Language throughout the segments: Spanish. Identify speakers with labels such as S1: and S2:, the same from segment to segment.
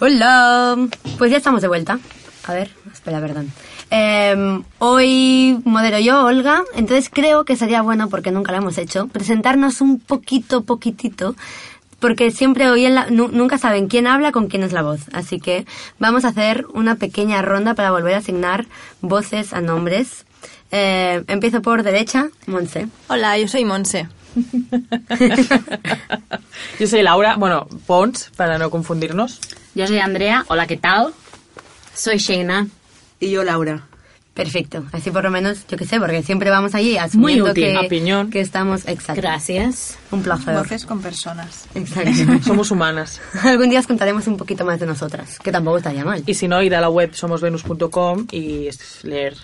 S1: Hola. Pues ya estamos de vuelta. A ver, espera, perdón. Eh, hoy modero yo, Olga, entonces creo que sería bueno, porque nunca lo hemos hecho, presentarnos un poquito, poquitito, porque siempre hoy en la- nu- nunca saben quién habla con quién es la voz. Así que vamos a hacer una pequeña ronda para volver a asignar voces a nombres. Eh, empiezo por derecha, Monse.
S2: Hola, yo soy Monse.
S3: Yo soy Laura, bueno, Pons, para no confundirnos.
S4: Yo soy Andrea, hola, ¿qué tal? Soy Sheina.
S5: Y yo, Laura.
S1: Perfecto, así por lo menos, yo qué sé, porque siempre vamos allí asumiendo
S4: útil,
S1: que,
S3: opinión.
S1: que estamos... Exacto.
S4: Gracias.
S1: Un placer.
S2: Voces con personas.
S1: Exacto.
S3: Somos humanas.
S1: Algún día os contaremos un poquito más de nosotras, que tampoco estaría mal.
S3: Y si no, ir a la web somosvenus.com y es leer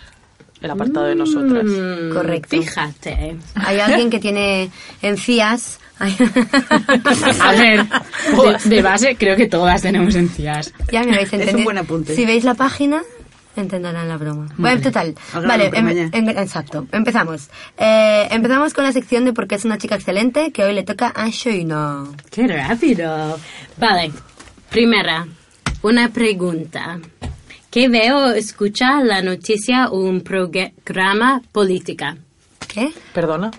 S3: el apartado de nosotras.
S1: Correcto.
S4: Fíjate.
S1: Hay alguien que tiene encías. Hay-
S4: A ver, de, de base creo que todas tenemos encías.
S1: ya me habéis
S5: un
S1: entendido.
S5: buen apunte.
S1: Si veis la página, entenderán la broma. Bueno, total.
S5: Al grano,
S1: Vale,
S5: pero
S1: em-
S5: mañana.
S1: em- exacto. Empezamos. Eh, empezamos con la sección de por qué es una chica excelente, que hoy le toca a Shoino.
S4: ¡Qué rápido! Vale, primera, una pregunta. ¿Qué veo, escucha la noticia o un programa política?
S1: ¿Qué?
S3: Perdona.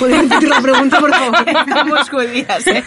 S5: ¿Puedes repetir la pregunta, por favor?
S2: Somos judías, ¿eh?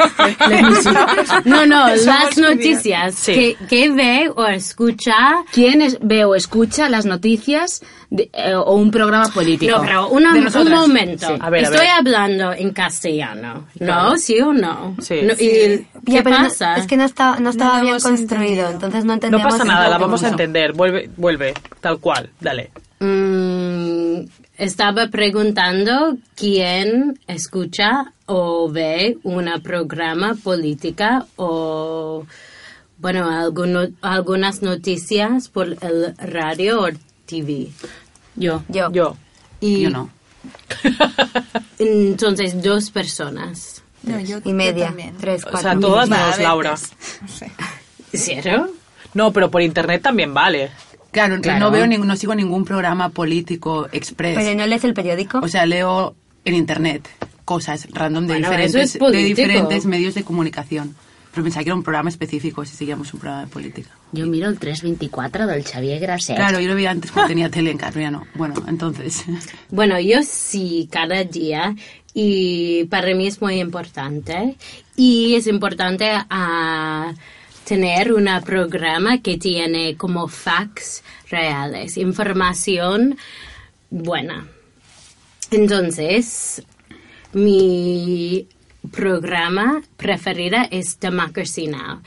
S4: No, no, las
S2: Somos
S4: noticias.
S3: Sí.
S4: ¿Qué, qué ve o escucha?
S6: ¿Quién es- ve o escucha las noticias de- eh, o un programa político?
S4: No, pero una-
S6: De
S4: un
S6: nosotras.
S4: momento.
S6: Sí.
S3: A ver, a
S4: Estoy
S3: ver.
S4: hablando en castellano, ¿no? ¿Sí o no?
S3: Sí.
S4: No, ¿y el- ¿Qué
S1: Ya, pero no-
S4: pasa?
S1: es que no estaba, no estaba
S2: lo
S1: bien
S2: hemos
S1: construido,
S2: entendido.
S1: entonces no
S3: No
S1: entendemos.
S3: pasa nada, la
S1: tampoco
S3: vamos a
S1: mucho.
S3: entender. Vuelve, vuelve, tal cual, dale.
S4: Mm, estaba preguntando quién escucha o ve un programa política o, bueno, alguno- algunas noticias por el radio o TV.
S6: Yo.
S1: Yo.
S3: Yo.
S4: Y
S6: Yo no.
S4: entonces dos personas.
S2: No, yo,
S1: Y media.
S2: también.
S1: Tres,
S3: O
S1: cuatro.
S3: sea, todas
S2: Va, a
S3: menos
S2: veces.
S3: Laura.
S2: No sé.
S4: ¿Cierto?
S3: No, pero por internet también vale.
S6: Claro, que
S4: Claro.
S6: no veo ning- no sigo ningún programa político express.
S1: Pero no lees el periódico.
S6: O sea, leo en internet cosas random de
S4: Bueno,
S6: diferentes
S4: eso es
S6: de
S4: político.
S6: diferentes medios de comunicación. Pero pensaba que era un programa específico si seguíamos un programa de política.
S7: Jo miro el 324 del Xavier Graset.
S6: Claro, yo lo veía antes cuando tenía tele en casa, pero ya no. Bueno, entonces.
S4: Bueno, yo sí, cada día. Y para mí es muy importante. Y es importante ah, tener un programa que tiene como facts reales, información buena. Entonces, mi programa preferida es Democracy Now.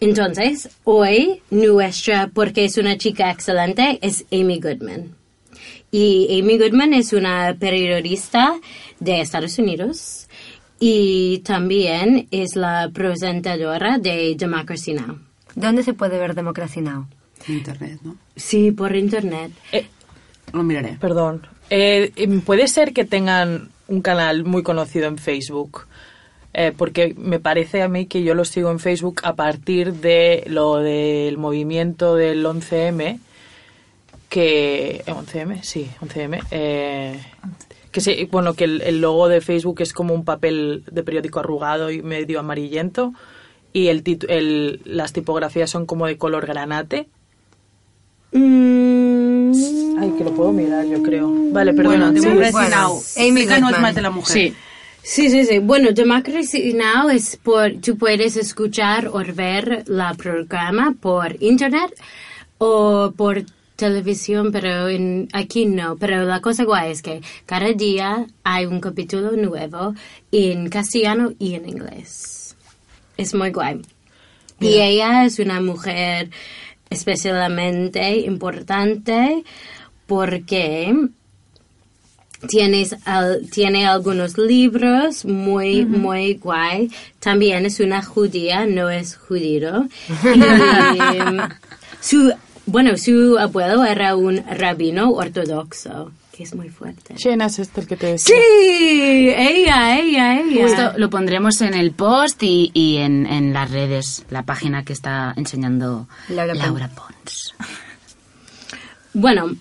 S4: Entonces, hoy nuestra, porque es una chica excelente, es Amy Goodman. Y Amy Goodman es una periodista de Estados Unidos y también es la presentadora de Democracy Now.
S1: ¿Dónde se puede ver Democracy Now?
S6: Internet, ¿no?
S4: Sí, por internet.
S3: Eh,
S6: Lo miraré.
S3: perdón. Eh, em, puede ser que tengan un canal muy conocido en Facebook. Eh, porque me parece a mí que yo lo sigo en Facebook a partir de lo del movimiento del 11M. Que. eh, 11M, sí, 11M. eh, que sí, bueno, que el, el logo de Facebook es como un papel de periódico arrugado y medio amarillento. Y el, titu- el- las tipografías son como de color granate. Ay, que lo puedo mirar, yo creo. Vale, perdona.
S6: Bueno,
S3: Sí.
S6: Democracy
S1: Mm. Bueno,
S6: Now.
S1: Amy
S6: Explícanos
S1: Goodman.
S6: más de la mujer.
S4: Sí. Sí, sí, sí. Bueno, Democracy Now! es por... Tú puedes escuchar o ver la programa por internet o por televisión, pero en, aquí no. Pero la cosa guay es que cada día hay un capítulo nuevo en castellano y en inglés. Es muy guay. Y ella es una mujer especialmente importante porque Tienes al- tiene algunos libros muy, muy guay. También es una judía, no es judío. Y, su, bueno, su abuelo era un rabino ortodoxo, que es muy fuerte.
S3: Llenas este el que te
S4: Sí, ella, ella, ella.
S7: Esto lo pondremos en el post y, y en, en las redes, la página que está enseñando
S1: Laura
S7: Laura,
S1: Pons.
S7: Pons.
S4: Bueno,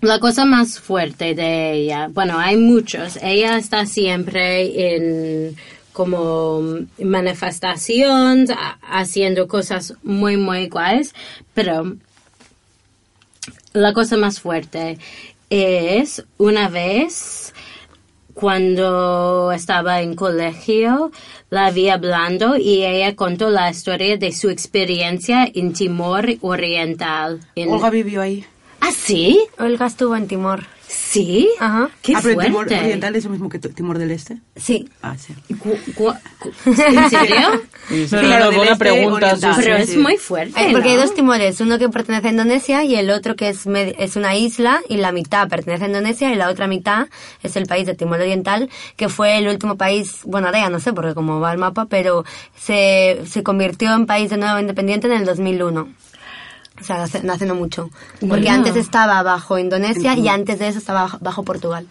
S4: la cosa más fuerte de ella, bueno, hay muchos. Ella está siempre en como manifestaciones, a- haciendo cosas muy, muy iguales, pero la cosa más fuerte es una vez cuando estaba en colegio, la vi hablando y ella contó la historia de su experiencia en Timor Oriental. En-
S5: Olga vivió ahí.
S4: ¿Ah, sí?
S1: Olga estuvo en Timor.
S4: ¿Sí?
S1: Ajá.
S4: ¡Qué
S5: Ah, pero
S4: fuerte!
S5: el Timor Oriental es lo mismo que t- Timor del Este.
S1: Sí.
S5: Ah, sí.
S4: Gu- gu- gu- ¿En serio?
S3: No,
S5: Sí,
S3: no,
S5: claro,
S3: no,
S5: del
S3: buena
S5: este
S3: pregunta.
S5: oriental.
S3: Susi.
S4: Pero
S5: sí,
S4: es
S5: sí.
S4: muy fuerte,
S1: Eh, porque hay
S4: ¿no?
S1: dos Timores, uno que pertenece a Indonesia y el otro que es, med- es una isla y la mitad pertenece a Indonesia y la otra mitad es el país de Timor Oriental, que fue el último país, bueno, ahora ya no sé porque como va el mapa, pero se, se convirtió en país de nuevo independiente en el 2001. O sea, hace, no hace no mucho. Porque
S4: Bueno.
S1: antes estaba bajo Indonesia y antes de eso estaba bajo, bajo Portugal.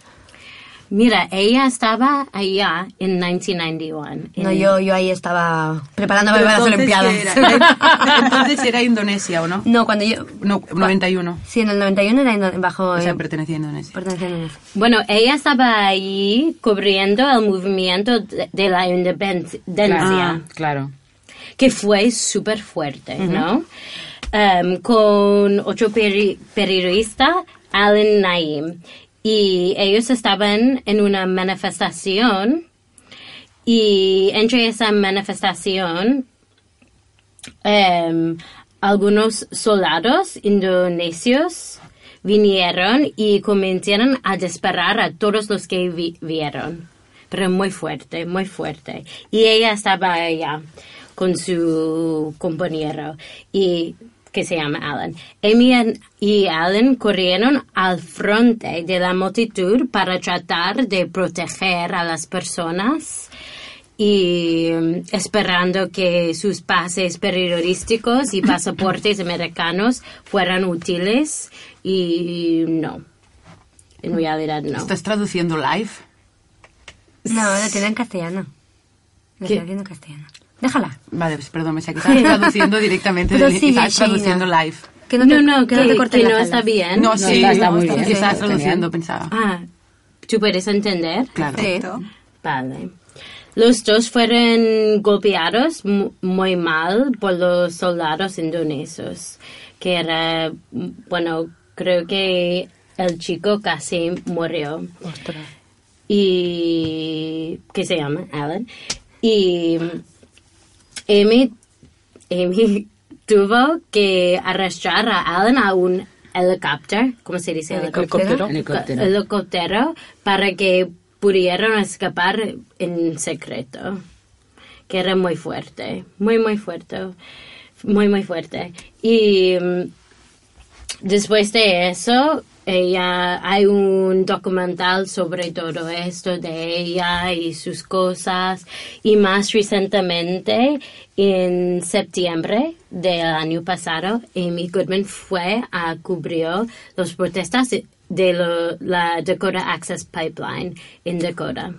S4: Mira, ella estaba allá en Eh, 1991.
S1: No,
S4: en-
S1: yo, yo ahí estaba preparándome
S6: Eh. Pero
S1: para las Olimpiadas.
S6: entonces, ¿qué era? entonces era Indonesia, ¿o no?
S1: no, cuando yo...
S6: No, 91.
S1: Sí, en el 91 era Indo- bajo...
S6: O sea,
S1: eh,
S6: pertenecía a Indonesia.
S1: pertenecía a Indonesia.
S4: Bueno, ella estaba allí cubriendo el movimiento de, de la independencia,
S7: Ah, claro.
S4: que fue súper fuerte, ¿no? Em, con otro peri- periodista, Alan Naim. Y ellos estaban en una manifestación y entre esa manifestación em, algunos soldados indonesios vinieron y comenzaron a disparar a todos los que vi- vieron. Pero muy fuerte, muy fuerte. Y ella estaba allá con su compañero y que se llama Alan. Amy and- y Alan corrieron al frente de la multitud para tratar de proteger a las personas y mm, esperando que sus pases periodísticos y pasaportes americanos fueran útiles y no. En realidad no.
S6: ¿Estás traduciendo live?
S1: No, lo tiene en castellano. Lo
S4: ¿Qué?
S1: estoy haciendo en castellano. Déjala.
S6: Vale, pues, perdón, me que estabas traduciendo directamente.
S1: Pero
S6: del-
S1: sigue,
S6: estabas traduciendo
S1: Sheila.
S6: live.
S1: Que
S4: no, no, que,
S1: te
S4: que no,
S1: cortes la sala.
S4: está bien.
S6: No, sí,
S7: está- está muy
S6: no,
S7: bien.
S6: estabas
S7: Genial.
S6: traduciendo, pensaba.
S4: Ah, ¿tú puedes entender?
S6: Claro.
S1: Sí.
S4: Vale. Los dos fueron golpeados mu- muy mal por los soldados indonesios, que era, mm, bueno, creo que el chico casi murió. Y que se llama Alan. Y eh, Amy, Amy tuvo que arrastrar a Alan a un helicóptero, ¿cómo se dice?
S3: Helicóptero.
S7: Helicóptero.
S4: Helicóptero para que pudieran escapar en secreto. Que era muy fuerte, muy, muy fuerte, muy, muy fuerte. Y mm, después de eso, ella, hay un documental sobre todo esto de ella y sus cosas. Y más recientemente, en septiembre del año pasado, Amy Goodman fue a cubrir las protestas de lo- la Dakota Access Pipeline en Dakota.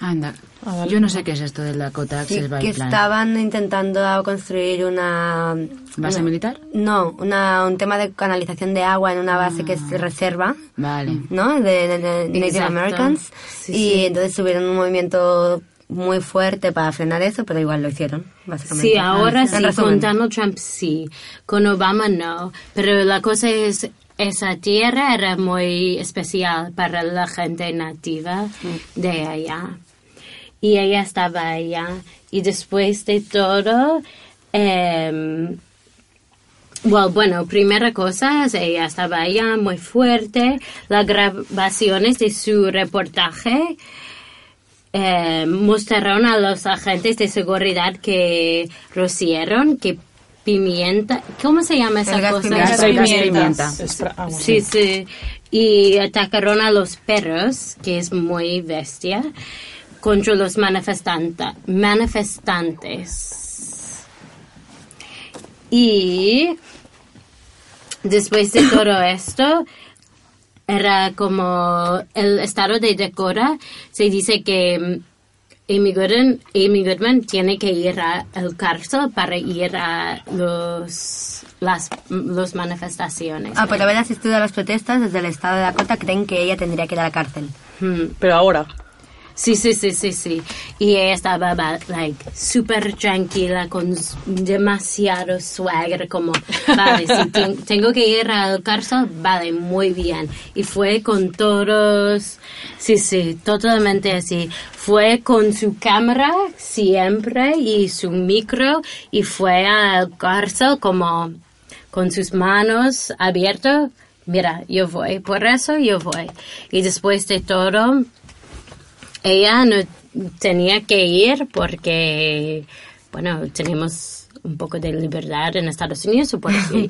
S7: Anda,
S3: Ah,
S7: yo no sé qué es esto del Dakota Access
S1: Sí,
S7: Pipeline.
S1: que estaban intentando construir una...
S7: ¿Base
S1: una-
S7: militar?
S1: No, una, un tema de canalización de agua en una base que es reserva.
S7: Vale.
S1: ¿no? De, de- de Native
S4: Ah. Exacto.
S1: Americans.
S4: Sí,
S1: y
S4: sí.
S1: entonces tuvieron un movimiento muy fuerte para frenar eso, pero igual lo hicieron, básicamente. Ah,
S4: Sí, ahora
S1: En
S4: sí,
S1: resumen.
S4: con Donald Trump sí, con Obama no, pero la cosa es, esa tierra era muy especial para la gente nativa de allá. Y ella estaba allá. Y después de todo, em, Well, bueno, primera cosa, ella estaba allá muy fuerte. Las grabaciones de su reportaje eh, mostraron a los agentes de seguridad que rociaron, que pimienta, ¿cómo se llama esa
S1: El gas
S4: cosa?
S1: pimienta.
S3: Gas
S2: Gas
S3: pimienta.
S7: pimienta.
S3: Es fra- ah, bueno.
S4: Sí, sí. Y atacaron a los perros, que es muy bestia, contra los manifestanta- manifestantes. Y después de todo esto, era como el estado de Dakota, se dice que mm, Amy Goodman, Amy Goodman tiene que ir a- al cárcel para ir a los, las los manifestaciones.
S1: Ah, por haber asistido a las protestas desde el estado de Dakota, creen que ella tendría que ir a la cárcel.
S4: Hmm.
S3: Pero ahora,
S4: Sí, sí, sí, sí, sí. Y ella estaba, ba- like, súper tranquila, con s- demasiado swagger, como, vale, si ten- tengo que ir al cárcel, vale, muy bien. Y fue con todos, sí, sí, totalmente así. Fue con su cámara siempre y su micro y fue al cárcel como con sus manos abiertas. Mira, yo voy, por eso yo voy. Y después de todo, ella no tenía que ir porque, bueno, tenemos un poco de libertad en Estados Unidos, o por así.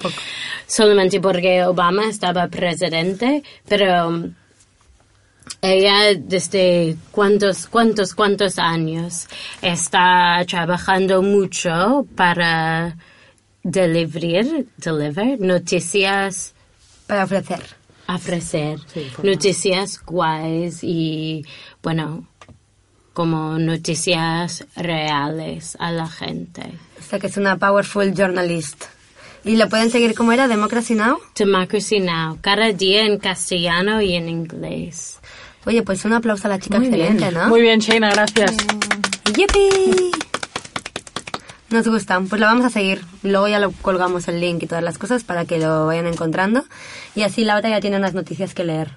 S4: solamente porque Obama estaba presidente, pero um, ella desde cuántos, cuántos, cuántos años está trabajando mucho para deliver, deliver noticias
S1: Para ofrecer.
S4: ofrecer noticias guays y, bueno, como noticias reales a la gente.
S1: O sea, que es una powerful journalist. ¿Y lo pueden seguir como era? ¿Democracy Now?
S4: Democracy Now, cada día en castellano y en inglés.
S1: Oye, pues un aplauso a la chica
S7: Muy
S1: excelente,
S7: bien.
S1: ¿no?
S3: Muy bien, Shaina, gracias.
S1: ¡Yupi! Nos gustan, pues la vamos a seguir. Luego ya lo colgamos el link y todas las cosas para que lo vayan encontrando. Y así la otra ya tiene unas noticias que leer.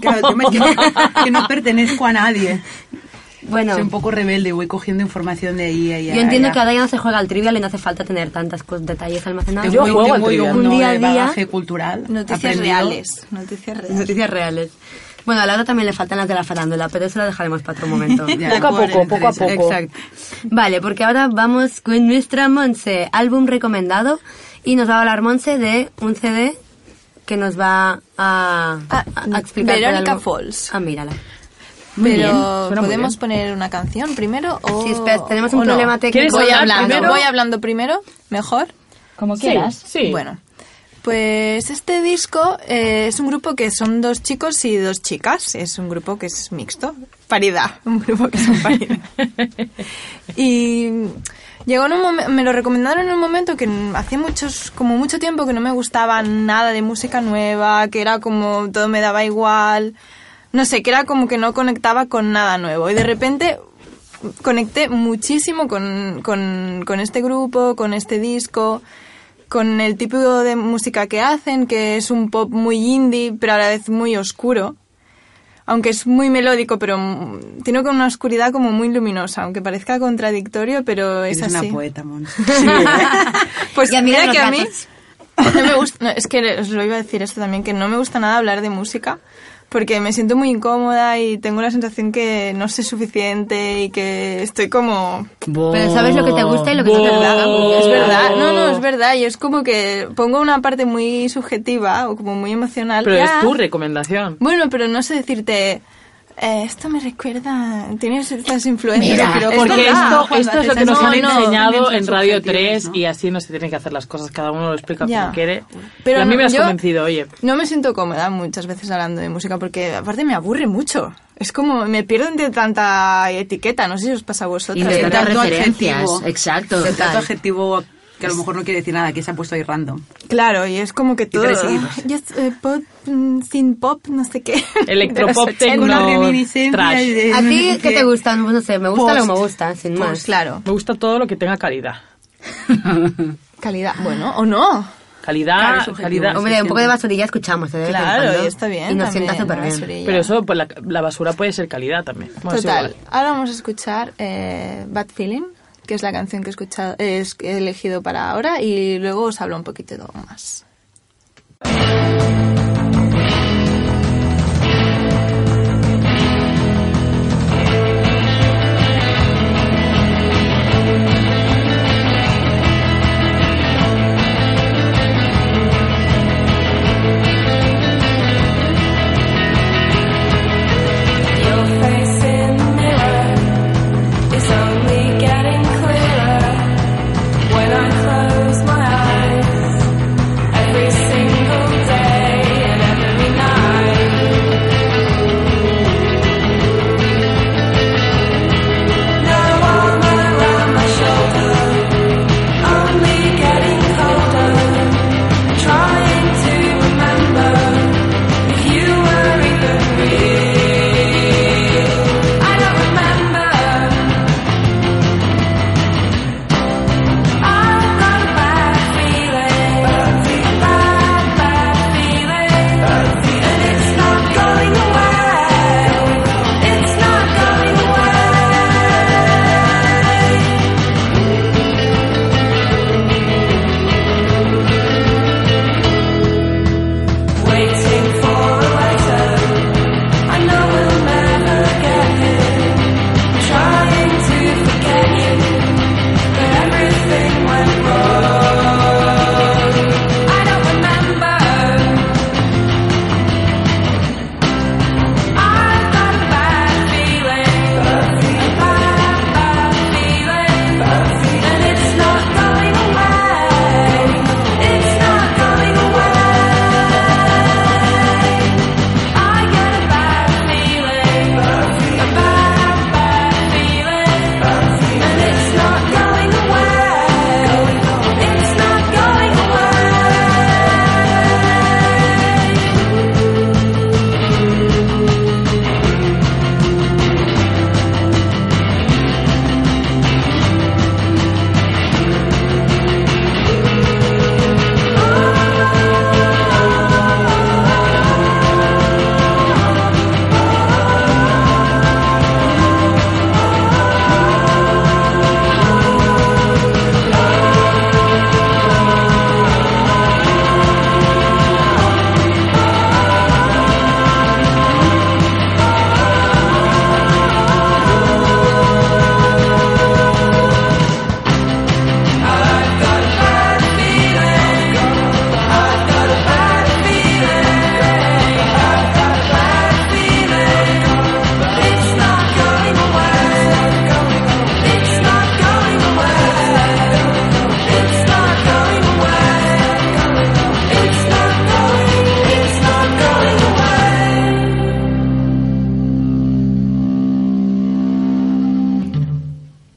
S5: Claro, yo me yo- que no pertenezco a nadie.
S1: Bueno,
S5: Soy un poco rebelde, voy cogiendo información de ahí. ahí
S1: yo entiendo que
S5: allá.
S1: ahora ya no se juega al trivial y no hace falta tener tantos detalles almacenados.
S3: Yo
S5: Tengo-
S3: juego al
S5: tengo yo
S3: trivial.
S5: un
S1: Un día a
S5: de
S1: día.
S5: bagaje cultural.
S2: Noticias
S5: aprendido.
S2: reales. Noticias reales.
S1: Noticias reales. Bueno, a la otra también le faltan las de la farándula, pero eso la dejaremos para otro momento.
S5: Ya,
S3: Poco a
S5: no me
S3: poco, poco a
S5: interesa.
S3: poco.
S5: Exacto.
S1: Vale, porque ahora vamos con nuestra Monse, álbum recomendado, y nos va a hablar Monse de un CD que nos va a,
S2: Ah,
S1: a- a explicar. por
S2: Verónica
S1: algo.
S2: Falls.
S1: Ah, mírala.
S2: Pero podemos poner una canción primero o
S1: Sí, espera, tenemos un
S2: o no?
S1: problema
S3: ¿Quieres
S1: técnico.
S2: Voy
S3: hablar
S2: hablando,
S3: primero?
S2: voy hablando primero, mejor.
S7: Como
S3: Sí, sí.
S2: Bueno, pues este disco eh, es un grupo que son dos chicos y dos chicas. Es un grupo que es mixto. Paridad. Un grupo que son paridad. y llegó en un momen- me lo recomendaron en un momento que n- hacía muchos, como mucho tiempo que no me gustaba nada de música nueva, que era como todo me daba igual. No sé, que era como que no conectaba con nada nuevo. Y de repente conecté muchísimo con, con, con este grupo, con este disco, con el tipo de música que hacen, que es un pop muy indie, pero a la vez muy oscuro. Aunque es muy melódico, pero mm, tiene como una oscuridad como muy luminosa, aunque parezca contradictorio, pero es
S5: Eres
S2: así.
S5: una poeta, Monse.
S2: Pues
S1: Y amiga de
S2: mira
S1: los
S2: que a mí
S1: gatos.
S2: no me gusta, no, es que os lo iba a decir esto también, que no me gusta nada hablar de música porque me siento muy incómoda y tengo la sensación que no sé suficiente y que estoy como...
S1: Pero sabes lo que te gusta y lo que no te gusta.
S2: Es verdad, no, no, es verdad. Y es como que pongo una parte muy subjetiva o como muy emocional.
S3: Pero
S2: Ya.
S3: es tu recomendación.
S2: Bueno, pero no sé decirte... eh, esto me recuerda, tienes estas influencias. pero
S3: Porque esto,
S2: da,
S3: esto,
S2: Juanma,
S3: es lo
S2: te
S3: que nos
S2: estás-
S3: han
S2: no, no.
S3: enseñado
S5: también
S3: en
S5: son
S3: Radio
S5: subjetivas,
S3: 3
S5: ¿no?
S3: y así no se tienen que hacer las cosas, cada uno lo explica
S2: Ya.
S3: como quiere.
S2: Pero
S3: y a mí
S2: no,
S3: me has
S2: yo
S3: convencido, oye.
S2: No me siento cómoda muchas veces hablando de música porque aparte me aburre mucho. Es como me pierdo entre tanta etiqueta, no sé si os pasa a vosotras.
S7: Y de
S5: Tanto
S7: tantas
S5: adjetivo.
S7: referencias, exacto.
S5: De tanto
S7: Total.
S5: adjetivo que a lo mejor no quiere decir nada, que se ha puesto ahí random.
S2: Claro, y es como que todo
S5: tres seguidos.
S2: Ya es, eh, pop, mm, sin pop, no sé qué.
S3: Electropop,
S2: De los 80.
S3: tecno.
S5: Una
S3: No,
S5: reminiscencia
S3: trash.
S5: de-
S1: ¿A ti qué te gusta? No sé, me gusta lo que me
S2: Post.
S1: gusta, sin
S2: Pues,
S1: más.
S2: claro.
S3: Me gusta todo lo que tenga calidad.
S2: Calidad, bueno, o no.
S5: Claro,
S3: Calidad,
S5: es subjetivo.
S3: calidad.
S1: Hombre, un poco de basurilla escuchamos, ¿eh? de vez en
S2: Claro,
S1: cuando.
S2: y está bien.
S1: Y nos
S2: también,
S1: sienta súper
S2: la
S1: bien.
S2: basurilla.
S3: Pero eso, pues la, la basura puede ser calidad también. Bueno, es
S2: Total.
S3: igual.
S2: Ahora vamos a escuchar eh, Bad Feeling, que es la canción que he, escuchado, eh, es- he elegido para ahora, y luego os hablo un poquito más.
S8: Your face in the mirror is only getting clearer. When I close my eyes, I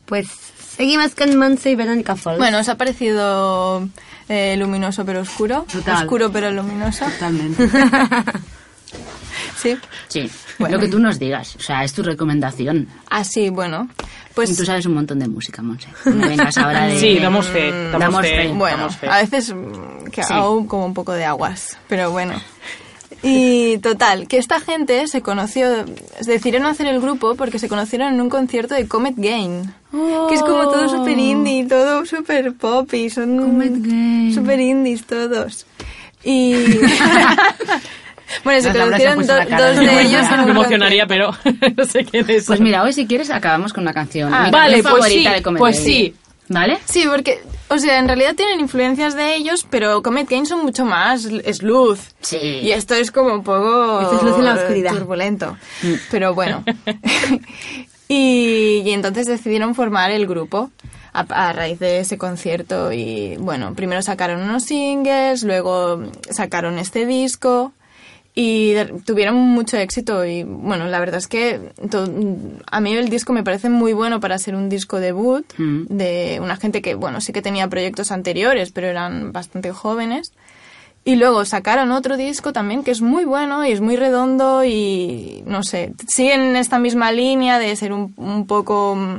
S1: Pues Seguimos con Monse y Verónica Falls.
S2: Bueno, ¿os ha parecido eh, luminoso pero oscuro?
S6: Total.
S2: Oscuro pero luminoso.
S6: Totalmente.
S2: Sí.
S7: Sí, lo que tú nos digas. O sea, es tu recomendación.
S2: Así, bueno.
S7: Y
S2: Pues
S7: tú sabes un montón de música, Monse. No vengas ahora de...
S3: Sí, damos fe. Damos,
S7: Damos
S3: fe.
S7: fe.
S2: Bueno,
S3: damos fe.
S2: a veces mm, que hago como un poco de aguas, pero bueno. Y total, que esta gente se conoció, decidieron hacer el grupo porque se conocieron en un concierto de Comet Gain, que es como todo
S6: Oh.
S2: super indie, todo super pop y son super indies todos. Y bueno, se
S6: Las Laura se ha
S2: conocieron
S6: puesto
S2: do-
S6: la cara
S2: dos
S6: de
S2: de
S6: vergüenza.
S2: ellos. en un
S3: Me emocionaría,
S2: concierto.
S3: pero no sé quién es.
S7: Pues mira, hoy si quieres acabamos con una canción.
S2: Ah,
S3: vale,
S7: Mi canción
S3: pues
S7: favorita
S3: sí,
S7: de Comet
S3: pues
S7: Day.
S3: sí.
S7: ¿Vale?
S2: Sí, porque, o sea, en realidad tienen influencias de ellos, pero Comet Gain son mucho más, es luz.
S7: Sí.
S2: Y esto es como un poco
S1: Esto es luz en la oscuridad. Mm.
S2: turbulento. Pero bueno. y, y entonces decidieron formar el grupo a, a raíz de ese concierto. Y bueno, primero sacaron unos singles, luego sacaron este disco. Y de- tuvieron mucho éxito y bueno, la verdad es que to- a mí el disco me parece muy bueno para ser un disco debut
S7: Mm.
S2: de una gente que bueno, sí que tenía proyectos anteriores, pero eran bastante jóvenes. Y luego sacaron otro disco también que es muy bueno y es muy redondo y no sé, siguen esta misma línea de ser un, un poco... mm,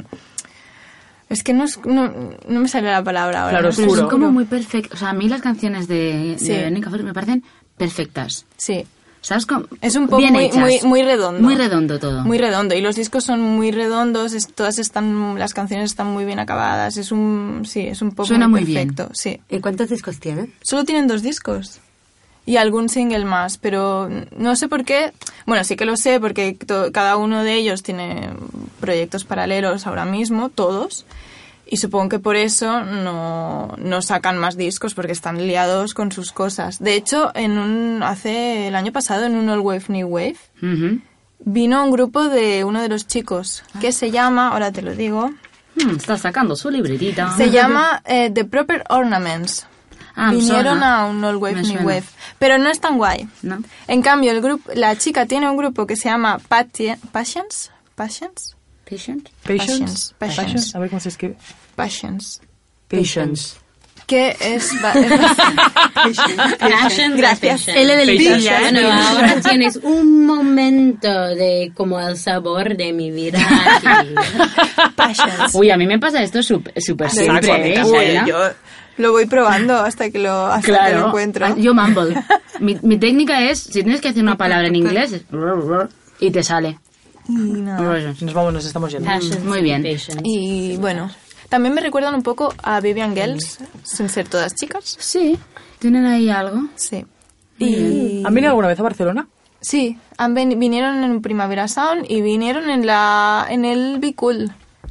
S2: Es que no, es- no, no me sale la palabra ahora.
S3: Claro,
S2: no sé.
S7: Pero
S3: oscuro.
S7: son como muy perfectas. O sea, a mí las canciones de,
S2: Sí.
S7: de Verónica Forte me parecen perfectas.
S2: Sí.
S7: ¿Sabes cómo?
S2: Es un poco
S7: Bien
S2: muy,
S7: hechas.
S2: muy, muy redondo.
S7: Muy redondo todo.
S2: Muy redondo. Y los discos son muy redondos, es- todas están, las canciones están muy bien acabadas. Es un, sí, es un poco
S7: Suena muy bien.
S2: perfecto. Sí.
S1: ¿Y cuántos discos tienen?
S2: Solo tienen dos discos. Y algún single más, pero no sé por qué. Bueno, sí que lo sé porque to- cada uno de ellos tiene proyectos paralelos ahora mismo, todos. Y supongo que por eso no, no sacan más discos porque están liados con sus cosas. De hecho, en un, hace el año pasado, en un All Wave New Wave,
S7: Ujú.
S2: vino un grupo de uno de los chicos que se llama, ahora te lo digo,
S7: Hmm, está sacando su libretita.
S2: se llama eh, The Proper Ornaments.
S7: Ah, me
S2: Vinieron
S7: suena.
S2: a un All Wave
S7: Me
S2: New
S7: suena.
S2: Wave, pero no es tan guay.
S7: No.
S2: En cambio, el grupo, la chica tiene un grupo que se llama Pati- Passions, Passions,
S7: Patient.
S2: Patience. Patience.
S3: Patience. A ver cómo se escribe.
S2: Passions,
S3: Patience.
S2: que es, ba- es gracias.
S4: L del
S3: Patience.
S4: día. Bueno, ahora tienes un momento de como el sabor de mi vida aquí.
S2: Passions.
S7: Uy, a mí me pasa esto sup- súper siempre. ¿eh,
S2: Uy,
S7: Isabela?
S2: yo lo voy probando hasta que lo, hasta que lo
S7: Claro.
S2: encuentro.
S7: Ah, Yo mumble. Mi, mi técnica es, si tienes que hacer una palabra en inglés, es y te sale.
S2: Y nada.
S3: Nos vamos, nos estamos yendo.
S7: Muy bien.
S2: Y bueno, también me recuerdan un poco a Vivian Girls, sin ser todas chicas.
S7: Sí, tienen ahí algo.
S2: Sí. Y
S3: ¿Han venido alguna vez a Barcelona?
S2: sí, han ven- vinieron en Primavera Sound y vinieron en la en el Be Cool.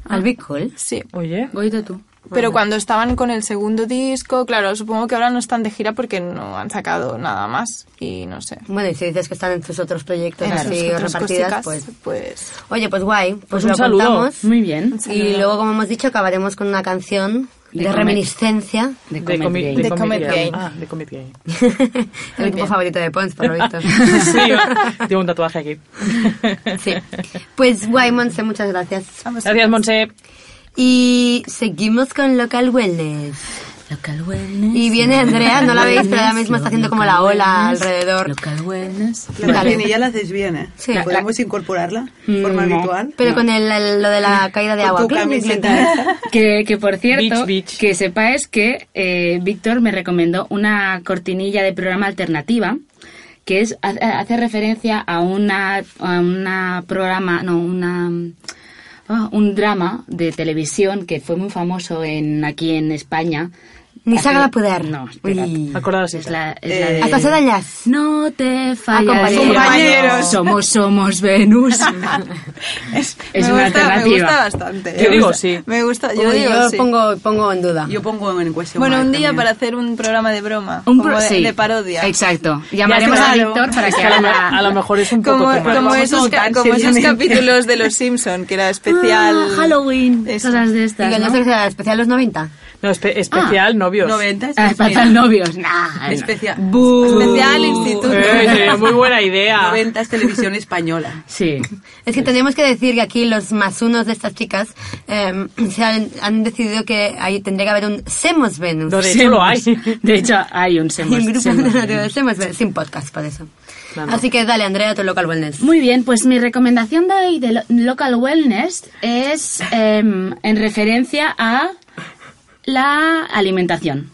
S1: Al Big Cool.
S2: Sí.
S3: Oye.
S7: Goito tú.
S2: Pero cuando estaban con el segundo disco, claro, supongo que ahora no están de gira porque no han sacado nada más y no sé.
S1: Bueno, y si dices que están en tus otros proyectos
S2: En sus
S1: así
S2: otras
S1: repartidas,
S2: cositas,
S1: pues...
S2: pues
S1: Oye, pues guay. Pues,
S3: un
S1: lo
S3: saludo.
S1: apuntamos.
S7: Muy bien.
S1: Y luego, como hemos dicho, acabaremos con una canción
S7: De
S1: de,
S7: Comet.
S1: reminiscencia.
S7: De
S3: De
S7: Comet
S3: Comi-
S7: Gay.
S3: de
S2: De
S3: Comi-
S2: Comet Gay.
S3: Ah, de Comet Gay.
S1: El grupo favorito de Pons, por lo visto.
S3: Sí, tengo un tatuaje aquí.
S1: sí. Pues guay, Monse, muchas gracias.
S3: Gracias, Monse.
S1: Y seguimos con Local Wellness.
S7: Local Wellness.
S1: Y viene Andrea, no la veis, pero ahora
S7: Wellness,
S1: mismo está
S7: lo-
S1: haciendo como
S7: local
S1: la ola
S7: wellness,
S1: alrededor.
S7: Local Wellness.
S5: La
S1: Vale.
S5: cortinilla la haces bien, ¿eh?
S1: Sí.
S5: ¿Podemos incorporarla de forma
S7: No.
S5: habitual?
S1: Pero con el, el- lo de la caída de
S5: Con
S1: agua.
S5: tu
S1: Clac, clac, clac.
S5: camiseta esa.
S7: Que, que por cierto,
S3: Beach, beach.
S7: que sepáis que eh, Víctor me recomendó una cortinilla de programa alternativa que es hace, hace referencia a una a una programa no una ah, un drama de televisión que fue muy famoso en aquí en España
S1: Ni
S7: Hace-
S1: saga la poder.
S7: no espérate.
S1: Uy.
S3: Acordaros.
S7: es la, es la
S5: Eh,
S7: de-
S1: A casa de Allàs.
S7: no te fallaré
S1: Acompañeros.
S2: Compañeros.
S7: somos somos Venus
S2: es,
S7: Es
S2: me
S7: una
S2: gusta,
S7: alternativa.
S2: Me gusta bastante.
S3: Yo
S2: Me
S3: digo
S2: gusta-
S3: sí.
S2: Me gusta, yo
S1: Uy,
S2: digo
S1: yo
S2: sí.
S1: pongo, pongo en duda.
S6: Yo pongo en cuestión.
S2: Bueno,
S6: Mark
S2: un día
S6: también.
S2: para hacer un programa de broma,
S7: Un
S2: como
S7: pro-
S2: de,
S7: sí.
S2: de parodia.
S7: exacto llamaremos
S2: claro.
S7: a Víctor para que
S3: a,
S7: haga
S3: lo, me-
S7: la-
S3: a lo mejor es un poco
S2: Como,
S3: como-
S2: como
S5: Vamos a
S2: esos, ca-
S5: votar
S2: como esos
S5: seriamente.
S2: capítulos de Los Simpson que era especial
S7: Ah, Halloween
S2: Eso.
S7: cosas de
S1: Y
S7: estas
S1: que no
S7: ¿no?
S1: se especial los 90.
S3: No, espe- especial novios.
S5: 90
S7: Ah, especial novios, nah.
S3: Este-
S5: Especial.
S2: Uh, Especial instituto.
S3: Eh, sería muy buena idea.
S6: 90 es televisión española.
S7: Sí.
S1: Es que tenemos que decir que aquí los más unos de estas chicas eh, se han, han decidido que ahí tendría que haber un Semos Venus.
S3: No, de hecho lo hay.
S7: De hecho, hay un
S1: Hay
S7: Semos.
S1: un grupo
S7: Semos
S1: de
S7: Venus.
S1: Semos Venus, sin podcast, por eso.
S3: Claro.
S1: Así que dale, Andrea, tu local wellness.
S7: Muy bien, pues mi recomendación de hoy de lo- Local Wellness es em, en referencia a la alimentación.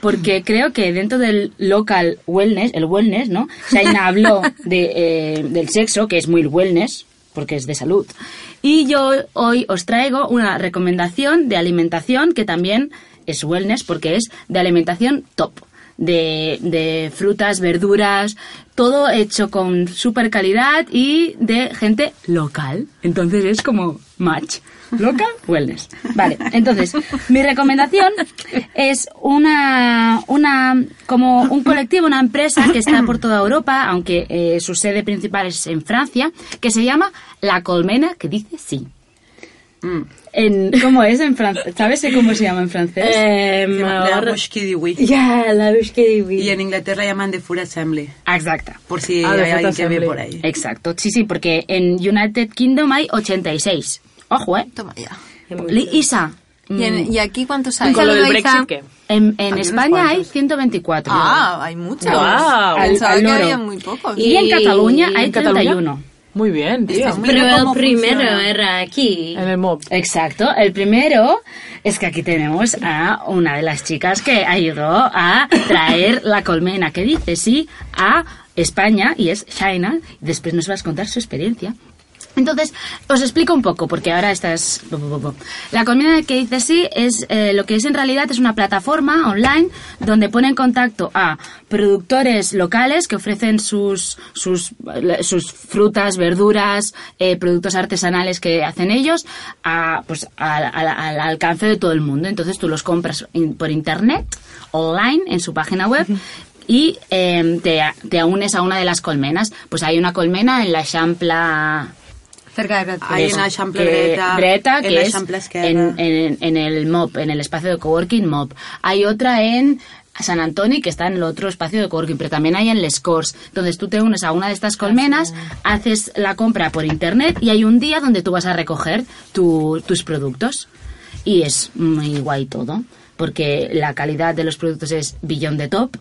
S7: Porque creo que dentro del local wellness, el wellness, ¿no? Shaina habló de, eh, del sexo, que es muy wellness, porque es de salud. Y yo hoy os traigo una recomendación de alimentación que también es wellness, porque es de alimentación top de, de frutas, verduras, todo hecho con super calidad y de gente local. Entonces es como match. Local wellness. Vale, entonces, mi recomendación es una, una, como un colectivo, una empresa que está por toda Europa, aunque eh, su sede principal es en Francia, que se llama La Colmena, que dice sí.
S6: Mm.
S7: En, ¿Cómo es en francés? ¿Sabes cómo se llama en francés?
S4: Em,
S6: La
S4: ahora-
S6: Mushkidiwi.
S4: Ya, la busqué y vi.
S6: Y en Inglaterra llaman de Food Assembly,
S7: Exacto.
S6: por si
S3: Ah, de
S6: hay
S3: Food
S6: alguien que ve
S3: Assembly.
S6: por ahí.
S7: Exacto, sí, sí, porque en United Kingdom hay 86. Ojo, ¿eh?
S2: Toma ya.
S7: Li- Isa,
S2: ¿Y, en-
S7: mm,
S2: y aquí cuántos hay?
S3: Con lo del
S1: Solo Isa.
S3: Brexit, ¿qué?
S7: en, en
S6: unos
S7: España hay
S6: cuantos.
S7: 124.
S2: Ah, hay muchos.
S3: Guau. Al-
S2: Pensaba
S7: al
S2: que
S7: loro.
S2: había muy pocos.
S7: y en
S4: Y-
S7: Cataluña hay
S3: ¿En Cataluña?
S7: 31.
S3: Muy bien, tío.
S2: Estás muy
S4: Pero
S2: bien
S4: el
S2: cómo
S4: primero
S2: funciona.
S4: era aquí.
S3: En el mob.
S7: Exacto, el primero es que aquí tenemos a una de las chicas que ayudó a traer la colmena, que dice sí, a España y es Shaina. Después nos vas a contar su experiencia. Entonces, os explico un poco, porque ahora estás... La colmena que dice sí es eh, lo que es en realidad es una plataforma online donde pone en contacto a productores locales que ofrecen sus, sus, eh, sus frutas, verduras, eh, productos artesanales que hacen ellos a, pues, al- al- al alcance de todo el mundo. Entonces tú los compras in- por internet, online, en su página web y eh, te, te unes a una de las colmenas. Pues hay una colmena en la Champla
S1: Cerca de Bradford.
S6: Hay en la
S7: eso,
S6: Champla
S7: que-
S6: Breta,
S7: Breta,
S6: en
S7: que
S6: la
S7: es
S6: Champla Esquerra.
S7: en, en- en el MOP, en el espacio de coworking MOP. Hay otra en San Antonio, que está en el otro espacio de coworking, pero también hay en Les Corts. Entonces tú te unes a una de estas colmenas,
S6: Ah,
S7: haces la compra por internet y hay un día donde tú vas a recoger tu- tus productos. Y es muy guay todo, porque la calidad de los productos es billón de top.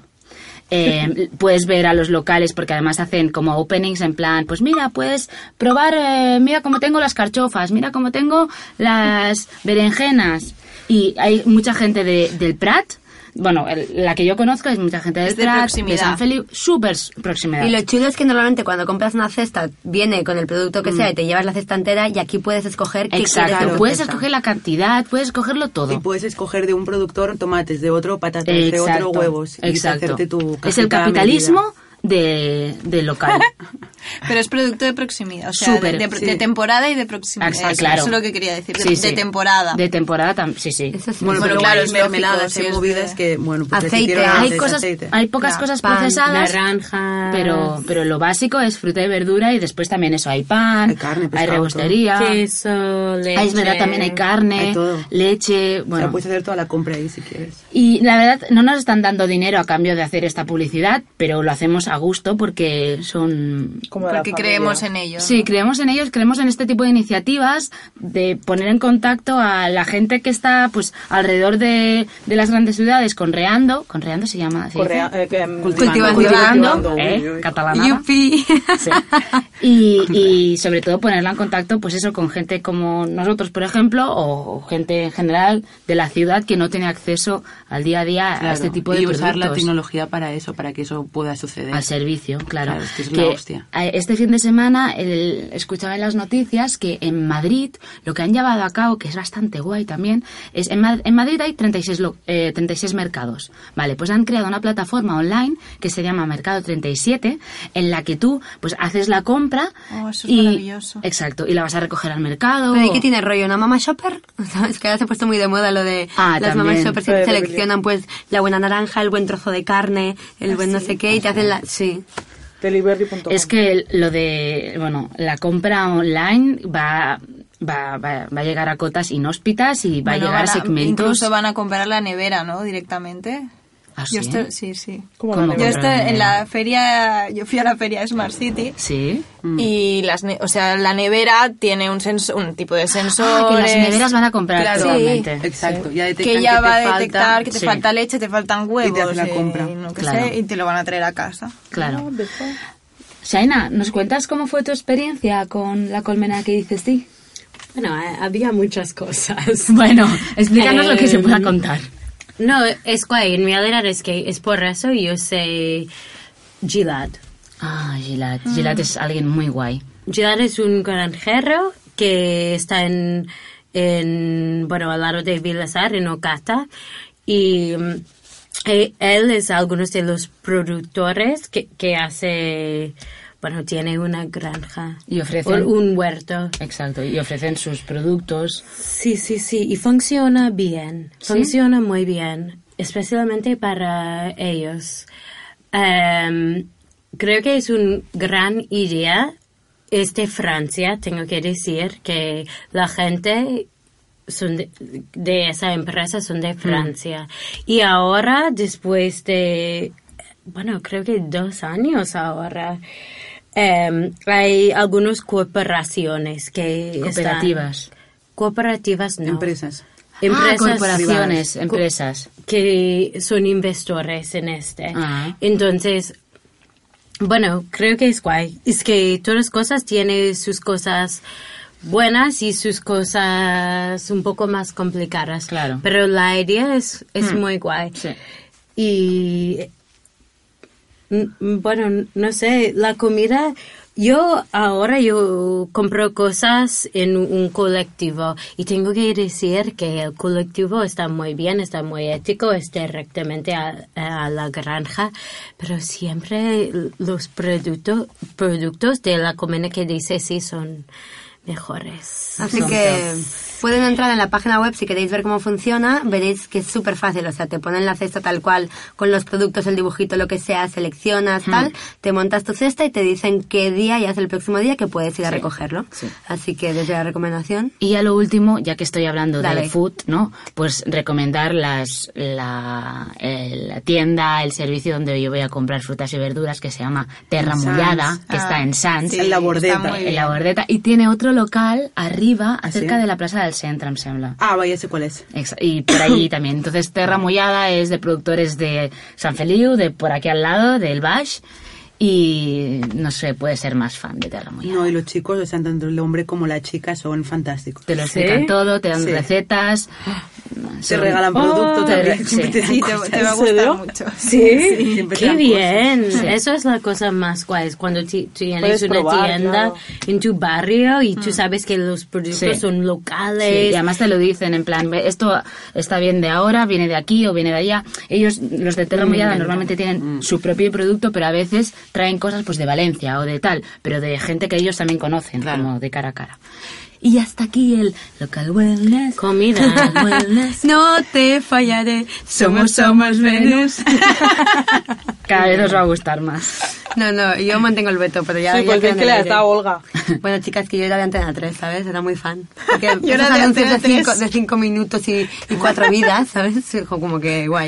S7: Eh, puedes ver a los locales porque además hacen como openings en plan, pues mira, puedes probar, eh, mira cómo tengo las carchofas, mira cómo tengo las berenjenas. Y hay mucha gente de- del Prat. Bueno, el- la que yo conozco es mucha gente del
S2: Es de
S7: Prat,
S2: proximidad.
S7: de San Felipe, súper s- proximidad.
S1: Y lo chulo es que normalmente cuando compras una cesta viene con el producto
S2: Mm.
S1: que sea y te llevas la cesta entera y aquí puedes escoger qué quieres en
S7: Exacto,
S1: tu
S7: puedes
S1: cesta.
S7: escoger la cantidad, puedes escogerlo todo.
S6: Y puedes escoger de un productor tomates, de otro patatas, de otro huevos. Y
S7: exacto.
S6: hacerte tu
S7: es el
S6: cajita a
S7: capitalismo de, del local.
S2: Pero es producto de proximidad, o sea,
S7: Súper,
S2: de, de-
S7: sí.
S2: de temporada y de proximidad.
S7: Exacto,
S2: Eso,
S7: claro.
S2: eso es lo que quería decir, de,
S7: Sí,
S2: de
S7: sí.
S2: temporada.
S7: De temporada también, sí, sí.
S1: Eso sí.
S6: Bueno, pero
S2: Bueno, claro,
S6: claro,
S2: es
S6: hay
S2: lógico,
S6: mermeladas,
S2: si
S6: hay
S2: es
S6: movidas
S2: de-
S6: que, bueno, pues las
S1: Aceite,
S6: hicieron
S1: hay
S6: antes,
S7: hay cosas,
S6: aceite.
S7: hay pocas cosas
S1: pan,
S7: procesadas,
S4: naranja.
S7: pero pero lo básico es fruta y verdura y después también eso hay pan,
S6: Hay carne, pescado,
S7: repostería,
S4: Queso, leche.
S7: Ah, es verdad también hay carne,
S6: Hay todo.
S7: leche,
S6: O sea,
S7: bueno.
S6: puedes hacer toda la compra ahí si quieres.
S7: Y la verdad, no nos están dando dinero a cambio de hacer esta publicidad, pero lo hacemos a gusto porque son...
S3: Como de la
S2: Porque
S3: familia.
S2: creemos en ello.
S7: Sí, creemos en ellos, creemos en este tipo de iniciativas de poner en contacto a la gente que está pues alrededor de, de las grandes ciudades, conreando, conreando se llama... ¿se dice?
S3: Correa- eh, que, em,
S1: Cultivando.
S7: cultivando,
S3: Uy,
S7: ¿eh?
S3: uy.
S7: Catalanada.
S1: Yupi.
S7: Sí. Y, y sobre todo ponerla en contacto, pues eso, con gente como nosotros, por ejemplo, o, o gente en general de la ciudad que no tiene acceso al día a día a
S6: Claro,
S7: este tipo de
S6: y
S7: productos.
S6: usar la tecnología para eso, para que eso pueda suceder.
S7: Al servicio, claro.
S6: Claro, es que es la hostia.
S7: a- Este fin de semana el- escuchaba en las noticias que en Madrid lo que han llevado a cabo, que es bastante guay también, es en, Ma- en Madrid hay 36, lo- eh, 36 mercados. Vale, pues han creado una plataforma online que se llama Mercado 37, en la que tú pues haces la compra.
S2: Oh, eso es
S7: y,
S2: maravilloso.
S7: Exacto, y la vas a recoger al mercado.
S1: Pero ¿y qué tiene rollo? ¿Una mamá shopper? ¿Sabes? Que ahora se ha puesto muy de moda lo de
S7: Ah,
S1: las
S7: también.
S1: mamás shoppers que seleccionan pues la buena naranja, el buen trozo de carne, el buen no
S4: Ah,
S1: sé qué y te hacen la... Sí.
S3: Delivery.com.
S7: Es que el- lo de, bueno, la compra online va va, va, va a llegar a cotas inhóspitas y va
S2: Bueno,
S7: a llegar
S2: van
S7: a segmentos.
S2: Incluso van a comprar la nevera, ¿no? Directamente.
S7: ¿Ah,
S2: Yo
S7: sí?
S2: esto- sí, sí.
S7: ¿Cómo la
S2: Yo
S7: nevera?
S2: esto en la feria, yo fui a la feria Smart City.
S7: Sí.
S2: Y las, ne- o sea, la nevera tiene un senso, un tipo de
S7: Ah,
S2: sensor
S7: que las neveras van a comprar
S2: Claro.
S7: totalmente.
S6: Exacto, ya detectan
S2: que ya
S6: te
S2: va a
S6: falta-
S2: detectar que te
S7: sí.
S2: falta leche, te faltan huevos,
S6: hace la
S2: eh,
S6: compra.
S2: no que
S7: Claro.
S2: sé, y te lo van a traer a casa.
S7: Claro. Shaina, ¿nos cuentas cómo fue tu experiencia con la colmena que dices sí?
S4: Bueno, ha- había muchas cosas.
S7: Bueno, explícanos lo que se
S4: Eh,
S7: pueda contar.
S4: No, es guay. En realidad es que es por eso yo sé Gilad.
S7: Ah, Gilad. Gilad es alguien muy guay.
S4: Gilad es un granjero que está en, en bueno, al lado de Vilazar, en Ocata. Y mm, e- él es algunos de los productores que, que hace, bueno, tiene una granja.
S7: Y ofrece-
S4: O Un huerto.
S7: Exacto, y ofrecen sus productos.
S4: Sí, sí, sí, y funciona bien, funciona muy bien, especialmente para ellos. Em, creo que es una gran idea, es de Francia, tengo que decir que la gente son de, de esa empresa son de Francia. Y ahora, después de, bueno, creo que dos años ahora, em, hay algunas corporaciones que... están-
S7: Cooperativas.
S4: Cooperativas no.
S6: Empresas.
S4: Empresas
S7: Ah, corporaciones,
S4: privadas.
S7: empresas.
S4: Co- Que son inversores en este.
S7: Ah.
S4: Entonces, bueno, creo que es guay. Es que todas cosas tienen sus cosas buenas y sus cosas un poco más complicadas.
S7: Claro. Hmm.
S4: Pero la idea es, es muy guay.
S7: Sí.
S4: Y N- Bueno, no sé, la comida, yo ahora yo compro cosas en un colectivo y tengo que decir que el colectivo está muy bien, está muy ético, es directamente a, a la granja, pero siempre los productos productos de la comida que dice sí son mejores.
S1: Así que pueden entrar en la página web si queréis ver cómo funciona. Veréis que es súper fácil. O sea, te ponen la cesta tal cual, con los productos, el dibujito, lo que sea, seleccionas,
S4: Hmm.
S1: tal. Te montas tu cesta y te dicen qué día y hace el próximo día que puedes ir a recogerlo. Así que desde la recomendación.
S7: Y ya lo último, ya que estoy hablando
S1: Dale.
S7: de food, ¿no? Pues recomendar las, la, eh, la tienda, el servicio donde yo voy a comprar frutas y verduras que se llama Terra
S5: Sans.
S7: Mullada, que
S2: Ah,
S7: está en Sants.
S2: sí,
S5: En la bordeta. ¿Ah,
S2: está muy
S7: en
S2: bien.
S7: la bordeta. Y tiene otro local arriba, acerca
S5: sí?
S7: de la plaza del Centre, em sembla.
S5: Ah, vaya, sé cuál es.
S7: Exa- Y por allí también. Entonces, Terra Mollada es de productores de San Feliu, de por aquí al lado, del Baix. Y no sé, puede ser más fan de Terra Mollada.
S5: No, y los chicos, o sea, tanto el hombre como la chica son fantásticos.
S7: Te lo explican todo, te dan
S5: Sí.
S7: recetas.
S5: Te regalan
S3: Oh,
S5: producto
S7: te-
S5: también.
S7: sí.
S5: siempre te
S2: Sí,
S5: dan
S2: te, te
S5: cosas.
S2: va a gustar mucho.
S5: Sí, siempre te
S4: Qué
S5: dan
S4: bien, eso es la cosa más guay, es cuando ti- tienes
S3: Puedes
S4: una
S3: probar,
S4: tienda
S3: claro.
S4: en tu barrio y tú sabes que los productos
S7: Mm. Sí.
S4: son
S7: Sí,
S4: locales.
S7: y además te lo dicen en plan, "Ve, esto está bien de ahora, viene de aquí o viene de allá. Ellos, los de
S4: Mm.
S7: Terra Mollada, normalmente tienen su propio producto, pero a veces traen cosas pues de Valencia o de tal, pero de gente que ellos también conocen, como de cara a cara. Y hasta aquí el local wellness.
S4: Comida.
S7: Local wellness.
S4: no te fallaré.
S7: Somos, somos Venus. Cada vez os va a gustar más.
S1: No, no, yo mantengo el veto, pero ya.
S3: Sí,
S1: ya
S3: porque
S1: queda
S3: es
S1: en
S3: que
S1: el
S3: le
S1: aire.
S3: está Olga.
S1: Bueno, chicas, que yo era de Antena 3, ¿sabes? Era muy fan. Porque esos
S2: de
S1: anuncios
S2: Antena
S1: de cinco,
S2: 3.
S1: de cinco minutos y, y cuatro vidas, ¿sabes? Dijo Como que guay.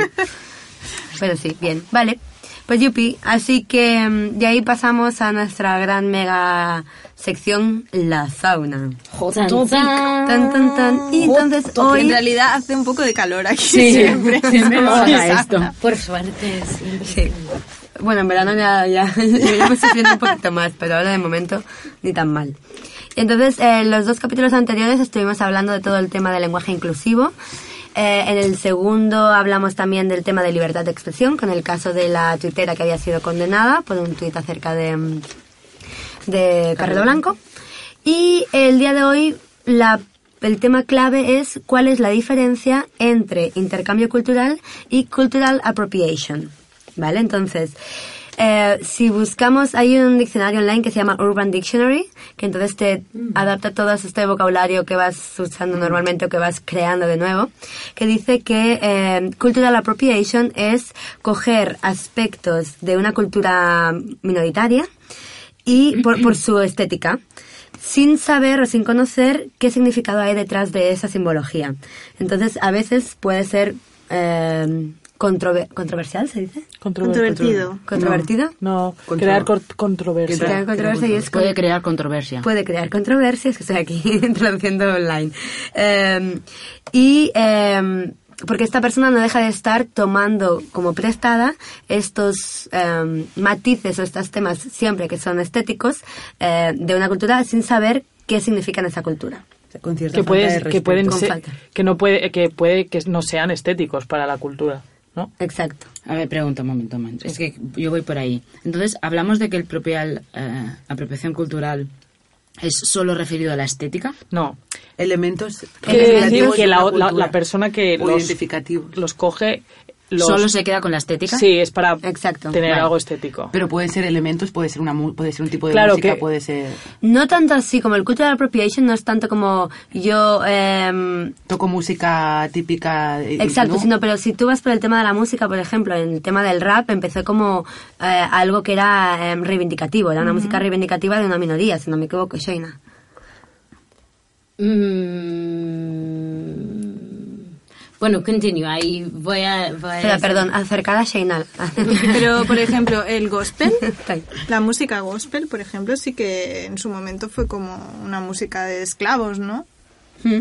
S1: Pero sí, bien. Vale. Pues yupi. Así que mm, de ahí pasamos a nuestra gran mega sección, la sauna.
S4: Tan, tan.
S1: Tan, tan, tan. Y entonces
S2: En
S1: hoy...
S2: realidad hace un poco de calor aquí siempre.
S7: siempre nos
S2: Exacto.
S7: pasa esto.
S4: Por suerte, sí.
S1: Sí. Bueno, en verano ya, ya, ya me estoy sufriendo un poquito más, pero ahora de momento ni tan mal. Y entonces, en los dos capítulos anteriores estuvimos hablando de todo el tema del lenguaje inclusivo. Eh, en el segundo hablamos también del tema de libertad de expresión, con el caso de la tuitera que había sido condenada por un tuit acerca de, mm, de Carrero Blanco. Y el día de hoy la- el tema clave es cuál es la diferencia entre intercambio cultural y cultural appropriation. ¿Vale? Entonces, eh, si buscamos, hay un diccionario online que se llama Urban Dictionary, que entonces te adapta todo este vocabulario que vas usando normalmente o que vas creando de nuevo, que dice que eh, cultural appropriation es coger aspectos de una cultura minoritaria y por, por su estética. sin saber o sin conocer qué significado hay detrás de esa simbología. Entonces, a veces puede ser eh, controver- controversial, ¿se dice?
S2: Controvertido.
S1: ¿Controvertido?
S3: No, crear cor-
S1: Que
S3: controversia.
S1: crea controversia y es con-
S7: Puede crear controversia.
S1: puede crear controversias, que estoy aquí traduciendo online. Eh, y eh, porque esta persona no deja de estar tomando como prestada estos eh, matices o estos temas siempre que son estéticos eh, de una cultura sin saber qué significan esa cultura.
S5: Con cierta
S3: que
S5: falta de
S3: puedes que
S5: respeto.
S3: pueden
S1: Con
S3: ser-
S1: falta.
S3: que no puede que puede que no sean estéticos para la cultura no
S1: Exacto.
S7: A ver, pregunta un momento, un momento. Es que yo voy por ahí. Entonces, hablamos de que el propial, eh, apropiación cultural es solo referido a la estética.
S3: no
S6: Elementos
S3: quiere decir
S6: representativos
S3: que
S6: de
S3: la,
S6: una
S3: la-
S6: cultura
S3: la persona que
S6: o
S3: los,
S6: identificativos.
S3: los coge los,
S7: Solo se queda con la estética.
S3: sí es para
S1: Exacto.
S3: tener
S7: Vale.
S3: algo estético
S6: Pero pueden ser elementos, puede ser una mu- puede ser un tipo de
S3: Claro
S6: música,
S3: que-
S6: puede ser
S1: No tanto así como el cultural appropriation, no es tanto como yo em,
S6: toco música típica. eh,
S1: Exacto,
S6: ¿no?
S1: sino, pero si tú vas por el tema de la música, por ejemplo, en el tema del rap empezó como eh, algo que era em, reivindicativo, era una música reivindicativa de una minoría, si no me equivoco, Shaina.
S4: Mm. Bueno, continúa ahí voy a... voy a
S1: Pero,
S4: hacer-
S1: perdón, acercada a Shaina.
S2: Pues Pero, por ejemplo, el gospel,
S1: Está ahí.
S2: la música gospel, por ejemplo, sí que en su momento fue como una música de esclavos, ¿no?
S1: Mm.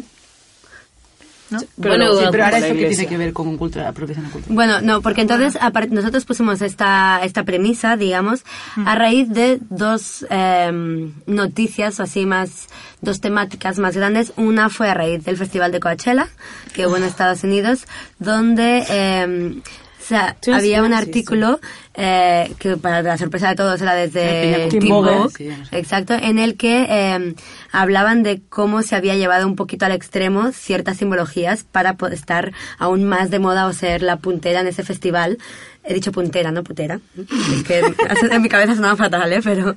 S2: ¿No?
S4: bueno,
S6: Sí, pero
S3: la
S6: ahora eso que tiene
S3: iglesia.
S6: que ver con cultura, apropiación de cultura.
S1: Bueno, no, porque entonces apar- nosotros pusimos esta, esta premisa, digamos, a raíz de dos em, noticias o así más, dos temáticas más grandes. Una fue a raíz del Festival de Coachella, que hubo en Estados Unidos, donde em, o sea,
S3: Sí, sí,
S1: había un
S3: sí,
S1: artículo eh, que para la sorpresa de todos era desde
S6: Eh,
S1: Tim
S6: Tim Vogue.
S1: Vogue,
S6: Sí, ya lo sé.
S1: Exacto, en el que eh, hablaban de cómo se había llevado un poquito al extremo ciertas simbologías para po- estar aún más de moda o ser la puntera en ese festival. He dicho puntera, no putera. Es que en mi cabeza sonaba fatal, ¿eh? Pero...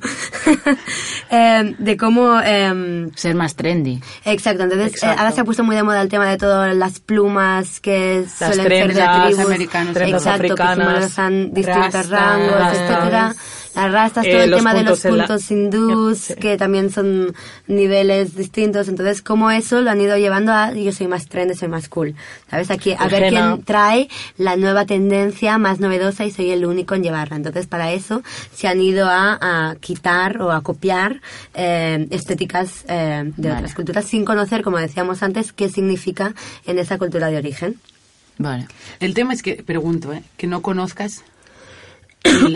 S1: eh, de cómo... em,
S7: Ser más trendy.
S1: Exacto, entonces eh,
S3: Exacto.
S1: ahora se ha puesto muy de moda el tema de todas las plumas que suelen ser de
S3: trenzas
S1: tribus
S6: americanas,
S1: exacto,
S3: trenzas
S1: que
S3: africanas,
S1: simbolizan distintos
S3: rastas,
S1: rangos, etcétera. Las rastas,
S3: Eh,
S1: todo el
S3: los
S1: tema de los
S3: puntos en la-
S1: puntos hindús,
S3: Sí.
S1: que también son niveles distintos. Entonces, como eso lo han ido llevando a yo soy más trendy, soy más cool. ¿Sabes? Aquí a
S3: El
S1: ver
S3: henna.
S1: quién trae la nueva tendencia más novedosa y soy el único en llevarla. Entonces, para eso se han ido a, a quitar o a copiar eh, estéticas eh, de
S7: Vale.
S1: otras culturas sin conocer, como decíamos antes, qué significa en esa cultura de origen.
S7: Vale.
S6: El tema es que, pregunto, ¿eh? que no conozcas el,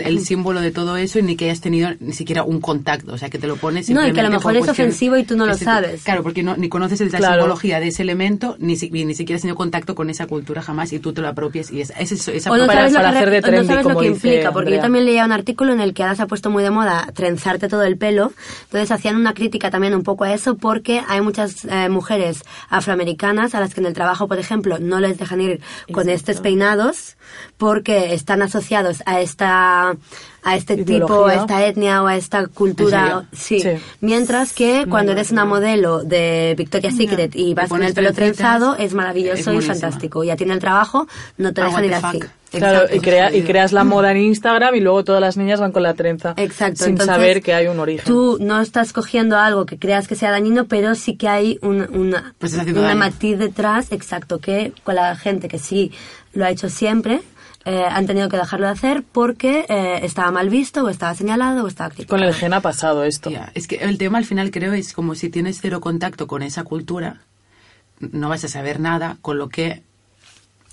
S6: el símbolo de todo eso y ni que hayas tenido ni siquiera un contacto, o sea, que te lo pones
S1: No, y que a lo
S6: simplemente por
S1: mejor es
S6: cuestión-
S1: ofensivo y tú no lo
S6: Ese-
S1: sabes.
S6: Claro, porque no, ni conoces la
S3: Claro.
S6: simbología de ese elemento, ni, si- ni siquiera has tenido contacto con esa cultura jamás y tú te lo apropias y es, es eso- esa
S1: o no
S6: propia-
S3: para-
S1: sabes lo
S3: para
S1: que,
S3: hacer de
S1: o no
S3: trendy,
S1: sabes lo
S3: como
S1: que
S3: dice
S1: implica, porque yo
S3: Andrea.
S1: también leía un artículo en el que ahora se ha puesto muy de moda trenzarte todo el pelo, entonces hacían una crítica también un poco a eso porque hay muchas eh, mujeres afroamericanas a las que en el trabajo, por ejemplo, no les dejan ir con estos peinados porque están asociados a esta a este tipo, a
S3: Ideología.
S1: esta etnia o a esta cultura, sí.
S3: Sí.
S1: Mientras que cuando eres una modelo de Victoria's Secret y vas con
S6: pones
S1: el pelo
S6: trencitas,
S1: trenzado es
S6: es
S1: maravilloso y
S6: buenísima.
S1: fantástico. Ya tiene el trabajo, no te
S6: Ah,
S1: dejan
S6: what
S1: ir
S6: the
S1: así.
S6: fuck.
S3: Claro,
S1: Exacto.
S3: y, crea- y creas la moda en Instagram y luego todas las niñas van con la trenza
S1: Exacto.
S3: sin
S1: Entonces,
S3: saber que hay un origen.
S1: Tú no estás cogiendo algo que creas que sea dañino, pero sí que hay un- una,
S6: Pues está haciendo
S1: una
S6: daño.
S1: matiz detrás, exacto, que con la gente que sí lo ha hecho siempre, eh, han tenido que dejarlo de hacer porque eh, estaba mal visto, o estaba señalado, o estaba criticado.
S3: Con el gen ha pasado esto.
S6: Ya, Es que el tema al final creo es como si tienes cero contacto con esa cultura, no vas a saber nada, con lo que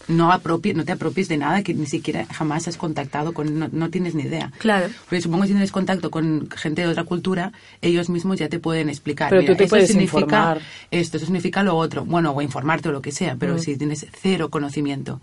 S6: no, apropie- no te apropies de nada que ni siquiera jamás has contactado con, no, no tienes ni idea.
S1: Claro.
S6: Porque supongo que si tienes contacto con gente de otra cultura, ellos mismos ya te pueden explicar.
S3: Pero tú te
S6: eso
S3: puedes
S6: significa
S3: informar.
S6: Esto, eso significa lo otro. Bueno, o informarte o lo que sea, pero
S3: Mm.
S6: si tienes cero conocimiento,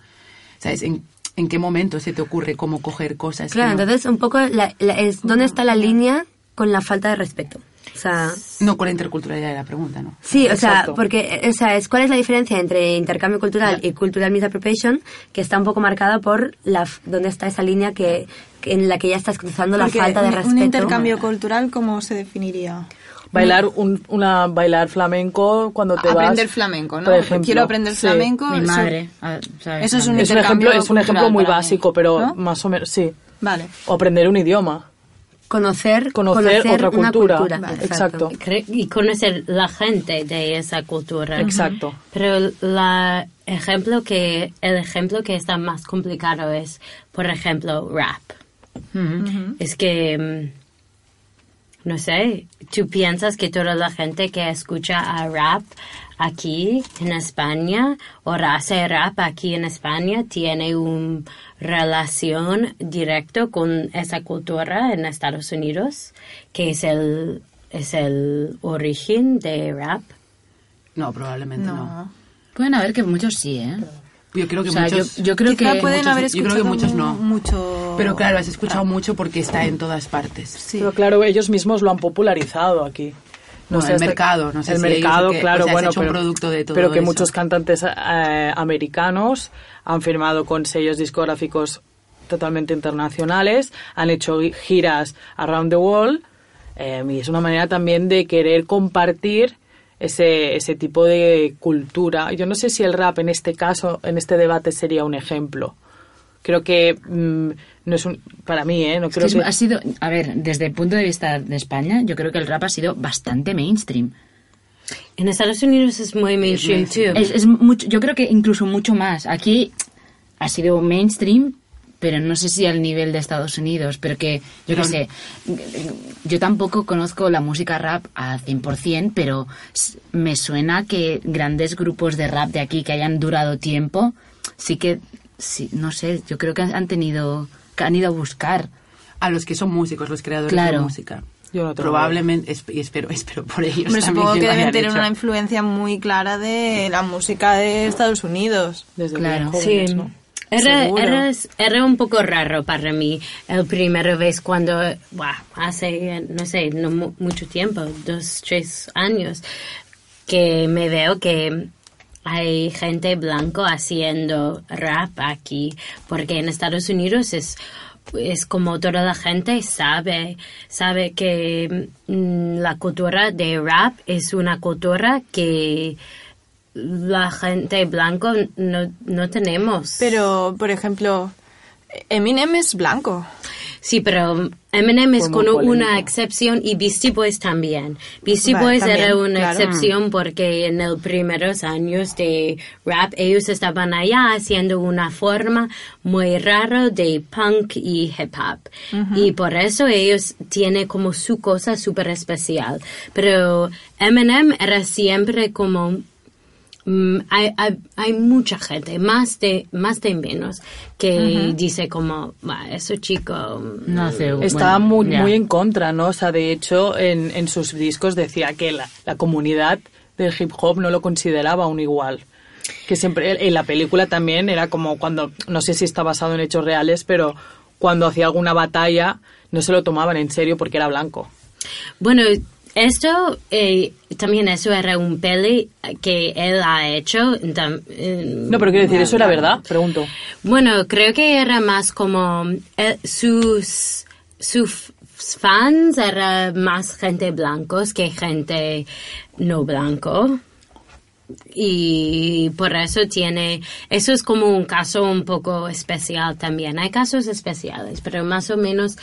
S6: ¿sabes? ¿En, en qué momento se te ocurre cómo coger cosas? que
S1: Claro,
S6: no-
S1: entonces un poco la- la- es dónde está la línea con la falta de respeto. O sea,
S6: No con la interculturalidad de la pregunta, ¿no?
S1: Sí, o sea,
S3: Exacto.
S1: porque eh, o sea, es cuál es la diferencia entre intercambio cultural y cultural misappropriation, que está un poco marcada por la f- dónde está esa línea que, que en la que ya estás cruzando
S2: Porque
S1: la falta de
S2: un-
S1: respeto.
S2: Un intercambio cultural, ¿cómo se definiría?
S3: Bailar un, una bailar flamenco cuando te vas.
S2: aprender flamenco, ¿no?
S3: por ejemplo.
S2: Quiero aprender
S3: Sí.
S2: flamenco.
S7: Mi
S2: eso-
S7: madre. ah, sabe
S2: eso es un
S7: flamenco.
S3: Es un
S2: intercambio
S3: ejemplo, es un
S2: cultural
S3: ejemplo muy
S2: para mí,
S3: básico, pero
S2: ¿no?
S3: más o menos sí.
S2: Vale.
S3: O aprender un idioma.
S1: conocer,
S3: Conocer otra
S1: una
S3: cultura.
S1: cultura.
S3: Vale, exacto.
S4: Cre- y conocer la gente de esa cultura.
S3: Exacto.
S4: Pero la ejemplo que el ejemplo que está más complicado es, por ejemplo, rap. Es que mm, no sé, tú piensas que toda la gente que escucha a rap aquí en España o hace rap aquí en España tiene una relación directa con esa cultura en Estados Unidos, que es el, es el origen de rap.
S6: No, probablemente no.
S7: Pueden haber que muchos sí, ¿eh?
S6: Yo creo que
S7: O sea, yo,
S6: muchos...
S7: yo creo
S2: Quizá
S7: que...
S2: pueden
S6: muchos-
S2: haber
S6: yo creo
S2: escuchado
S6: que muchos no.
S2: mucho.
S6: Pero claro, has escuchado mucho porque está en todas partes.
S2: Sí.
S3: Pero claro, ellos mismos lo han popularizado aquí.
S6: Bueno, el
S3: hasta-
S6: mercado, no sé
S3: El
S6: si ellos
S3: mercado,
S6: o qué-
S3: claro,
S6: o sea, se ha
S3: bueno,
S6: hecho un
S3: pero,
S6: producto de todo
S3: pero que
S6: eso.
S3: muchos cantantes eh, americanos han firmado con sellos discográficos totalmente internacionales, han hecho gi- giras around the world eh, y es una manera también de querer compartir ese, ese tipo de cultura. Yo no sé si el rap en este caso, en este debate sería un ejemplo. Creo que mm, no es un para mí, ¿eh? No
S7: Es
S3: creo
S7: que
S3: que
S7: ha sido, a ver, desde el punto de vista de España, yo creo que el rap ha sido bastante mainstream.
S4: En Estados Unidos es muy mainstream, too.
S7: Es, es mucho, yo creo que incluso mucho más. Aquí ha sido mainstream, pero no sé si al nivel de Estados Unidos, pero que, yo qué sé, yo tampoco conozco la música rap al 100%, pero s- me suena ah, que grandes grupos de rap de aquí que hayan durado tiempo, sí que, sí, no sé, yo creo que han han tenido, que han ido a buscar.
S6: A los que son músicos, los creadores
S7: Claro.
S6: de música.
S3: Yo no tengo
S6: Probablemente, esp- y espero, espero por ellos
S2: Hombre,
S6: también.
S2: supongo que
S6: lo
S2: deben
S6: hayan
S2: tener
S6: hecho.
S2: una influencia muy clara de la música de Estados Unidos.
S3: desde
S7: Claro.
S3: bien jóvenes,
S4: Sí.
S3: ¿no?
S4: Era,
S3: Seguro.
S4: era, era un poco raro para mí el primera vez cuando, buah, hace, eh, no sé, no mu- mucho tiempo, dos, tres años, que me veo que hay gente blanco haciendo rap aquí, porque en Estados Unidos es, es como toda la gente sabe, sabe que mm, la cultura de rap es una cultura que la gente blanco no, no tenemos.
S2: Pero, por ejemplo, Eminem es blanco.
S4: sí, pero Eminem
S3: Fue
S4: es
S3: muy
S4: con una
S3: polémico.
S4: excepción y Beastie Boys también. Beastie
S2: Vale,
S4: Boys era
S2: también,
S4: una
S2: claro.
S4: excepción porque en los primeros años de rap ellos estaban allá haciendo una forma muy rara de punk y hip hop. Y por eso ellos tienen como su cosa súper especial. Pero Eminem era siempre como Mm, hay, hay, hay mucha gente, más de, más de menos, que dice como, "Bah, eso chico, mm,
S7: No hace
S3: Estaba
S7: bueno,
S3: muy,
S7: ya.
S3: muy en contra, ¿no? O sea, de hecho, en, en sus discos decía que la, la comunidad del hip hop no lo consideraba un igual. Que siempre, en la película también era como cuando, no sé si está basado en hechos reales, pero cuando hacía alguna batalla no se lo tomaban en serio porque era blanco.
S4: Bueno, esto eh, también eso era un peli que él ha hecho. tam- eh,
S3: No, pero quiero
S2: Mm,
S3: decir, ¿eso era verdad? Pregunto.
S4: Bueno, creo que era más como eh, sus sus fans era más gente blancos que gente no blanco. Y por eso tiene, eso es como un caso un poco especial también. Hay casos especiales, pero más o menos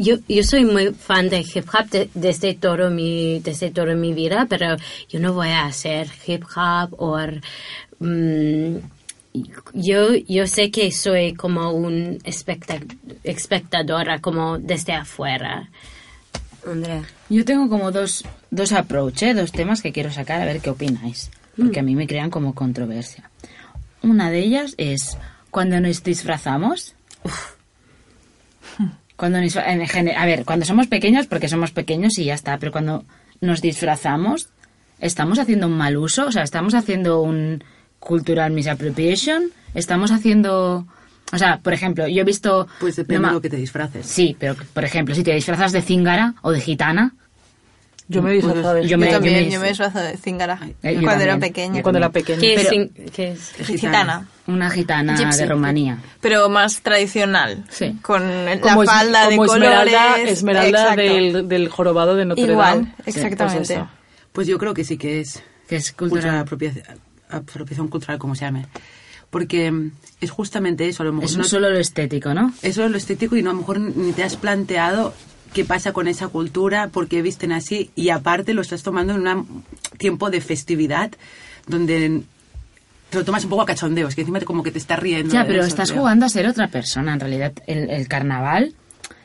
S4: yo, yo soy muy fan de hip hop de- desde todo mi desde toda mi vida, pero yo no voy a hacer hip hop o mm, yo yo sé que soy como un especta- espectadora como desde afuera.
S1: Andrea.
S7: Yo tengo como dos, dos approach, ¿eh? dos temas que quiero sacar a ver qué opináis, porque a mí me crean como controversia. Una de ellas es cuando nos disfrazamos. Uf. Cuando nos- en gene- a ver, cuando somos pequeños, porque somos pequeños y ya está, pero cuando nos disfrazamos, estamos haciendo un mal uso, o sea, estamos haciendo un cultural misappropriation, estamos haciendo... O sea, por ejemplo, yo he visto...
S6: Pues depende
S7: no
S6: de
S7: ma-
S6: lo que te disfraces.
S7: Sí, pero por ejemplo, si te disfrazas de cíngara o de gitana,
S3: Yo me disfrazaba de
S7: Yo
S2: Yo,
S7: me-
S2: también,
S7: me-
S2: yo me disfrazo de Zingara
S7: Eh, yo
S2: cuando era
S7: también.
S2: pequeña.
S3: cuando era pequeña.
S4: ¿Qué es
S7: Pero-
S4: in- qué es?
S2: Gitana.
S7: una gitana
S2: Gypsy.
S7: de Rumanía.
S2: Pero más tradicional.
S7: Sí.
S2: Con la
S3: Como es-
S2: falda de
S3: como
S2: colores.
S3: Esmeralda, Esmeralda
S2: Exacto.
S3: del, del jorobado de Notre
S2: Igual,
S3: Dame. Pues
S2: exactamente.
S3: eso.
S6: Pues yo creo que sí que es
S7: Que es
S6: cultura
S7: cultural.
S6: apropiación, apropiación cultural, como se llame. Porque mm, es justamente eso, a lo mejor
S7: Es
S6: no-
S7: solo lo estético, ¿no?
S6: eso es lo estético y no a lo mejor ni te has planteado qué pasa con esa cultura, por qué visten así, y aparte lo estás tomando en un tiempo de festividad donde te lo tomas un poco a cachondeos, que encima te- como que te estás riendo.
S7: Ya,
S6: de
S7: pero
S6: eso,
S7: estás
S6: creo.
S7: jugando a ser otra persona. En realidad, el, el carnaval,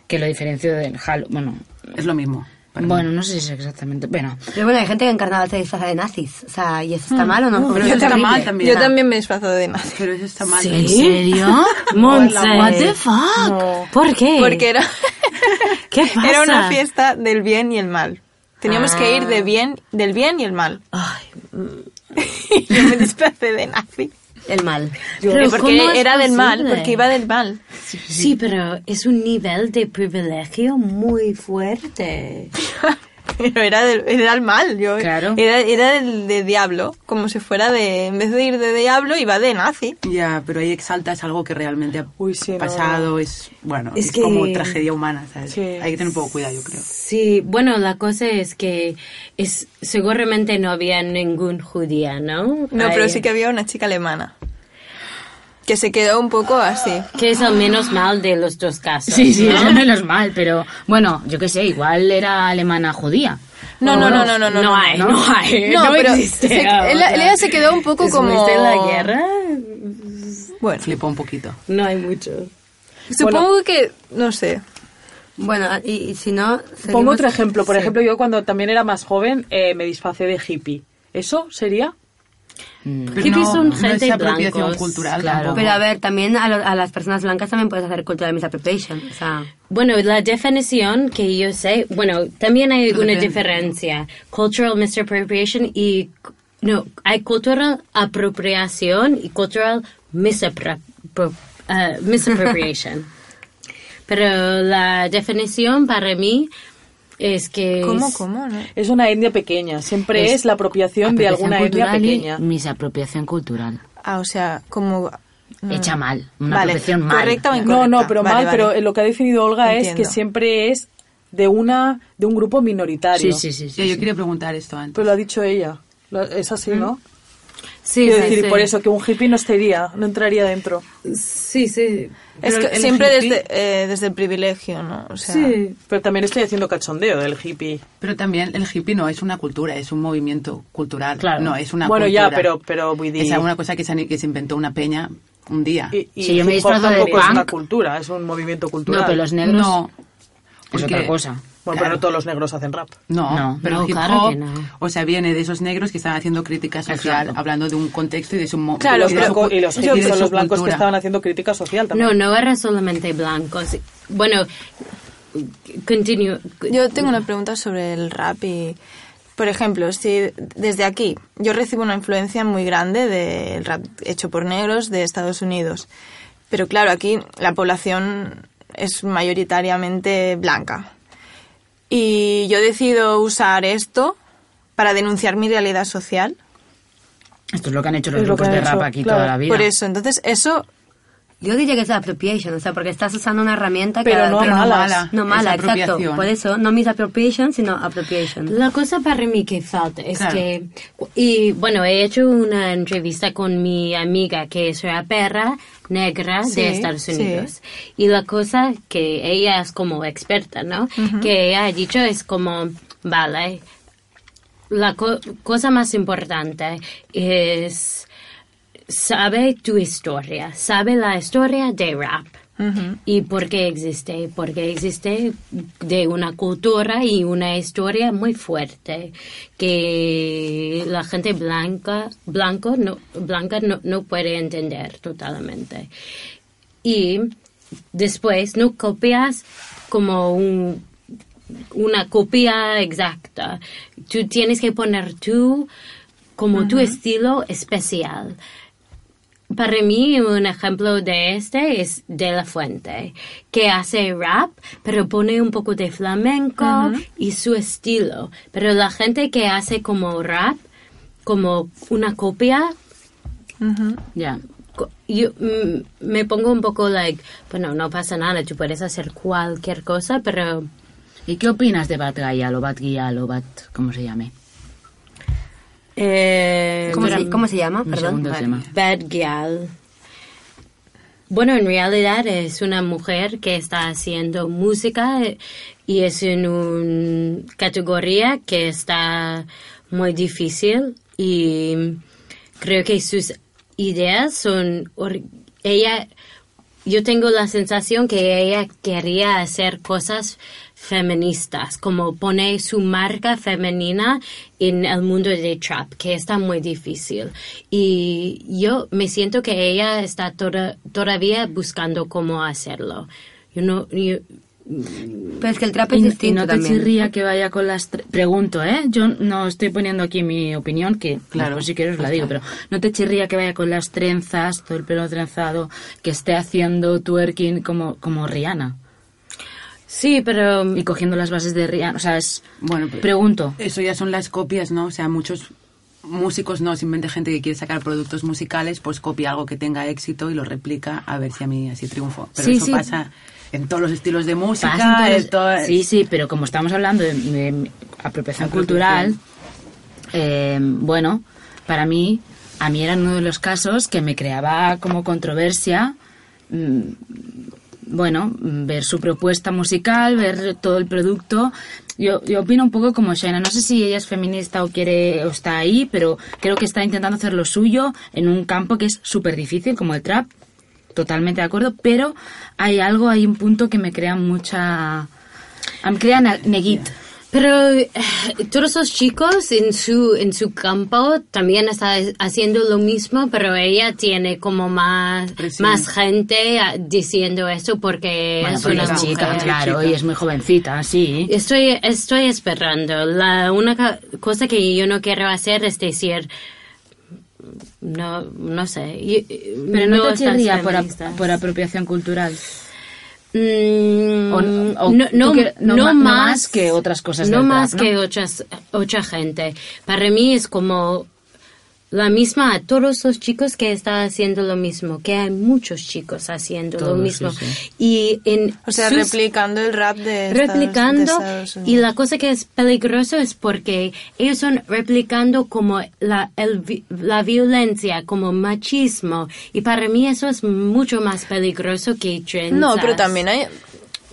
S7: que lo diferencio del Halloween. Bueno,
S6: Es lo mismo. para mí.
S7: bueno, no sé si es exactamente. Bueno,
S1: Pero bueno, hay gente que en carnaval se disfraza de nazis. O sea, ¿y eso está mal o no?
S6: Pero
S1: Yo
S6: eso está
S1: también.
S6: mal también. ah,
S2: Yo también me disfrazo de nazi.
S6: Pero eso está mal.
S7: ¿en serio?
S4: Monse.
S7: What the fuck?
S4: ¿Por qué?
S2: Porque era,
S4: ¿Qué pasa?
S2: era una fiesta del bien y el mal. Teníamos que ir de bien, del bien y el mal. Y yo me disfracé de nazi.
S1: El mal.
S4: Pero ¿cómo es
S2: Porque era del mal,
S4: posible?
S2: porque iba del mal.
S4: Sí, pero es un nivel de privilegio muy fuerte.
S2: Pero era, del, era el mal, yo.
S7: Claro.
S2: Era, era del, de diablo, como si fuera de. En vez de ir de diablo, iba de nazi.
S6: Ya, pero ahí exaltas algo que realmente ha
S3: Uy, sí, no,
S6: pasado, es, bueno, es,
S4: Es que-
S6: como tragedia humana, ¿sabes?
S3: Sí.
S6: Hay que tener un poco cuidado, yo creo.
S4: Sí, bueno, la cosa es que es, seguramente no había ningún judía, ¿no?
S2: No,
S4: Ahí.
S2: pero sí que había una chica alemana. Que se quedó un poco así.
S4: Que es al menos mal de los dos casos.
S7: Sí, sí,
S4: ¿no?
S7: eso menos mal, pero bueno, yo qué sé, igual era alemana judía.
S2: No,
S7: O
S2: no, no,
S7: bueno,
S2: no, no, no.
S4: No hay, no, hay. No, existe.
S2: se-
S4: o
S2: él-
S4: sea,
S2: ella se quedó un poco
S4: después
S2: como.
S4: de la guerra?
S2: Bueno,
S6: Flipó un poquito.
S4: No hay mucho.
S2: supongo que. No sé.
S1: Bueno, y, y si no... seguimos-
S3: Pongo otro ejemplo. Por
S1: Sí.
S3: ejemplo, yo cuando también era más joven eh, me disfacé de hippie. ¿Eso sería?
S6: Pero
S4: Hippies
S6: no,
S4: son
S6: no
S4: gente
S6: es apropiación
S4: blancos,
S6: cultural
S7: claro.
S6: tampoco.
S1: Pero a ver, también a, lo- a las personas blancas también puedes hacer cultural misappropriation. O sea,
S4: Bueno, la definición que yo sé, bueno, también hay
S6: Pero
S4: una
S6: depende.
S4: diferencia. Cultural misappropriation y... No, hay cultural apropiación y cultural misapro- pro- eh, misappropriation. Pero la definición para mí es que...
S2: ¿Cómo,
S4: es-
S2: cómo? No?
S3: Es una etnia pequeña. Siempre es,
S7: Es
S3: la apropiación de alguna etnia
S7: cultural y
S3: pequeña.
S7: Misapropiación cultural.
S2: Ah, o sea, como.
S7: Hecha mal. Una
S2: Vale,
S7: apropiación mal.
S2: correcta o
S3: No,
S2: incorrecta.
S3: no, pero
S2: Vale,
S3: mal,
S2: vale.
S3: pero eh, lo que ha definido Olga es que
S2: Entiendo.
S3: siempre es de una de un grupo
S7: Sí,
S3: minoritario.
S7: sí, sí. sí,
S6: Ya, yo
S7: sí.
S6: quería preguntar esto antes.
S3: Pero lo ha dicho ella. Lo- Es así,
S2: Mm.
S3: ¿no?
S4: Sí,
S3: Quiero
S4: sí,
S3: decir,
S4: sí.
S3: por eso que un hippie no estaría, no entraría dentro.
S4: Sí, sí.
S2: Es
S4: Pero
S2: que
S4: el
S2: siempre
S4: hippie-
S2: desde, eh, desde el privilegio, ¿no? O sea,
S4: Sí.
S3: Pero también estoy haciendo cachondeo del hippie.
S6: Pero también el hippie no es una cultura, es un movimiento cultural.
S7: Claro.
S6: No, es una
S3: bueno,
S6: cultura.
S3: ya, pero, pero voy a
S6: Es
S3: decir-
S6: una cosa que se, han- que se inventó una peña un día.
S3: Y, y
S7: Si yo me
S3: hip hop
S7: disfrazo de
S3: tampoco es una
S7: punk-
S3: cultura, es un movimiento cultural.
S7: No, pero los negros
S6: no,
S7: es
S6: porque-
S7: otra cosa.
S3: Bueno, pero no todos los negros hacen rap.
S6: No,
S7: No,
S6: pero
S7: no,
S6: el hip
S7: claro
S6: hop,
S7: que no.
S6: o sea, viene de esos negros que están haciendo crítica social,
S7: Exacto.
S6: hablando de un contexto y de su mo-
S3: Y
S2: Claro,
S3: los
S6: y de su
S3: blancos-
S6: cu-
S3: y los
S6: y de
S3: hippies
S6: su
S3: son los blancos que
S6: cultura.
S3: estaban haciendo crítica social también.
S4: No, no era solamente blancos. Bueno, continúo.
S2: Yo tengo una pregunta sobre el rap y, por ejemplo, si desde aquí yo recibo una influencia muy grande del rap hecho por negros de Estados Unidos, pero claro, aquí la población es mayoritariamente blanca. Y yo decido usar esto para denunciar mi realidad social.
S7: Esto es lo que han hecho los
S3: Es lo que
S7: grupos Pues de
S3: han hecho,
S7: rap aquí
S3: claro.
S7: toda la vida.
S2: Por eso, entonces eso
S1: yo diría que es appropriation, o sea, porque estás usando una herramienta que...
S3: Pero no
S1: que-
S3: mala.
S1: No
S6: es
S1: mala, exacto.
S6: apropiación.
S1: Por eso, no misappropriation, sino appropriation.
S4: La cosa para mí que falta es
S6: Claro.
S4: que, y bueno, he hecho una entrevista con mi amiga que es una perra negra
S2: Sí,
S4: de Estados
S2: sí.
S4: Unidos. Y la cosa que ella es como experta, ¿no? Que ella ha dicho es como, vale, la co- cosa más importante es sabe tu historia, sabe la historia de rap. ¿Y por qué existe? Porque existe de una cultura y una historia muy fuerte que la gente blanca, blanco no, blanca no, no puede entender totalmente. Y después no copias como un una copia exacta. Tú tienes que poner tú como tu estilo especial. Para mí un ejemplo de este es De La Fuente, que hace rap, pero pone un poco de flamenco y su estilo. Pero la gente que hace como rap, como una copia,
S7: Ya.
S4: co- yo mm, me pongo un poco like, bueno, no pasa nada, tú puedes hacer cualquier cosa, pero
S7: ¿Y qué opinas de Bat Gayal o Bat Gyal o Bat... ¿Cómo se llame?
S1: ¿Cómo, se, cómo se llama?
S7: Un
S1: Perdón.
S7: segundo tema.
S4: eh, Bad Gyal. Bueno, en realidad es una mujer que está haciendo música y es en una categoría que está muy difícil y creo que sus ideas son or- ella yo tengo la sensación que ella quería hacer cosas feministas, como poner su marca femenina en el mundo de trap, que está muy difícil. Y yo me siento que ella está toda- todavía buscando cómo hacerlo. Yo no, yo-
S1: Pero es que el trap es
S7: Y, y
S1: Pues distinto
S7: no te
S1: también.
S7: chirría que vaya con las... tre- Pregunto, ¿eh? Yo no estoy poniendo aquí mi opinión, que claro, si quieres la digo, pero no te chirría que vaya con las trenzas, todo el pelo trenzado, que esté haciendo twerking como, como Rihanna
S4: sí, pero
S7: y cogiendo las bases de Rihanna. O sea, es...
S6: Bueno, pero-
S7: pregunto.
S6: Eso ya son las copias, ¿no? O sea, muchos músicos, no, simplemente gente que quiere sacar productos musicales, pues copia algo que tenga éxito y lo replica a ver si a mí así triunfo. Pero
S7: Sí,
S6: eso
S7: sí.
S6: pasa en todos los estilos de música.
S7: Pasa en
S6: en todo-
S7: todas- Sí, sí, pero como estamos hablando de, de apropiación cultural, eh, bueno, para mí, a mí era uno de los casos que me creaba como controversia, mm, bueno, mm, ver su propuesta musical, ver todo el producto. Yo, yo opino un poco como Shaina, no sé si ella es feminista o quiere o está ahí, pero creo que está intentando hacer lo suyo en un campo que es súper difícil, como el trap, totalmente de acuerdo, pero hay algo, hay un punto que me crea mucha... Me crea na- neguit.
S4: Pero eh, todos esos chicos en su, en su campo también están haciendo lo mismo, pero ella tiene como más,
S6: Presión.
S4: más gente ah, diciendo eso porque
S7: Bueno,
S4: es
S7: porque
S4: una
S7: es
S4: mujer.
S7: chica, claro, y es muy jovencita, sí.
S4: Estoy, estoy esperando. La única cosa que yo no quiero hacer es decir, no, no sé. y-
S7: Pero no, te
S4: estás
S7: chirría por, ap-
S4: feminista.
S7: por apropiación cultural.
S4: Mm,
S7: O- o
S4: no,
S7: tú
S4: no,
S7: que- no
S4: no
S7: ma-
S4: más,
S7: no más que otras cosas
S4: No
S7: del
S4: más
S7: trap, ¿no?
S4: que otras, otra gente. Para mí es como la misma a todos los chicos que están haciendo lo mismo, que hay muchos chicos haciendo
S7: Todos,
S4: lo mismo.
S7: sí, sí.
S4: Y en
S2: O sea,
S4: sus-
S2: replicando el rap de Estados- de
S4: replicando
S2: Estados Unidos.
S4: y la cosa que es peligroso es porque ellos son replicando como la, el vi- la violencia, como machismo y para mí eso es mucho más peligroso que trenzas.
S2: No, pero también hay...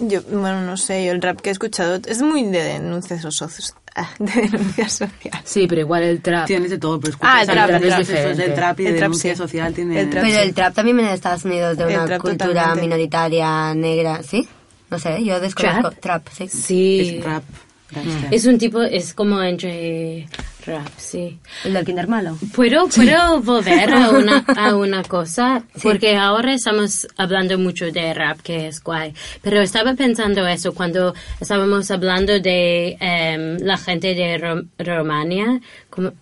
S2: Yo, bueno, no sé, yo el rap que he escuchado es muy de denuncias o socios- ah, de denuncias sociales.
S7: Sí, pero igual el trap.
S6: Tienes de todo, pero
S2: Ah, el
S6: escuchas-
S2: trap, el
S6: eso
S2: trap
S6: es
S7: diferente.
S6: del trap y de
S2: El trap,
S6: denuncia
S2: sí.
S6: social tiene...
S2: El trap.
S1: Pero el trap también viene de Estados Unidos, de
S2: El
S1: una
S2: trap
S1: cultura
S2: totalmente.
S1: minoritaria negra, ¿sí? No sé, yo desconozco
S4: ¿Trap?
S1: trap, sí.
S4: Sí.
S6: es rap. rap, rap.
S4: Es un tipo, es como entre rap, sí.
S1: El del Kinder Malo.
S4: ¿Puedo, puedo volver a una, a una cosa? Porque ahora estamos hablando mucho de rap, que es guay. Pero estaba pensando eso cuando estábamos hablando de em, la gente de Ro- Romania, como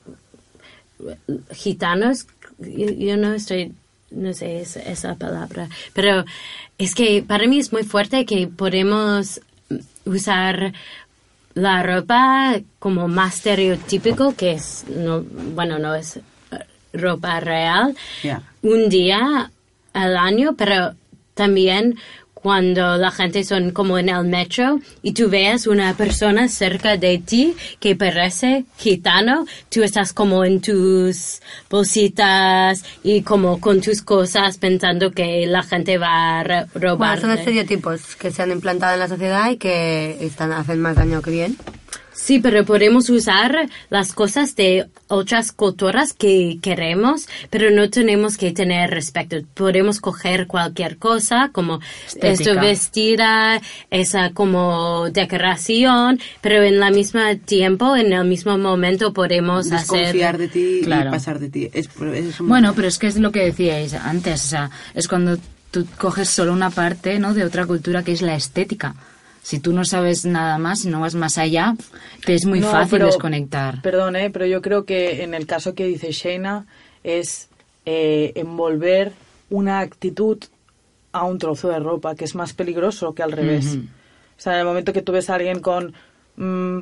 S4: gitanos, yo, yo no estoy, no sé esa, esa palabra, pero es que para mí es muy fuerte que podemos usar la ropa como más estereotípico, que es, no, bueno, no es eh, ropa real,
S6: Ya.
S4: un día al año, pero también cuando la gente son como en el metro y tú veas una persona cerca de ti que parece gitano, tú estás como en tus bolsitas y como con tus cosas pensando que la gente va a re-
S1: Bueno,
S4: robar.
S1: son estereotipos que se han implantado en la sociedad y que están, hacen más daño que bien.
S4: Sí, pero podemos usar las cosas de otras culturas que queremos, pero no tenemos que tener respeto. Podemos coger cualquier cosa, como
S7: Estética.
S4: esto vestida, esa como decoración, pero en la misma tiempo, en el mismo momento podemos
S6: Desconfiar
S4: hacer...
S6: de ti
S7: Claro.
S6: y pasar de ti. Es, es un-
S7: Bueno, pero es que es lo que decíais antes, o sea, es cuando tú coges solo una parte, ¿no? De otra cultura que es la estética. Si tú no sabes nada más, no vas más allá, te es muy
S3: No,
S7: fácil
S3: pero-
S7: desconectar.
S3: Perdón, eh, pero yo creo que en el caso que dice Shayna es eh, envolver una actitud a un trozo de ropa, que es más peligroso que al revés. O sea, en el momento que tú ves a alguien con mm,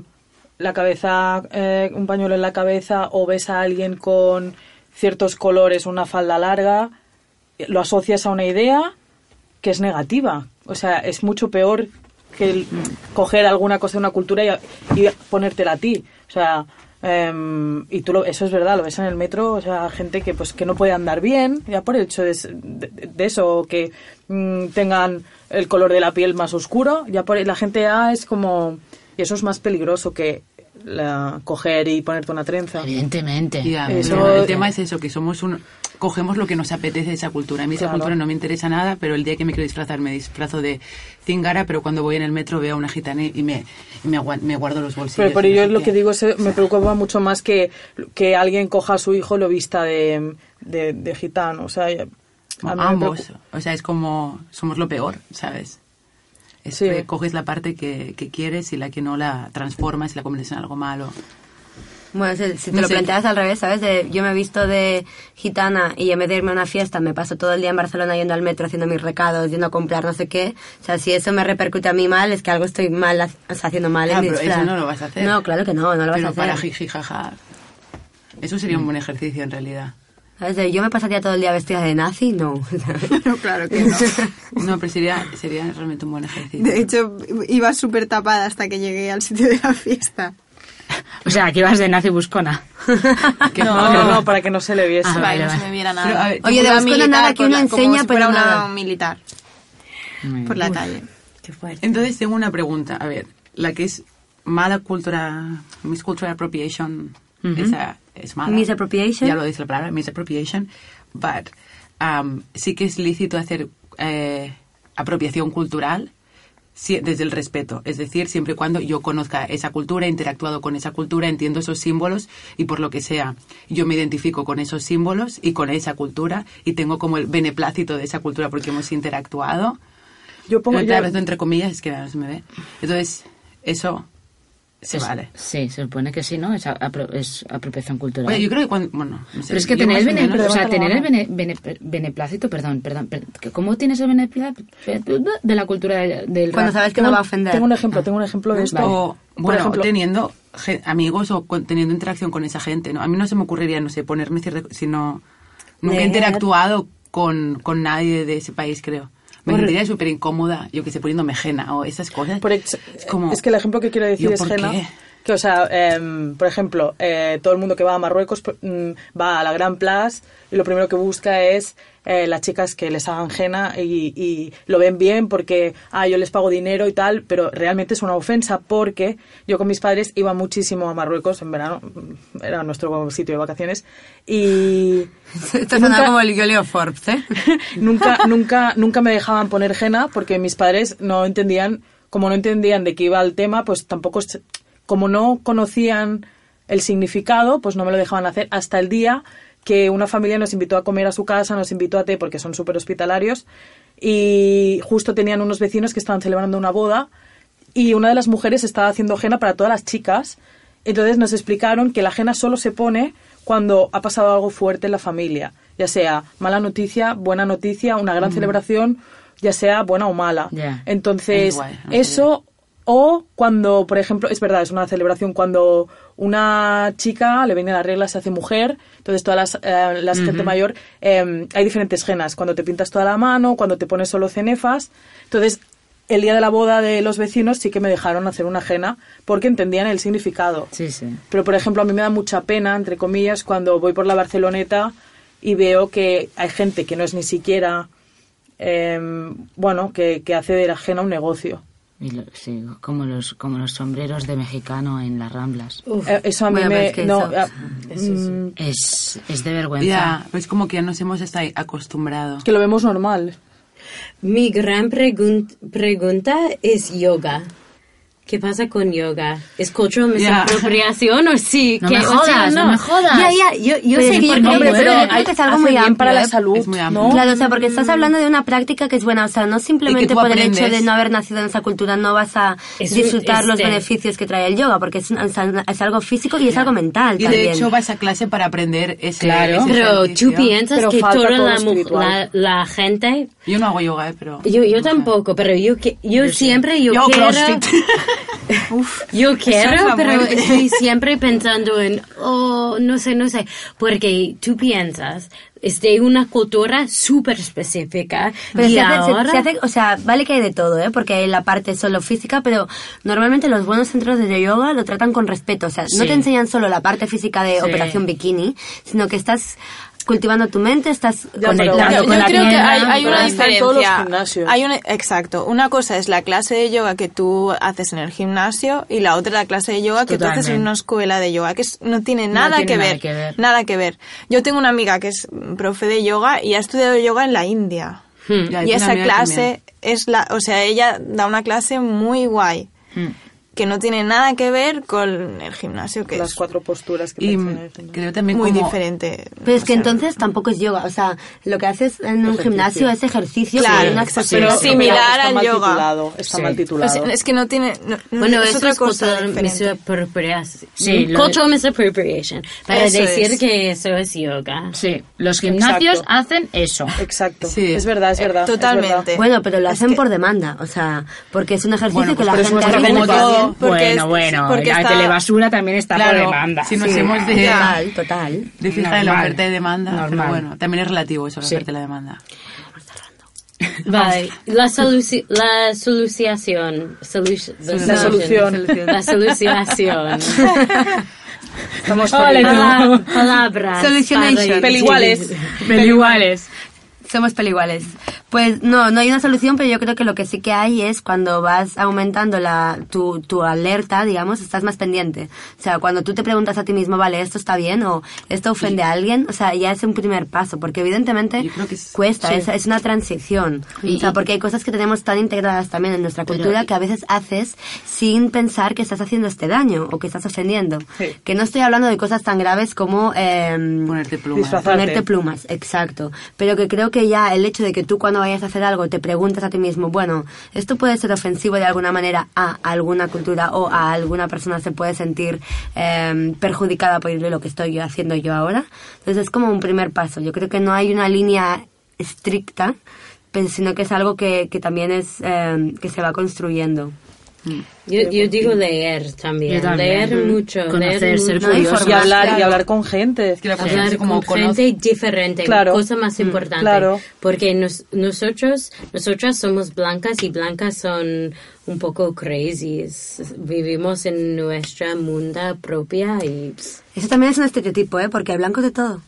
S3: la cabeza, eh, un pañuelo en la cabeza, o ves a alguien con ciertos colores, una falda larga, eh, lo asocias a una idea que es negativa. O sea, es mucho peor que el coger alguna cosa de una cultura y, y ponértela a ti. O sea, Em, y tú lo, eso es verdad, lo ves en el metro, o sea, gente que pues que no puede andar bien, ya por el hecho de, s- de- de eso, o que mm, tengan el color de la piel más oscuro, ya por la gente ya es como y eso es más peligroso que la, coger y ponerte una trenza.
S7: Evidentemente.
S6: Ya,
S3: Eso-
S6: pero el tema es eso, que somos un... Cogemos lo que nos apetece de esa cultura. A mí esa
S3: Claro.
S6: cultura no me interesa nada, pero el día que me quiero disfrazar me disfrazo de cingara, pero cuando voy en el metro veo a una gitana y me, y me, guar- me guardo los bolsillos.
S3: Pero por
S6: y no
S3: ello
S6: sé
S3: lo
S6: qué.
S3: que digo es, eh, me preocupa mucho más que, que alguien coja a su hijo y lo vista de, de, de gitano. O sea, a mí me
S6: ambos.
S3: preocupa-
S6: O sea, es como somos lo peor, ¿sabes? Es
S3: Sí.
S6: que coges la parte que, que quieres y la que no la transformas y la conviertes en algo malo.
S1: Bueno, si, si te
S6: No
S1: lo
S6: sé.
S1: planteas al revés, ¿sabes? De, yo me he visto de gitana y en vez de irme a una fiesta me paso todo el día en Barcelona yendo al metro, haciendo mis recados, yendo a comprar no sé qué. O sea, si eso me repercute a mí mal, es que algo estoy mal, ha- o sea, haciendo mal
S6: Ah,
S1: en mi
S6: pero eso
S1: disfraz.
S6: no lo vas a hacer.
S1: No, claro que no, no lo
S6: pero
S1: vas a
S6: para
S1: hacer.
S6: jiji jaja. Eso sería un buen ejercicio en realidad.
S1: ¿Sabes? De, yo me pasaría todo el día vestida de nazi, no.
S2: No, claro que no.
S6: No, pero sería, sería realmente un buen ejercicio.
S2: De hecho, iba súper tapada hasta que llegué al sitio de la fiesta.
S7: O sea, que vas de nazi buscona.
S6: Que-
S3: No, no, no, para que no se le viese.
S7: Ah, vale,
S2: Para que no
S7: vale.
S2: se me viera nada.
S6: Pero, a ver,
S1: Oye, de
S2: Una
S1: buscona
S2: militar
S1: nada que
S2: por
S1: uno
S2: la- como
S1: enseña,
S2: si
S1: pero
S2: fuera una
S1: nada.
S2: militar. Por la calle.
S6: Entonces tengo una pregunta, a ver, la que es mala cultura, miscultural appropriation, esa es mala.
S1: Misappropriation.
S6: Ya lo dice la palabra, misappropriation, but um, sí que es lícito hacer eh, apropiación cultural si- desde el respeto, es decir, siempre y cuando yo conozca esa cultura, he interactuado con esa cultura, entiendo esos símbolos y por lo que sea, yo me identifico con esos símbolos y con esa cultura y tengo como el beneplácito de esa cultura porque hemos interactuado.
S3: Yo pongo yo-
S6: Pero Eh, claro, esto entre comillas, es que no se me ve. Entonces, eso se
S7: Es-
S6: vale.
S7: Sí, se supone que sí, ¿no? Es, apro- es apropiación cultural.
S6: Oye, yo creo que cuando... Bueno, no sé,
S7: pero es que
S6: yo
S7: tener
S6: más
S7: el,
S6: o
S7: bene-
S6: menos-
S7: o sea,
S3: levanta la
S7: tener el
S3: mano.
S7: bene- bene- beneplácito, perdón, perdón, per- que ¿cómo tienes el beneplácito de la cultura de- del
S1: Cuando
S7: rap?
S1: sabes que no va a ofender.
S3: Tengo un ejemplo, tengo un ejemplo de esto.
S6: O,
S3: Por
S6: bueno,
S3: ejemplo-
S6: teniendo ge- amigos o con- teniendo interacción con esa gente, ¿no? A mí no se me ocurriría, no sé, ponerme cierta... Si no... Nunca
S1: Negar.
S6: he interactuado con, con nadie de ese país, creo. Me
S3: Por-
S6: sentiría súper incómoda, yo que sé, poniéndome jena o esas cosas.
S3: Por ex-
S6: ¿eh? es como...
S3: es que el ejemplo que quiero decir
S6: ¿yo
S3: es
S6: por
S3: Jena.
S6: qué?
S3: Que, o sea, em, por ejemplo, eh, todo el mundo que va a Marruecos pr- mm, va a la Gran Plaza y lo primero que busca es eh, las chicas que les hagan Jena y, y lo ven bien porque, ah, yo les pago dinero y tal, pero realmente es una ofensa porque yo con mis padres iba muchísimo a Marruecos en verano, mm, era nuestro sitio de vacaciones, y,
S1: Esto suena como el yo leo Forbes, ¿eh?
S3: nunca, nunca, nunca me dejaban poner henna porque mis padres no entendían, como no entendían de qué iba el tema, pues tampoco, se- como no conocían el significado, pues no me lo dejaban hacer hasta el día que una familia nos invitó a comer a su casa, nos invitó a té porque son súper hospitalarios y justo tenían unos vecinos que estaban celebrando una boda y una de las mujeres estaba haciendo jena para todas las chicas. Entonces nos explicaron que la jena solo se pone cuando ha pasado algo fuerte en la familia, ya sea mala noticia, buena noticia, una gran celebración, ya sea buena o mala.
S7: Ya.
S3: Entonces,
S6: Es guay, no
S3: eso o cuando, por ejemplo, es verdad, es una celebración cuando una chica le viene la regla, se hace mujer, entonces todas las, eh, las gente mayor, eh, hay diferentes genas, cuando te pintas toda la mano, cuando te pones solo cenefas, entonces el día de la boda de los vecinos sí que me dejaron hacer una jena porque entendían el significado.
S7: Sí, sí.
S3: Pero, por ejemplo, a mí me da mucha pena, entre comillas, cuando voy por la Barceloneta y veo que hay gente que no es ni siquiera, em, bueno, que, que hace de la ajena un negocio.
S7: Y lo- sí, como los, como los sombreros de mexicano en las ramblas.
S3: Eh, Eso a mí
S1: Bueno, pero
S3: me...
S1: es que
S3: no,
S1: eso-
S3: ah, mm,
S7: Es, es de vergüenza.
S6: Ya, pero es como que ya nos hemos estado acostumbrado.
S3: que lo vemos normal.
S4: Mi gran pregun- pregunta es yoga. ¿Qué pasa con yoga? ¿Es cultural
S6: Ya.
S4: misapropiación o sí?
S7: No
S4: ¿Qué-
S7: me
S4: o sea,
S7: jodas, no me jodas.
S4: Ya, ya, yo, yo
S1: Pero
S4: sé
S1: es
S4: que
S1: que yo
S4: yo
S1: creo
S4: creo
S1: que- pero
S4: que...
S1: hay- es algo muy
S3: bien para la
S1: amplio, ¿eh?
S3: salud,
S6: Es muy
S3: ¿no?
S6: amplio.
S1: Claro, o sea, porque estás hablando de una práctica que es buena, o sea, no
S6: Y
S1: simplemente
S6: que tú
S1: por el hecho
S6: aprendes.
S1: de no haber nacido en esa cultura no vas a
S4: Es un-
S1: disfrutar los
S4: este-
S1: beneficios que trae el yoga, porque es, un- es al- es algo físico y es algo mental
S6: Y
S1: también.
S6: de hecho vas a clase para aprender ese
S7: Claro.
S6: ese
S4: Pero tú
S6: ejercicio.
S4: piensas
S3: Pero
S4: que
S3: falta
S4: toda
S3: todo lo
S4: la, mu- la,
S3: espiritual.
S4: la gente...
S6: Yo no hago yoga, eh, pero...
S4: Yo, yo tampoco, pero yo, que- yo siempre yo,
S6: Yo
S4: quiero...
S6: crossfit.
S4: Yo
S2: es
S4: quiero,
S2: la
S4: pero
S2: muerte.
S4: estoy siempre pensando en, oh, no sé, no sé, porque tú piensas, es de una cultura súper específica
S1: Pero
S4: y
S1: se hace, se-
S4: ahora...
S1: se hace- o sea, vale que hay de todo, ¿eh? Porque hay la parte solo física, pero normalmente los buenos centros de yoga lo tratan con respeto. O sea, no
S7: Sí.
S1: te enseñan solo la parte física de Operación Bikini, sino que estás cultivando tu mente, estás
S3: pero-
S1: conectando
S2: Yo
S1: con la
S2: creo que
S1: tierra,
S2: hay, hay
S1: con
S2: una
S1: la-
S3: Ahí están todos los
S2: diferencia.
S3: gimnasios.
S2: Hay una, exacto. Una cosa es la clase de yoga que tú haces en el gimnasio y la otra la clase de yoga que tú haces en
S7: Totalmente.
S2: una escuela de yoga, que es- no tiene nada,
S7: tiene
S2: que,
S7: nada
S2: ver,
S7: que ver.
S2: Nada que ver. Yo tengo una amiga que es mm, profe de yoga y ha estudiado yoga en la India.
S6: Ya,
S2: Y
S6: tengo una
S2: esa
S6: amiga
S2: clase
S6: también.
S2: es la, o sea, ella da una clase muy guay
S3: Hmm.
S2: que no tiene nada que ver con el gimnasio que
S3: Las
S2: es
S3: cuatro posturas que
S6: Y
S3: parecen al final.
S6: creo también
S2: muy
S6: como-
S2: diferente.
S1: Pero es
S2: O
S1: que
S2: sea,
S1: entonces tampoco es yoga, o sea, lo que haces en un gimnasio es ejercicio
S2: Claro,
S1: con unas
S2: exacto.
S1: posturas.
S2: Pero similar
S3: está
S2: al
S3: mal
S2: yoga.
S3: Titulado, está mal
S2: o
S3: titulado.
S2: sea, es que no tiene. no-
S4: Bueno,
S2: es
S4: eso
S2: otra
S4: es
S2: cosa
S4: cultural
S2: diferente.
S4: misappropiation.
S7: Sí, lo de-
S4: Cultural misappropriation. Para
S2: Eso
S4: decir
S2: es.
S4: que eso es yoga.
S7: Sí, los gimnasios
S3: Exacto.
S7: hacen eso.
S3: Exacto.
S6: Sí.
S3: Es verdad, es verdad. es
S2: Totalmente.
S1: Bueno, pero lo hacen por demanda, o sea, porque es un ejercicio
S6: Bueno,
S1: que
S6: pues,
S1: la
S6: pero es
S1: gente
S6: nuestra
S1: hace
S6: como
S1: muy
S6: todo.
S1: bien.
S2: porque
S7: bueno,
S2: es-
S7: bueno,
S2: porque
S7: la
S2: está-
S7: telebasura también está
S6: Claro,
S7: por demanda.
S6: si nos hemos de,
S1: Total, total.
S6: de fijar en la
S7: Normal.
S6: oferta y demanda, pero
S7: Normal.
S6: bueno, también es relativo eso, la
S7: Sí.
S6: oferta y la demanda.
S4: Vale. La, soluci- la solución. Solu- the
S3: La solución.
S4: La solución.
S3: Estamos
S7: Ole,
S3: felices.
S4: Pala-
S1: Ah,
S4: palabras.
S1: Solutionation.
S4: para-
S3: Peliguales.
S7: Pero iguales.
S1: Somos peliguales. Pues no, no hay una solución, pero yo creo que lo que sí que hay es cuando vas aumentando la, tu, tu alerta, digamos, estás más pendiente. O sea, cuando tú te preguntas a ti mismo, vale, esto está bien o esto ofende a alguien, o sea, ya es un primer paso, porque evidentemente
S6: Yo creo que es-
S1: cuesta, es, es una transición. o sea, porque hay cosas que tenemos tan integradas también en nuestra cultura que a veces haces sin pensar que estás haciendo este daño o que estás ofendiendo.
S3: Sí.
S1: Que no estoy hablando de cosas tan graves como... em,
S6: Ponerte plumas.
S3: Disfrazar.
S1: Ponerte plumas, exacto. Pero que creo que ya el hecho de que tú cuando vayas a hacer algo te preguntas a ti mismo, bueno, esto puede ser ofensivo de alguna manera a alguna cultura o a alguna persona se puede sentir eh, perjudicada por lo que estoy yo haciendo yo ahora. Entonces es como un primer paso. Yo creo que no hay una línea estricta, pero sino que es algo que, que también es eh, que se va construyendo.
S4: Yo, yo digo leer también.
S7: Yo también.
S4: Leer mucho.
S7: Conocer,
S4: leer
S7: ser
S4: mucho.
S1: No hay
S7: curioso.
S1: forma.
S3: Y hablar, y
S1: Pues, Claro.
S3: hablar con gente.
S6: Es que la cuestión
S4: hablar
S6: es como
S4: con
S6: conoce-
S4: gente diferente,
S3: Claro.
S4: cosa más importante.
S3: claro.
S4: Porque nos- nosotros, nosotras somos blancas y blancas son un poco crazies. Vivimos en nuestra munda propia y... pss,
S1: Eso también es un estereotipo, ¿eh? porque hay blancos de todo.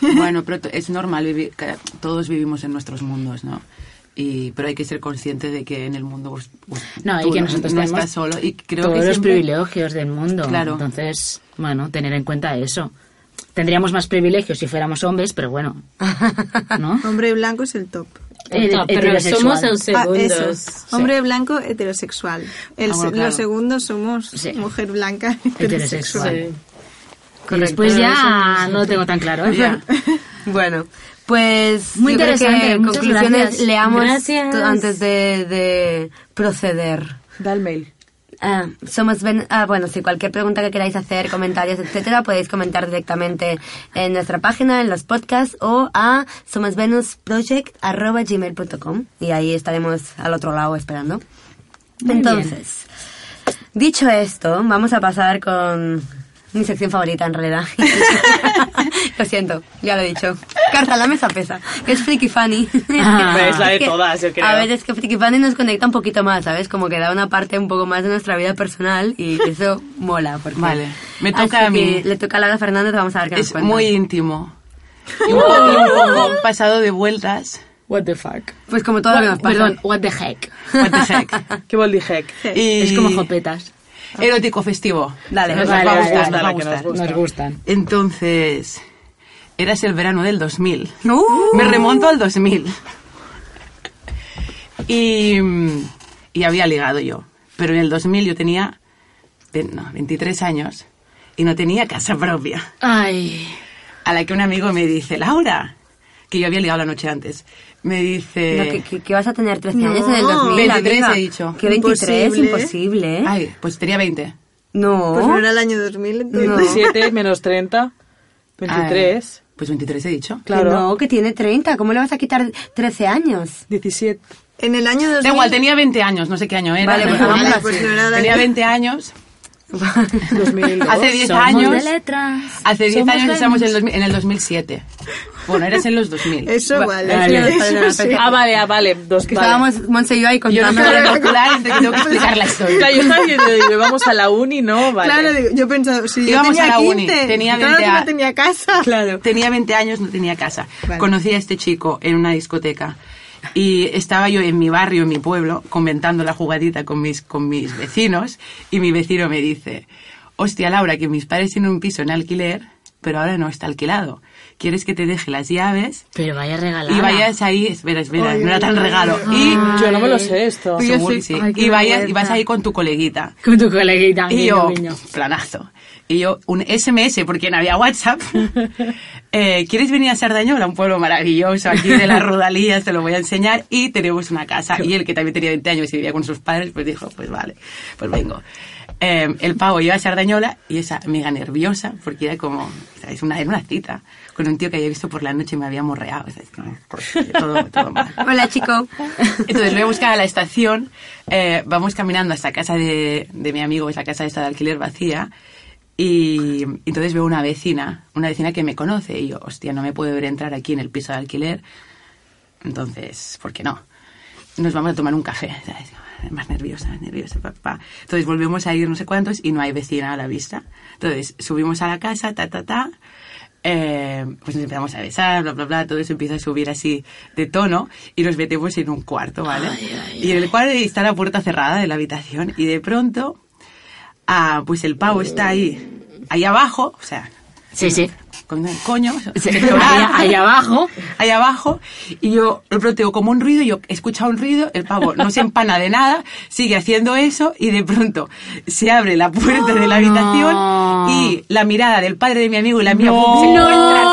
S6: Bueno, pero to- es normal vivir, que todos vivimos en nuestros mundos, ¿no? Y, pero hay que ser consciente de que en el mundo pues, pues,
S7: No, y
S6: tú
S7: que nosotros
S6: no
S7: tenemos
S6: estás solo y creo
S7: todos
S6: que
S7: los
S6: siempre-
S7: privilegios del mundo.
S6: Claro.
S7: Entonces, bueno, tener en cuenta eso. Tendríamos más privilegios si fuéramos hombres, pero bueno, ¿no?
S2: Hombre blanco es el top.
S7: Eh,
S4: no, pero
S7: heterosexual.
S4: somos los
S2: Ah,
S4: segundos.
S2: eso. Hombre blanco heterosexual. El,
S6: Ah, bueno,
S2: se-
S6: claro.
S2: Los segundos somos
S7: Sí.
S2: mujer blanca
S7: Heterosexual.
S2: heterosexual.
S7: Y después ya no lo tengo tan claro. ¿eh?
S6: Ya.
S1: Bueno, pues
S7: Muy
S1: yo creo que
S7: interesante, muchas
S1: conclusiones
S7: gracias.
S1: leamos
S4: Gracias.
S1: t- antes de, de proceder.
S3: Da el mail.
S1: Ah, somos ben- ah, bueno, si cualquier pregunta que queráis hacer, comentarios, etcétera, podéis comentar directamente en nuestra página, en los podcasts o a somosvenusproject@gmail.com y ahí estaremos al otro lado esperando. Entonces, dicho esto, vamos a pasar con mi sección favorita en realidad. lo siento, ya lo he dicho. Carta a la mesa pesa. Es Freaky Funny.
S7: Ah.
S3: Pero es la de
S1: que-
S3: todas, yo creo.
S1: A ver, es que Friki Funny nos conecta un poquito más, ¿sabes? Como que da una parte un poco más de nuestra vida personal y eso mola. Porque...
S6: Vale, me toca
S1: Así
S6: a mí.
S1: que Le toca a Laura Fernández, vamos a ver qué nos
S6: Es
S1: cuenta.
S6: muy íntimo. Y un poco- y un poco pasado de vueltas.
S7: What the fuck.
S1: Pues como todo lo que nos pasa.
S7: Perdón, what the heck.
S6: What the heck.
S3: Qué boldi heck.
S6: Y
S7: Es como jopetas.
S6: Erótico festivo.
S1: Dale,
S6: nos
S7: vale,
S6: va a
S7: vale,
S6: gustar,
S7: vale,
S6: nos va a
S3: que nos
S6: gustar.
S3: gusta.
S7: Nos gustan.
S6: Entonces, eras el verano del 2000.
S1: Uh.
S6: Me remonto al 2000. Y, mm, y había ligado yo. Pero en el 2000 yo tenía ve- no, 23 años y no tenía casa propia.
S7: Ay.
S6: A la que un amigo me dice, Laura, que yo había ligado la noche antes, me dice...
S1: No, que, que- que vas a tener 13 años en el 2000.
S6: 23
S1: amiga.
S6: he dicho.
S1: Que 23,
S2: Imposible.
S1: imposible. ¿eh?
S6: Ay, pues tenía 20.
S1: No.
S2: Pues no era el año 2000. entonces.
S1: No.
S3: 27 menos 30, 23,
S6: Ay, pues 23 he dicho.
S1: Que
S3: claro.
S1: no, que tiene 30. ¿Cómo le vas a quitar 13 años?
S3: 17.
S2: En el año 2000...
S6: Da igual, tenía 20 años, no sé qué año era.
S1: Vale,
S6: pero
S1: pues
S6: vamos
S1: nada,
S6: a-
S2: pues no era de-
S6: tenía 20 años. hace 10
S7: Somos
S6: años.
S7: de letras.
S6: Hace 10
S7: Somos
S6: años
S7: de
S6: estamos en, el 2000 en el 2007. Bueno, eres en los 2000.
S2: Eso
S6: Va-
S2: vale.
S6: vale.
S2: sí,
S1: vale,
S2: eso
S1: vale,
S2: sí.
S3: Ah, vale, ah, vale. Dos,
S1: Que
S3: vale.
S1: estábamos Monse y yo ahí
S6: Yo no
S1: contando.
S6: quiero calcular, entonces tengo que explicar la historia.
S3: Claro, yo estaba diciendo, digo, vamos a la uni, ¿no? Vale.
S2: Claro, digo, yo pensaba, si yo
S6: Íbamos
S2: tenía
S6: a la
S2: 15,
S6: uni, tenía
S2: claro
S6: 20
S2: que no
S6: a-
S2: tenía casa.
S6: Claro. Tenía 20 años, no tenía casa.
S2: Vale.
S6: Conocí a este chico en una discoteca y estaba yo en mi barrio, en mi pueblo, comentando la jugadita con mis, con mis vecinos y mi vecino me dice, hostia Laura, que mis padres tienen un piso en alquiler, pero ahora no está alquilado. ¿Quieres que te deje las llaves?
S7: Pero vaya regalada.
S6: Y vayas ahí, espera, espera,
S2: Ay,
S6: no era tan
S2: ay,
S6: regalo.
S7: ay.
S6: Y
S3: Ah, Yo no me lo sé esto.
S2: Yo
S6: Seguro
S2: sí.
S6: que sí.
S7: Ay, qué
S6: y, vayas, y
S7: vergüenza.
S6: vas ahí con tu coleguita.
S7: Con tu coleguita.
S6: Y
S7: guiño,
S6: yo,
S7: guiño.
S6: planazo. Y yo, un SMS, porque no había WhatsApp. Eh, ¿Quieres venir a Sardañola? Un pueblo maravilloso, aquí de las Rodalías, te lo voy a enseñar. Y tenemos una casa. Y él, que también tenía 20 años y vivía con sus padres, pues dijo, pues vale, pues vengo. Eh, el pavo iba a Sardañola y esa amiga nerviosa, porque era como, es una, era una cita con un tío que había visto por la noche y me había morreado. O sea, no, todo, todo mal.
S1: Hola, chico.
S6: Entonces voy a buscar a la estación, eh, vamos caminando hasta casa de, de mi amigo, es la casa esta de alquiler vacía, y entonces veo una vecina, una vecina que me conoce, y yo, hostia, no me puedo ver entrar aquí en el piso de alquiler, entonces, ¿por qué no? Nos vamos a tomar un café, ¿sabes? Más nerviosa, más nerviosa, pa, pa. Entonces volvemos a ir no sé cuántos y no hay vecina a la vista. Entonces subimos a la casa, ta, ta, ta. eh, pues nos empezamos a besar, bla, bla, bla. Todo eso empieza a subir así de tono y nos metemos en un cuarto, ¿vale? y en el cuarto está la puerta cerrada de la habitación y de pronto, ah, pues el pavo está ahí, ahí abajo, o sea,
S7: Sí, sí.
S6: con un coño.
S7: Sí, ahí, ahí abajo.
S6: ahí abajo y yo lo planteo como un ruido, yo he escuchado un ruido, el pavo no se empana de nada, sigue haciendo eso y de pronto se abre la puerta de la habitación
S7: No.
S6: y la mirada del padre de mi amigo y la mía ¡pum! se encuentran.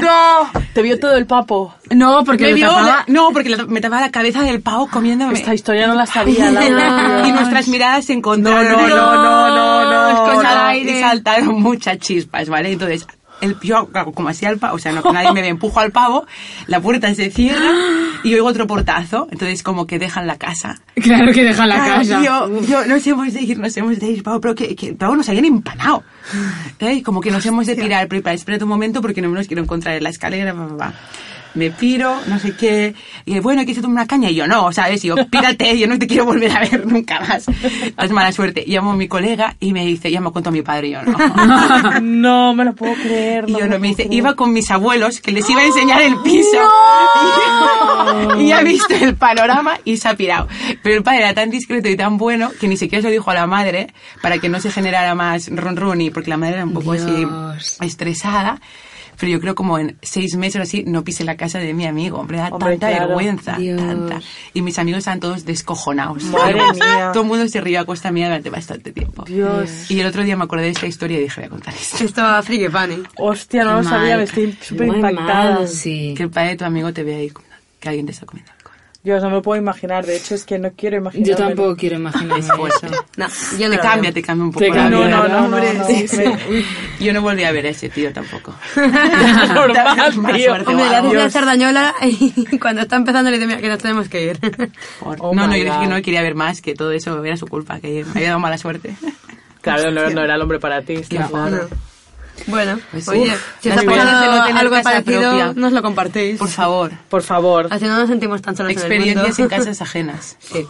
S3: ¡No! Te vio todo el papo.
S7: No, porque
S6: Me
S7: lo
S6: vio-
S7: tapaba.
S6: no, porque la- me tapaba la cabeza del pavo comiéndome.
S3: Esta historia no la sabía,
S6: y
S3: Laura.
S6: nuestras miradas se encontraron.
S3: No, no, no, no, no, no,
S6: Cosas
S3: no.
S6: al aire. Y saltaron muchas chispas, ¿vale? Entonces, el yo, claro, como hacía el pavo, o sea, no que nadie me ve, empujo al pavo, la puerta se cierra y oigo otro portazo. Entonces, como que dejan la casa.
S7: Claro que deja la
S6: Claro,
S7: casa.
S6: y Yo, yo, nos hemos de ir, nos hemos de ir, Pau, pero que, que el pavo nos habían empanado. ¿Eh? Y Como que nos hemos de pirar, pero espera, espérate un momento porque no me los quiero encontrar en la escalera, pa, pa, pa. Me piro, no sé qué. Y bueno, aquí se toma una caña. Y yo, no, ¿sabes? Y yo, pírate, yo no te quiero volver a ver nunca más. Es mala suerte. Y Llamo a mi colega y me dice, ya me contó mi padre, y yo no.
S3: No me lo puedo creer.
S6: Y yo no me
S3: lo
S6: dice,
S3: puedo creer.
S6: iba con mis abuelos que les iba a enseñar el piso. Y, ha visto el panorama y se ha pirado. Pero el padre era tan discreto y tan bueno que ni siquiera se lo dijo a la madre para que no se generara más run run y porque la madre era un poco
S7: Dios.
S6: así estresada. Pero yo creo como en seis meses o así no pise la casa de mi amigo. Hombre, da
S3: Hombre,
S6: tanta
S3: claro.
S6: vergüenza,
S7: Dios.
S6: tanta. Y mis amigos estaban todos descojonados.
S3: Madre mía.
S6: Todo el mundo se rió a costa mía durante bastante tiempo.
S3: Dios.
S6: Y el otro día me acordé de esta historia y dije, voy a contar esto.
S1: Estaba friki pan, ¿eh?
S3: Hostia, no lo
S7: Mal.
S3: sabía, me estoy súper
S7: Muy
S3: impactada.
S7: mal, sí.
S6: Que el padre de tu amigo te vea ahí, comiendo- que alguien te está comiendo alcohol.
S3: Dios, no me lo puedo imaginar. De hecho, es que no quiero imaginar.
S7: Yo tampoco quiero imaginarme eso.
S1: No, yo no
S6: Te
S1: lo
S6: cambia,
S1: veo.
S6: te cambia un poco.
S7: Te
S6: la
S7: cambia.
S3: No,
S6: vida.
S3: no, no, no. no.
S6: Yo no volví a ver a ese tío tampoco.
S3: Normal,
S6: Mala
S3: tío.
S6: suerte,
S1: Hombre, la
S6: guau.
S1: haces de Sardañola y cuando está empezando le dice, mira, que nos tenemos que ir.
S6: Por-
S3: Oh
S6: no, no,
S3: my
S6: yo dije que
S3: God.
S6: no quería ver más, que todo eso era su culpa, que me había dado mala suerte.
S3: Claro, no, no era el hombre para ti. está claro.
S1: Bueno,
S6: Pues,
S1: oye,
S6: uf,
S1: si os
S6: las
S1: ha
S6: cosas de
S1: pasado
S6: no tener
S1: algo
S6: casa
S1: parecido,
S6: propia.
S1: nos lo compartéis.
S6: Por favor,
S3: Por favor.
S1: Así no nos sentimos tan solos
S6: experiencias en
S1: en el mundo.
S6: casas ajenas. Sí.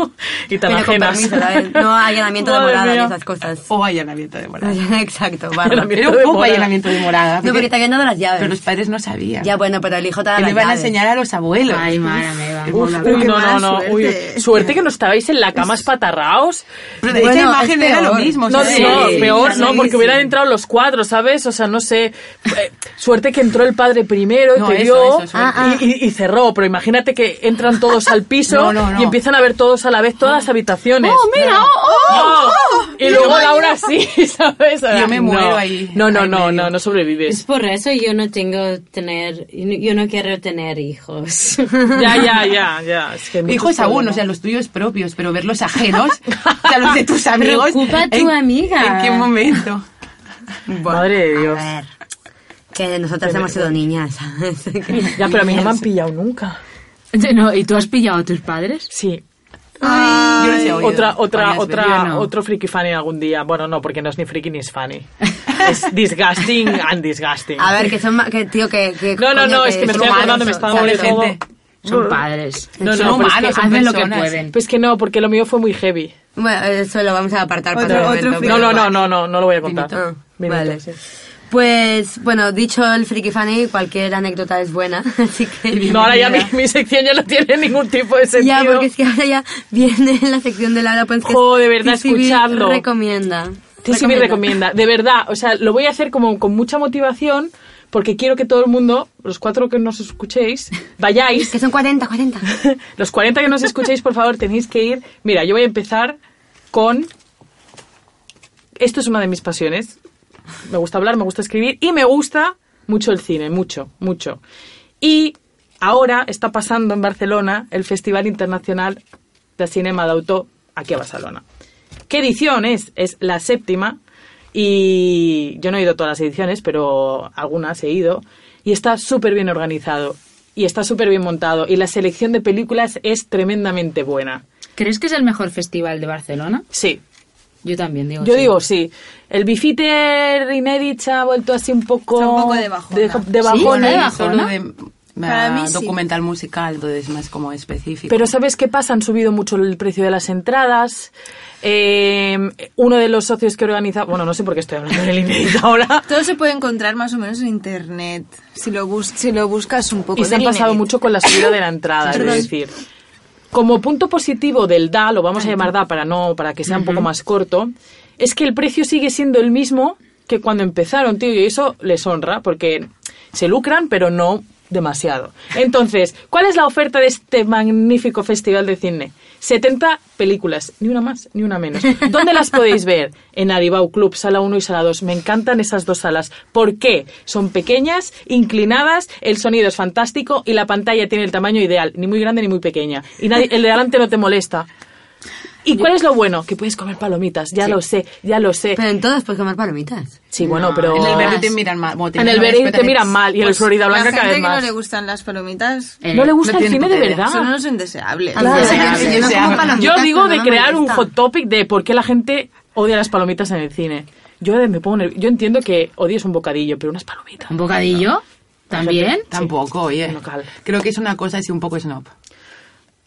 S3: Y tan
S1: Pero con
S3: ajenas.
S1: permiso, ¿sabes? No hay allanamiento de
S3: Madre
S1: morada ni
S3: mía.
S1: esas cosas.
S6: O allanamiento de morada.
S1: Exacto, barra.
S3: Allanamiento
S6: Era un
S3: de
S6: poco
S3: morada.
S6: allanamiento de morada.
S1: No, porque te habían dado las
S6: Pero
S1: llaves.
S6: los padres no sabían.
S1: Ya, bueno, pero el hijo te da
S6: que
S1: las
S6: le iban a
S1: llaves.
S6: enseñar a los abuelos.
S7: Ay, madre me va.
S3: Uf,
S2: Hola,
S3: uy,
S2: qué
S3: no, no,
S2: mala
S3: no. uy,
S2: suerte.
S3: suerte que no estabais en la cama espatarraos.
S6: Pero de
S1: Bueno,
S6: esa imagen
S1: es
S6: era lo
S1: peor.
S6: mismo.
S3: No,
S6: ¿sabes?
S3: no,
S6: Sí.
S3: peor,
S1: sí,
S3: no,
S1: sí,
S3: porque
S1: sí.
S3: hubieran entrado los cuatro, ¿sabes? O sea, no sé. eh, suerte que entró el padre primero,
S6: No,
S3: te
S6: eso,
S3: vio
S6: eso, suerte.
S1: Ah, ah.
S3: y, y- y cerró. Pero imagínate que entran todos al piso
S6: No, no, no.
S3: y empiezan a ver todos a la vez todas las habitaciones.
S7: ¡Oh, mira! ¡Oh, oh,
S3: No. Y luego Laura sí, ¿sabes?
S6: Yo me
S3: No.
S6: muero ahí,
S3: No, no,
S6: ahí
S3: no,
S6: medio.
S3: no, no sobrevives.
S4: Es por eso yo no tengo tener, yo no quiero tener hijos.
S3: Ya, ya, ya, ya. Es que muchos
S6: Hijos aún, o
S3: problemas.
S6: sea, los tuyos propios, pero ver los ajenos, o sea, los de tus amigos.
S4: Preocupa a tu
S6: ¿en-
S4: amiga.
S6: ¿En qué momento?
S3: Madre de Dios.
S1: A ver. Que nosotras
S3: Qué
S1: hemos sido niñas.
S3: Ya, pero a mí no me han pillado nunca.
S7: No, ¿Y tú has pillado a tus padres?
S3: Sí.
S2: Yo les he oído.
S3: Otra, otra,
S6: varias
S3: otra,
S6: veces, no.
S3: otro friki funny algún día. Bueno, no, porque no es ni friki ni es funny. Es disgusting and disgusting.
S1: A ver, que son ma- que tío, que... que
S3: No, no,
S1: coño,
S3: no,
S1: que
S3: es que me
S1: son
S3: estoy acordando,
S1: humanos,
S3: me estaba
S1: ¿sabes?
S3: volviendo-
S7: Son padres.
S3: No,
S6: Son
S3: no, pero es que-
S6: humanos, son
S7: Hacen lo que
S6: personas.
S7: pueden.
S3: Pues que no, porque lo mío fue muy heavy.
S1: Bueno, eso lo vamos a apartar
S2: Otro-
S1: para otro
S2: otro
S1: momento.
S2: friki
S3: No,
S1: pero-
S3: no, no, no, no, no lo voy a contar.
S1: Ah,
S3: Minuto,
S1: vale.
S3: sí.
S1: Pues, bueno, dicho el friki funny, cualquier anécdota es buena, así que...
S3: No, ahora ya mi, mi sección ya no tiene ningún tipo de sentido.
S1: Ya, porque es que ahora ya viene la sección de Laura Pons. que es
S3: Jo, de verdad,
S1: TCB
S3: escuchadlo.
S1: recomienda.
S3: Sí, me recomienda, de verdad. O sea, lo voy a hacer como con mucha motivación porque quiero que todo el mundo, los cuatro que nos escuchéis, vayáis
S1: Que son 40, 40.
S3: Los 40 que nos escuchéis, por favor, tenéis que ir. Mira, yo voy a empezar con. Esto es una de mis pasiones. Me gusta hablar, me gusta escribir y me gusta mucho el cine, mucho, mucho. Y ahora está pasando en Barcelona el Festival Internacional de Cinema d'Autor aquí a Barcelona. ¿Qué edición es? Es la séptima y yo no he ido a todas las ediciones, pero algunas he ido y está súper bien organizado y está súper bien montado y la selección de películas es tremendamente buena.
S7: ¿Crees que es el mejor festival de Barcelona?
S3: Sí,
S7: Yo también digo.
S3: yo
S7: sí.
S3: digo sí. El Bifiter Inédit se ha vuelto así un poco...
S2: Está un poco de bajona.
S3: De, de
S7: ¿Sí?
S3: bajona.
S7: ¿Está de
S6: Solo
S7: bajona?
S6: de,
S2: Para
S6: ah,
S2: mí sí.
S6: documental musical, entonces más como específico.
S3: Pero ¿sabes qué pasa? Han subido mucho el precio de las entradas. Eh, uno de los socios que organiza... Bueno, no sé por qué estoy hablando del Inédit ahora.
S2: Todo se puede encontrar más o menos en internet. Si lo, bus si lo buscas un poco.
S3: Y se han
S2: del
S3: pasado
S2: Inédit.
S3: mucho con la subida de la entrada, es
S2: Perdón.
S3: decir. Como punto positivo del DA, lo vamos a llamar DA para no, para que sea un poco más corto, es que el precio sigue siendo el mismo que cuando empezaron, tío, y eso les honra, porque se lucran, pero no demasiado. Entonces, ¿cuál es la oferta de este magnífico festival de cine? 70 películas, ni una más, ni una menos. ¿Dónde las podéis ver? En Aribau Club, sala 1 y sala 2. Me encantan esas dos salas. ¿Por qué? Son pequeñas, inclinadas, el sonido es fantástico y la pantalla tiene el tamaño ideal, ni muy grande ni muy pequeña. Y nadie, el de delante no te molesta. ¿Y cuál es lo bueno? Que puedes comer palomitas, ya lo sé, ya lo sé.
S1: Pero en todos puedes comer pues, palomitas.
S3: Sí, bueno, pero...
S6: En el
S1: Verdi
S6: verde te miran mal. bueno, te
S3: En el
S6: miran mal,
S3: Berry te
S6: espérate.
S3: miran mal y en el
S2: Pues,
S3: Florida
S2: la
S3: Blanca cada vez
S2: gente que no
S3: más.
S2: le gustan las palomitas
S7: Eh,
S3: No le gusta
S6: no
S3: el
S6: tiene
S3: cine
S6: ni
S3: de
S6: puta idea.
S3: verdad.
S2: son unos indeseables.
S3: Ah.
S1: Claro,
S6: sí,
S2: Indeseables. Yo
S6: sí,
S2: no
S6: sí,
S2: como
S6: sí.
S2: palomitas,
S3: Yo digo
S2: pero
S3: de
S2: no me
S3: crear un
S2: molesta.
S3: hot topic de por qué la gente odia las palomitas en el cine. Yo me pongo nerv- Yo entiendo que odies un bocadillo, pero unas palomitas.
S7: ¿Un bocadillo? ¿También?
S6: Tampoco, oye.
S3: Local.
S6: Creo que es una cosa así un poco snob.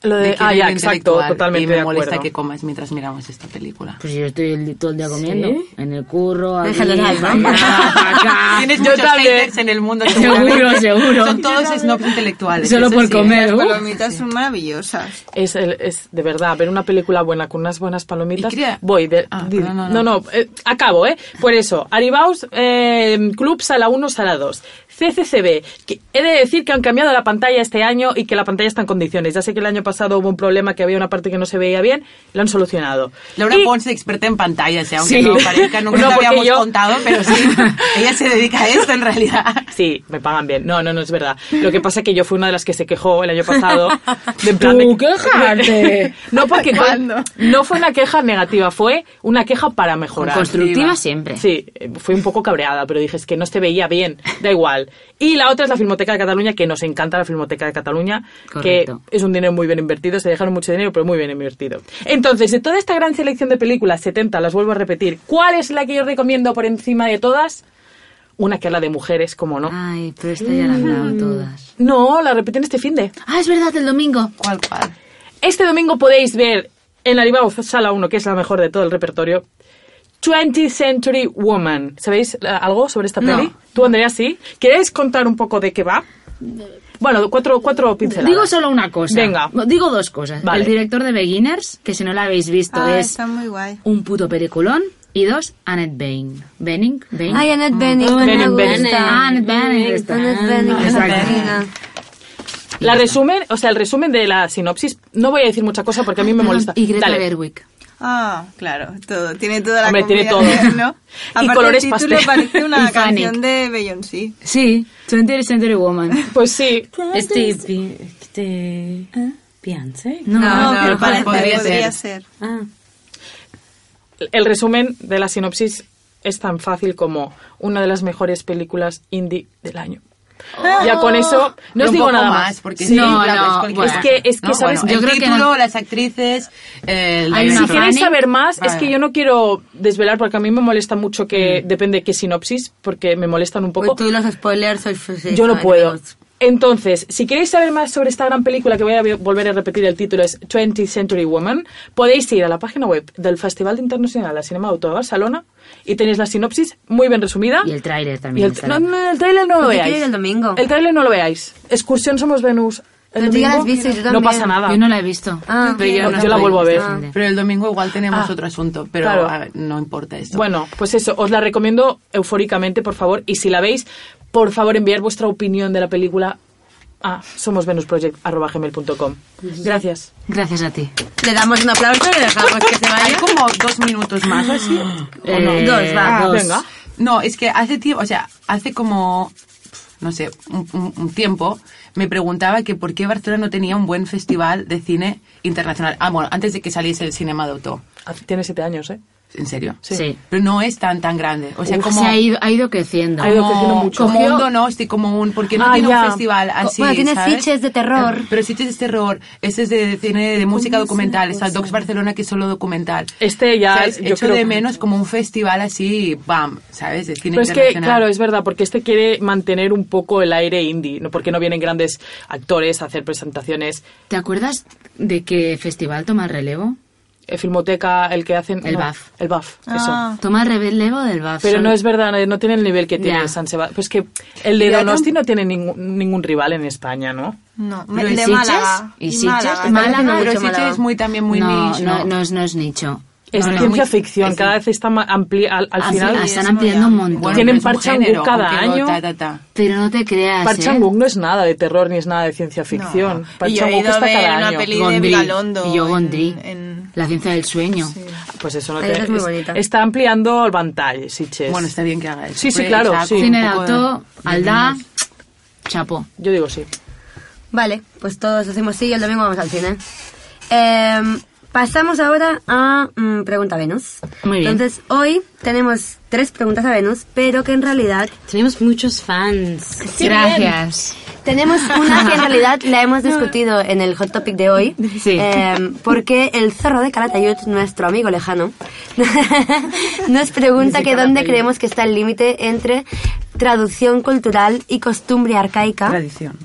S3: Lo de,
S6: quiero
S3: ah, ya,
S6: lo
S3: exacto,
S6: intelectual,
S3: totalmente
S6: Y me
S3: de
S6: molesta
S3: acuerdo.
S6: que comas mientras miramos esta película.
S7: Pues yo estoy el- todo el día comiendo. En el curro, aquí,
S1: Déjalo ya,
S7: para
S1: ¿no?
S7: allá, para acá.
S6: Tienes
S3: Yo
S6: muchos
S3: también.
S6: haters en el mundo.
S7: Seguro,
S6: seguramente.
S7: seguro.
S6: Son todos snobs intelectuales.
S7: Solo
S6: eso
S7: por
S6: sí. ¿eh?
S7: comer.
S2: Las
S7: uh.
S2: palomitas son maravillosas.
S3: Es, el- es de verdad, ver una película buena con unas buenas palomitas.
S6: Y quería-
S3: Voy, de-
S6: Ah,
S3: di-
S6: perdón,
S3: no,
S6: no,
S3: no,
S6: no.
S3: eh, acabo, ¿eh? Por eso, Aribaus, eh, Club Sala 1, Sala 2, CCCB. que he de decir que han cambiado la pantalla este año y que la pantalla está en condiciones. Ya sé que el año pasado hubo un problema que había una parte que no se veía bien, lo han solucionado.
S6: Laura
S3: Y-
S6: Ponce, experta en pantallas, ¿eh? aunque
S3: Sí.
S6: no parezca, nunca
S3: No,
S6: lo
S3: porque
S6: habíamos
S3: yo-
S6: contado, pero sí, ella se dedica a esto en realidad.
S3: Sí, me pagan bien. No, no, no es verdad. Lo que pasa es que yo fui una de las que se quejó el año pasado. De en plan de-
S7: Tú, quejarte.
S3: no, porque no fue una queja negativa, fue una queja para mejorar.
S7: Constructiva siempre.
S3: Sí, eh, fui un poco cabreada, pero dije, es que no se veía bien, da igual. Y la otra es la Filmoteca de Cataluña, que nos encanta la Filmoteca de Cataluña,
S7: Correcto.
S3: que es un dinero muy bien invertido, se dejaron mucho dinero, pero muy bien invertido. Entonces, de toda esta gran selección de películas, 70, las vuelvo a repetir, ¿cuál es la que yo recomiendo por encima de todas? Una que es la de mujeres, como no.
S7: Ay, pero esta ya la han dado todas.
S3: No, la repiten este fin de.
S7: Ah, es verdad, el domingo.
S6: ¿Cuál, cuál?
S3: Este domingo podéis ver en Aribao Sala 1, que es la mejor de todo el repertorio, 20th Century Woman. ¿Sabéis eh, algo sobre esta peli? Tú, Andrea, sí. ¿Queréis contar un poco de qué va? Bueno, cuatro, cuatro pinceladas.
S7: Digo solo una cosa.
S3: Venga.
S7: No, Digo dos cosas.
S3: Vale.
S7: El director de Beginners, que si no la habéis visto
S2: Ah,
S7: es
S2: está muy guay.
S7: un puto periculón. Y dos, Annette Bain. ¿Benning? ¿Bain?
S1: Ay, Annette Bening.
S3: Bening, Bening.
S7: Ah, Annette Bening. esta.
S1: Annette Bening.
S7: Exacto.
S3: La resumen, o sea, el resumen de la sinopsis, no voy a decir mucha cosa porque a mí me
S7: Perdón,
S3: molesta.
S7: Y Greta
S3: Dale.
S7: Berwick.
S2: Ah, claro, todo. Tiene toda la
S3: Hombre, tiene
S2: comida,
S3: todo.
S2: ¿no?
S3: Y
S2: Aparte,
S3: colores
S2: el título
S3: pastel.
S2: parece
S7: Y
S2: una
S7: Fanic.
S2: canción de Beyoncé.
S7: Sí, 20th Century Woman.
S3: Pues sí,
S4: Este, pi- este Beyoncé.
S3: Ah,
S7: No,
S2: No,
S6: no,
S2: pero parece,
S6: pues podría
S2: podría
S6: ser.
S2: ser.
S4: Ah.
S3: el resumen de la sinopsis es tan fácil como una de las mejores películas indie del año. Ya con eso no os
S6: Pero Ah. un
S3: digo
S6: poco
S3: nada
S6: más.
S3: más.
S6: porque
S7: Sí,
S6: sí,
S7: no,
S6: claro,
S7: no,
S6: es,
S7: bueno.
S6: cualquier-
S3: Es que- es que,
S6: No,
S3: ¿sabes?
S6: bueno,
S7: Yo
S6: el
S7: creo que
S6: título,
S7: no.
S6: las actrices, eh, el
S7: Hay
S3: si
S7: una
S6: director.
S3: queréis
S7: Fanny.
S3: saber más, es
S6: Vale. Mm.
S3: que yo no quiero desvelar porque a mí me molesta mucho que depende qué sinopsis, porque me molestan un poco.
S1: Pues tú y los spoilers sois... sois
S3: Yo no puedo.
S1: enemigos.
S3: Entonces, si queréis saber más sobre esta gran película, que voy a volver a repetir el título, es 20th Century Woman, podéis ir a la página web del Festival Internacional de Cinema de Autor de Barcelona y tenéis la sinopsis muy bien resumida.
S7: Y el tráiler
S3: Y
S7: también.
S3: el,
S7: está-
S3: no, no, el tráiler no lo
S1: Yo quiero
S3: veáis.
S1: ir el domingo.
S3: El tráiler no lo veáis. Excursión Somos Venus. El
S1: Pero tú ya la has
S3: domingo
S1: visto, yo
S3: no
S1: también.
S3: pasa nada.
S7: Yo no la he visto.
S1: Ah,
S7: pero
S1: yo
S3: no. Yo la vuelvo a ver.
S7: Ah.
S6: Pero el domingo igual tenemos
S3: Ah,
S6: otro asunto, pero
S3: claro.
S6: ah, no importa esto.
S3: Bueno, pues eso, os la recomiendo eufóricamente, por favor. Y si la veis, por favor, enviar vuestra opinión de la película a somosvenusproject.com. Gracias.
S7: Gracias a ti.
S1: Le damos un aplauso y le dejamos que se
S6: Hay
S1: vaya.
S6: como dos minutos más o así.
S7: Eh,
S1: Dos, va,
S7: dos.
S3: Venga.
S6: No, es que hace tiempo, o sea, hace como, no sé, un, un- un tiempo, me preguntaba que por qué Barcelona no tenía un buen festival de cine internacional. Ah, bueno, antes de que saliese el cinema de auto,
S3: Tiene siete años, ¿eh?
S6: en serio.
S7: Sí.
S6: Pero no es tan, tan grande. O sea,
S7: Uf,
S6: como...
S7: se ha ido, ha ido creciendo.
S3: Ha ido
S6: como-
S3: creciendo mucho.
S6: Como
S7: Cogió-
S6: un donosti, como un... porque no
S3: Ah,
S6: tiene
S3: ya.
S6: un festival así,
S1: bueno, tiene
S6: ¿sabes?
S1: Sitges de terror.
S6: Pero Sitges es terror. Este es de cine de música documental. Está Docs Barcelona, que es solo documental.
S3: Este ya,
S6: ¿Sabes?
S3: yo
S6: Echo
S3: creo
S6: de
S3: que-
S6: menos como un festival así, bam, ¿sabes? De cine
S3: Pero es que,
S6: internacional.
S3: claro, es verdad, porque este quiere mantener un poco el aire indie, ¿no? porque no vienen grandes actores a hacer presentaciones.
S7: ¿Te acuerdas de qué festival toma el relevo?
S3: Eh, Filmoteca, el que hacen...
S7: El
S3: no,
S7: BAF.
S3: El BAF, eso.
S7: Toma el relevo del BAF.
S3: Pero
S7: Son-
S3: no es verdad, no- no tiene el nivel que tiene
S7: Ya.
S3: San Sebastián. Pues que el de
S2: Ya,
S3: Donosti no tiene ningún, ningún rival en España, ¿no?
S2: No,
S7: ¿Y
S2: de
S7: Sitges?
S2: Málaga.
S7: ¿Y Sitges?
S2: Málaga.
S7: Málaga,
S1: Málaga,
S6: Pero
S1: mucho
S6: Sitges
S1: Málaga.
S6: es muy también muy
S7: no,
S6: niche,
S7: no,
S6: ¿no?
S7: no es, no es nicho.
S3: Es
S6: No, no.
S3: ciencia
S6: Muy-
S3: ficción,
S6: es-
S3: cada vez está más amplia, al, al
S7: Al-
S3: final.
S7: al-
S2: es
S7: están
S2: muy
S7: ampliando un
S2: amplio.
S7: montón.
S6: Bueno,
S3: Tienen
S6: pero es un
S3: Park Chan-wook
S6: género,
S3: cada
S6: aunque lo
S3: año.
S6: ta, ta, ta.
S7: Pero no te creas. ¿eh?
S3: Parchanguk no es nada de terror ni es nada de ciencia ficción.
S2: Y yo
S3: Parchanguk
S2: he ido a
S3: está
S2: ver
S3: cada
S2: una
S3: año.
S2: peli de
S7: Gondry.
S2: Vigalondo.
S7: Y yo
S2: en-
S7: Gondry.
S2: en-
S7: La ciencia del sueño.
S3: Pues eso no
S1: Esa
S3: te-
S1: es muy
S3: es-
S1: bonita.
S3: Está ampliando el pantall, Sitges.
S6: Bueno, está bien que haga eso.
S3: Sí, sí,
S6: Pues,
S3: claro,
S6: está
S3: sí.
S6: como un
S7: Cine de
S6: poco de-
S7: auto, Alda, chapo.
S3: Yo digo sí.
S1: Vale, pues todos decimos sí y el domingo vamos al cine. Em, pasamos ahora a mm, Pregunta a Venus.
S7: Muy bien.
S1: Entonces, hoy tenemos tres preguntas a Venus, pero que en realidad
S4: Tenemos muchos fans.
S7: Gracias.
S1: tenemos una que en realidad la hemos discutido en el Hot Topic de hoy.
S7: Sí.
S1: Em, porque el zorro de Calatayud, nuestro amigo lejano, nos pregunta que dónde creemos que está el límite entre traducción cultural y costumbre arcaica.
S6: Tradición.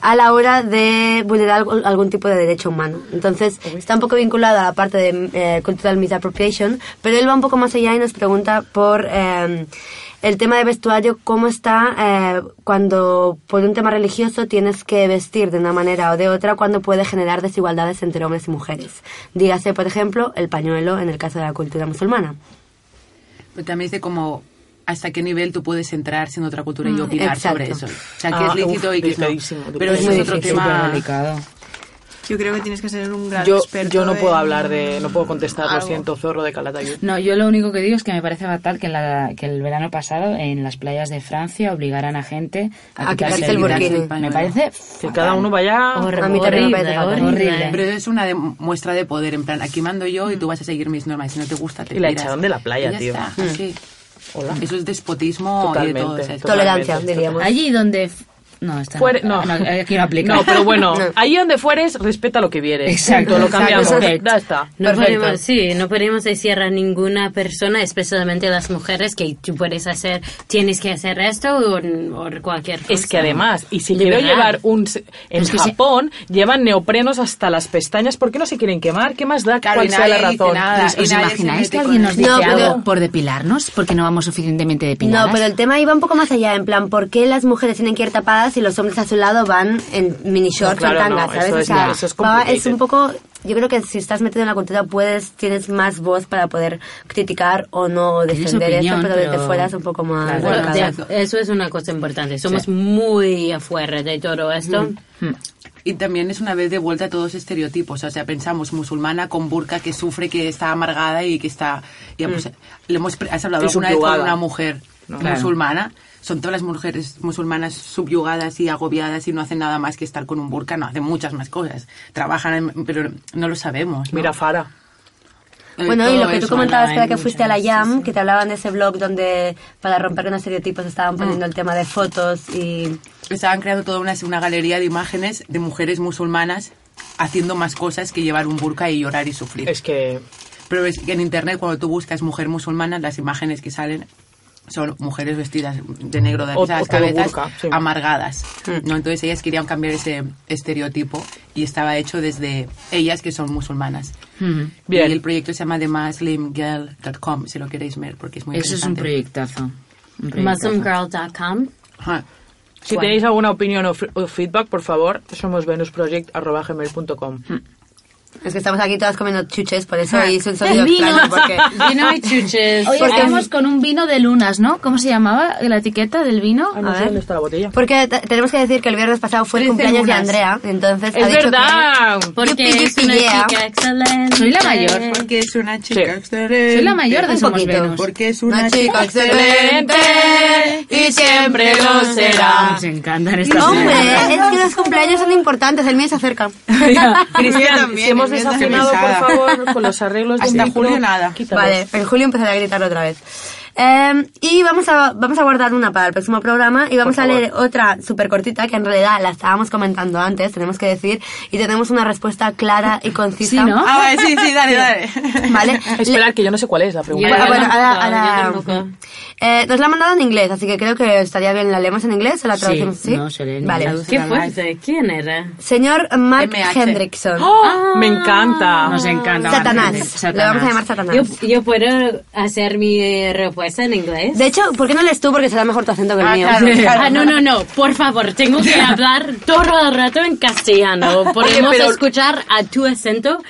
S1: a la hora de vulnerar algún- algún tipo de derecho humano. Entonces, está un poco vinculada a la parte de eh, cultural misappropriation, pero él va un poco más allá y nos pregunta por eh, el tema de vestuario, cómo está eh, cuando por un tema religioso tienes que vestir de una manera o de otra, cuando puede generar desigualdades entre hombres y mujeres. Dígase, por ejemplo, el pañuelo en el caso de la cultura musulmana.
S6: Pero también dice como hasta qué nivel tú puedes entrar siendo otra cultura y opinar
S1: exacto.
S6: sobre eso. O sea, que
S3: Ah,
S6: es lícito
S3: uf,
S6: y que es
S3: delicadísimo,
S6: no. Pero eso
S3: delicadísimo.
S6: es otro tema.
S2: Yo creo que tienes que ser un gran
S3: Yo,
S2: experto.
S3: yo no puedo
S2: en-
S3: hablar de... No puedo contestar, lo
S2: algo.
S3: siento, zorro de Calatayud.
S7: No, yo lo único que digo es que me parece fatal que, en la- que el verano pasado en las playas de Francia obligaran a gente
S1: A
S3: Ah,
S1: quitarse el burkini.
S7: Me
S3: Que
S7: parece fatal.
S3: cada uno vaya...
S1: A mí también me parece fatal.
S7: horrible.
S6: Pero es una de- muestra de poder, en plan, aquí mando yo y tú vas a seguir mis normas. Si no te gusta, te
S3: Y la
S6: piras.
S3: echaron de la playa,
S6: Y ya
S3: tío. Mm.
S6: está, así.
S3: Hola.
S6: Eso es despotismo y de todo. o sea,
S3: Totalmente.
S6: es-
S1: Tolerancia,
S3: totalmente.
S1: diríamos.
S7: Allí donde... f- No, está
S3: Fuere-
S7: no, eh,
S3: no.
S7: aquí no aplica.
S3: No, pero bueno,
S1: No.
S3: ahí donde fueres, respeta lo que vieres.
S7: Exacto,
S3: Punto, lo
S7: exacto,
S3: cambiamos.
S7: perfecto.
S3: Ya está.
S4: No
S3: Perfecto.
S4: podemos, sí, no podemos decir a ninguna persona, especialmente las mujeres, que tú puedes hacer, tienes que hacer esto o, o cualquier cosa.
S3: Es que además, y si
S4: Liberal.
S3: quiero llevar un... se- En
S7: Es que sí.
S3: Japón llevan neoprenos hasta las pestañas. ¿Por qué no se quieren quemar? ¿Qué más da
S6: Claro,
S3: cuál
S6: y
S3: sea la
S6: nadie dice
S3: razón?
S6: nada.
S7: ¿Os
S6: Y nadie
S7: imagináis
S6: se
S7: que
S6: mete
S7: alguien
S6: con
S7: nos
S1: eso.
S7: dice
S1: No, pero-
S7: algo por depilarnos? Porque no vamos suficientemente depiladas.
S1: No, pero el tema iba un poco más allá, en plan, ¿por qué las mujeres tienen que ir tapadas y los hombres a su lado van en mini shorts
S3: claro,
S1: o tangas,
S3: no,
S1: ¿sabes?
S3: eso
S1: O
S3: es-
S1: sea,
S3: no, eso es
S1: va-
S3: complicated.
S1: es un poco, yo creo que si estás metido en la cultura puedes, tienes más voz para poder criticar o no
S7: Tienes
S1: defender
S7: opinión,
S1: esto, pero desde
S7: pero-
S1: fuera es un poco más...
S7: Claro.
S4: Ah, Bueno,
S1: delicado.
S6: Exacto.
S4: de- eso es una cosa importante. Somos muy afuera de todo esto.
S6: Y también es una vez de vuelta a todos estereotipos. O sea, pensamos musulmana con burka que sufre, que está amargada y que está. Ya, pues, le hemos, pre- has hablado
S3: Y
S6: alguna vez con
S3: subyugada.
S6: una mujer
S7: Claro.
S6: musulmana. Son todas las mujeres musulmanas subyugadas y agobiadas y no hacen nada más que estar con un burka. No, hacen muchas más cosas. Trabajan, en- pero no lo sabemos. ¿no?
S3: Mira, Fara.
S6: Eh,
S1: Bueno, y
S6: todo
S1: lo que tú
S6: eso,
S1: comentabas
S6: Ana,
S1: que era
S6: hay
S1: que fuiste a la
S6: muchas,
S1: Jam,
S6: sí, sí.
S1: que te hablaban de ese blog donde para romper con estereotipos estaban poniendo el tema de fotos y...
S6: Estaban creando toda una, una galería de imágenes de mujeres musulmanas haciendo más cosas que llevar un burka y llorar y sufrir.
S3: Es que
S6: Pero es que en internet, cuando tú buscas mujer musulmana, las imágenes que salen son mujeres vestidas de negro de
S3: O-
S6: las
S3: o todo
S6: cabezas
S3: burka, sí. Mm.
S6: amargadas. ¿no? Entonces ellas querían cambiar ese estereotipo y estaba hecho desde ellas que son musulmanas.
S7: Mm,
S3: Bien.
S6: Y el proyecto se llama themuslimgirl.com, si lo queréis ver, porque es muy
S7: Eso es un
S6: interesante.
S7: proyectazo. un proyectazo.
S4: Muslimgirl.com.
S6: Ajá.
S3: si tenéis alguna opinión o, fr- o feedback, por favor, somos venusproject.gmail.com.
S1: Es que estamos aquí todas comiendo chuches, por eso hice un sonido
S4: Vino.
S1: extraño, porque...
S4: Vino y chuches.
S7: Hoy
S1: Porque-
S7: estamos con un vino de lunas, ¿no? ¿Cómo se llamaba la etiqueta del vino?
S3: Ah, no
S1: A
S3: sé
S1: ver.
S3: dónde está la botella.
S1: Porque te- tenemos que decir que el viernes pasado fue el
S6: Trece
S1: cumpleaños de
S6: lunas.
S1: Andrea, entonces ha
S3: ¡Es
S1: dicho que-
S3: verdad!
S4: Porque
S1: Yupi,
S4: es
S1: yupi,
S4: una
S1: yeah.
S4: chica excelente.
S7: Soy la mayor.
S6: Porque es una chica
S3: Sí.
S6: excelente.
S7: Mm. Soy la mayor de
S1: Un
S7: Somos
S1: poquito.
S7: Venus.
S6: Porque es
S1: Una chica excelente y siempre lo
S3: Ah.
S1: será.
S7: Nos encantan estas
S1: Hombre,
S7: cosas.
S1: es que los cumpleaños son importantes, el mío se acerca.
S3: Cristian,
S6: también,
S3: si hemos
S6: el mío también.
S3: desafinado, por
S6: Pesada.
S3: favor, con los arreglos de
S6: Hasta
S3: micro,
S6: julio nada.
S3: quítalos.
S1: Vale, en julio empezaré a gritarlo otra vez. Eh, y vamos a, vamos a guardar una para el próximo programa y vamos a leer otra súper cortita que en realidad la estábamos comentando antes, tenemos que decir, y tenemos una respuesta clara y concisa. Ah,
S7: Sí, ¿no?
S2: Ah, vale, sí, sí, dale, dale.
S1: Vale.
S3: Eh, Esperad, que yo no sé cuál es la pregunta.
S7: Yo-
S1: Ah,
S7: Yo
S1: bueno, ahora-
S4: tampoco,
S1: ahora-
S4: yo tampoco.
S1: Eh, nos la han mandado en inglés, así que creo que estaría bien. ¿La leemos en inglés o la traducimos? Sí,
S7: no, se lee en
S1: Vale.
S7: inglés.
S4: Qué fuerte. ¿Quién era?
S1: Señor Mark
S6: MH.
S1: Hendrickson.
S3: ¡Oh! me encanta.
S7: Nos encanta.
S1: Satanás.
S7: Satanás.
S1: Le vamos a llamar Satanás.
S4: Yo, yo puedo hacer mi eh, respuesta en inglés.
S1: De hecho, ¿por qué no lees tú? Porque será mejor tu acento que el mío.
S4: Ah, no, no, no, por favor, tengo que hablar todo el rato en castellano. Podemos
S3: pero-
S4: escuchar a tu acento.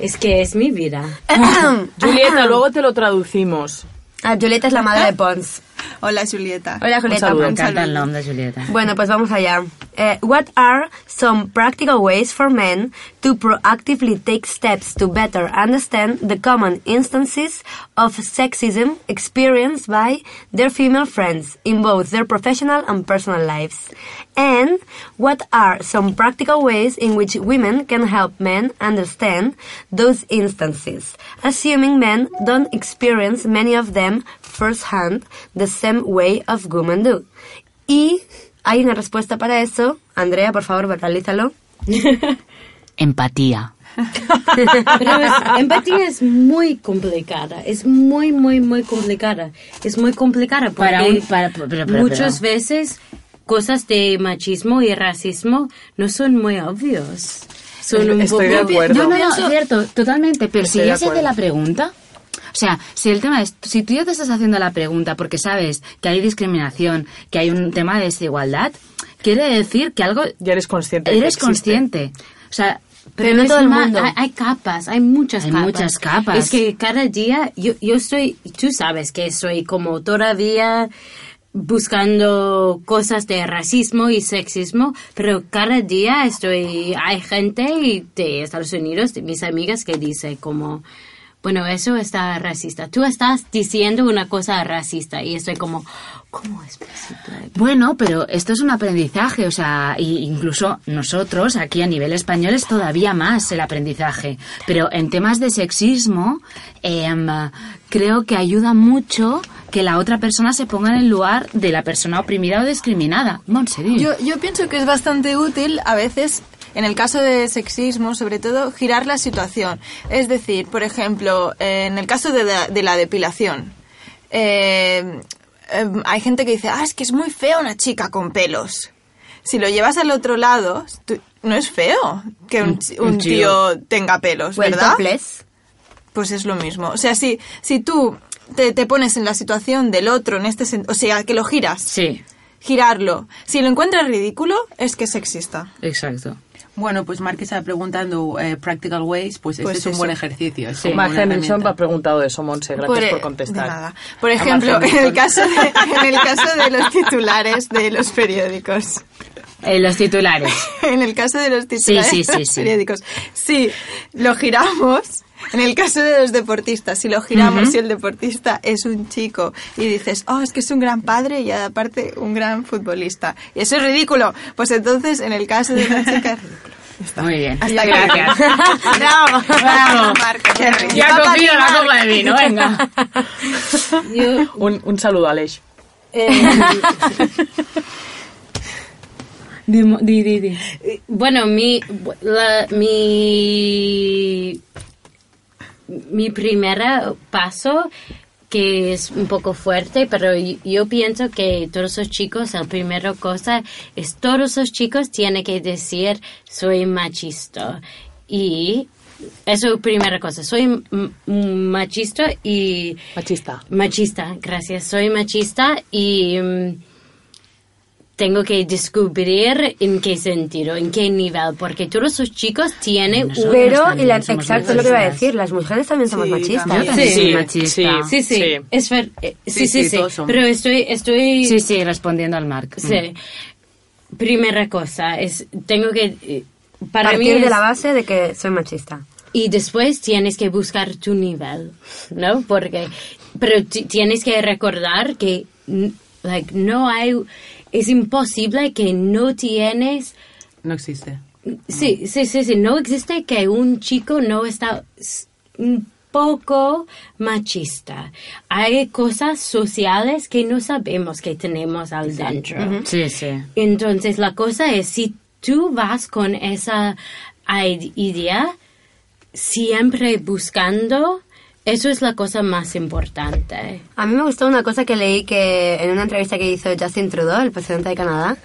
S4: Es que es mi vida.
S3: Julieta, luego te lo traducimos.
S1: Ah, Julieta es la madre de Pons.
S2: Hola, Julieta.
S1: Hola, Julieta.
S3: saludo.
S7: Me encanta el nombre de Julieta.
S1: Bueno, pues vamos allá. Eh, what are some practical ways for men to proactively take steps to better understand the common instances of sexism experienced by their female friends in both their professional and personal lives? And what are some practical ways in which women can help men understand those instances, assuming men don't experience many of them firsthand the same way of women do? Y hay una respuesta para eso. Andrea, por favor, verbalízalo.
S7: Empatía.
S4: Pero es- empatía es muy complicada. Es muy, muy, muy complicada. Es muy complicada porque
S7: Para un- para- pero- pero- pero-
S4: muchas veces cosas de machismo y racismo no son muy obvios. Son un
S3: Estoy de
S4: poco...
S3: acuerdo.
S7: No, no, no, es cierto, totalmente. Pero
S3: Estoy
S7: si
S3: de
S7: ya se hace
S3: acuerdo.
S7: la pregunta. O sea, si el tema es, si tú ya te estás haciendo la pregunta porque sabes que hay discriminación, que hay un tema de desigualdad, quiere decir que algo
S3: Ya eres consciente. de que
S7: eres
S3: existe.
S7: consciente. O sea,
S4: Pero no
S7: es
S4: todo el
S7: ma-
S4: mundo. Hay,
S7: hay-
S4: hay capas, hay muchas
S7: Hay
S4: capas.
S7: muchas capas.
S4: Es que cada día yo, yo estoy, tú sabes que soy como todavía buscando cosas de racismo y sexismo, pero cada día estoy, hay gente de Estados Unidos, de mis amigas que dice como, bueno, eso está racista. Tú estás diciendo una cosa racista y estoy como, ¿cómo es posible?
S7: Bueno, pero esto es un aprendizaje, o sea, y incluso nosotros aquí a nivel español es todavía más el aprendizaje. Pero en temas de sexismo, em, creo que ayuda mucho que la otra persona se ponga en el lugar de la persona oprimida o discriminada. Montse, di.
S2: Yo, yo pienso que es bastante útil a veces, en el caso de sexismo, sobre todo, girar la situación. Es decir, por ejemplo, eh, en el caso de la, de la depilación. eh, eh, hay gente que dice, ah, es que es muy fea una chica con pelos. Si lo llevas al otro lado, tú- no es feo que un, chi-
S7: un
S2: un
S7: tío.
S2: tío. tenga pelos,
S1: Well,
S2: ¿verdad?
S1: topless.
S2: Pues es lo mismo. O sea, si, si tú te, te pones en la situación del otro, en este sen- o sea, que lo giras
S7: Sí,
S2: girarlo. Si lo encuentras ridículo, es que es sexista.
S7: exacto.
S6: Bueno, pues Mark estaba preguntando eh, Practical Ways, pues,
S2: Pues
S6: este es un
S2: eso.
S6: buen ejercicio. es
S3: Sí,
S6: como
S3: Mark
S6: una
S3: Henderson me ha
S6: herramienta.
S3: preguntado eso, Monse. Gracias por, contestar.
S2: e-, de nada. Por
S3: A
S2: ejemplo,
S3: Mark
S2: en el,
S3: Henderson.
S2: caso de, en el caso de los titulares de los periódicos.
S7: Eh, los titulares.
S2: En el caso de los titulares
S7: sí, sí,
S2: de los
S7: sí.
S2: periódicos. Sí, lo giramos. En el caso de los deportistas, si lo giramos y el deportista es un chico y dices, oh, es que es un gran padre y aparte un gran futbolista. Y eso es ridículo. Pues entonces, en el caso de una chica es ridículo.
S7: Muy bien.
S2: Hasta gracias. Bravo.
S7: Bravo.
S2: Marco, qué rico.
S7: Ya ha
S2: Va para ti,
S7: cogido la
S2: Marco.
S7: copa de vino, venga.
S4: Yo,
S3: Un, un saludo, Aleix.
S7: Di, mo- di, di, di.
S4: eh, bueno, mi, la- mi, mi primer paso, que es un poco fuerte, pero y- yo pienso que todos los chicos, la primera cosa es todos los chicos tienen que decir soy machista. Y eso es primera cosa, soy m- m- machista y...
S3: Machista.
S4: Machista, gracias. Soy machista y mm, tengo que descubrir en qué sentido, en qué nivel, porque todos esos chicos tienen un...
S1: Pero,
S7: también
S1: y la-
S7: somos
S1: exacto, es lo que iba a
S7: machistas.
S1: decir, las mujeres también somos
S5: Sí,
S1: machistas.
S5: también.
S7: Sí,
S3: Sí,
S7: machista.
S3: sí.
S4: Sí, sí, es ver- eh, sí,
S6: Sí,
S4: sí,
S6: sí,
S4: sí,
S6: todos somos.
S4: pero estoy, estoy...
S7: Sí, sí, respondiendo al Marc.
S4: sí. Primera cosa, es tengo que... eh, Para mí
S1: Partir de
S4: es-
S1: la base de que soy machista.
S4: Y después tienes que buscar tu nivel, ¿no? Porque, pero ti- tienes que recordar que, n- like, no hay, es imposible que no tienes,
S6: No existe.
S4: sí, sí, sí, sí, no existe que un chico no está s- un poco machista. Hay cosas sociales que no sabemos que tenemos al dentro.
S7: Sí, sí.
S4: Entonces la cosa es, si tú vas con esa id- idea, siempre buscando, eso es la cosa más importante.
S1: A mí me gustó una cosa que leí que en una entrevista que hizo Justin Trudeau, el presidente de Canadá,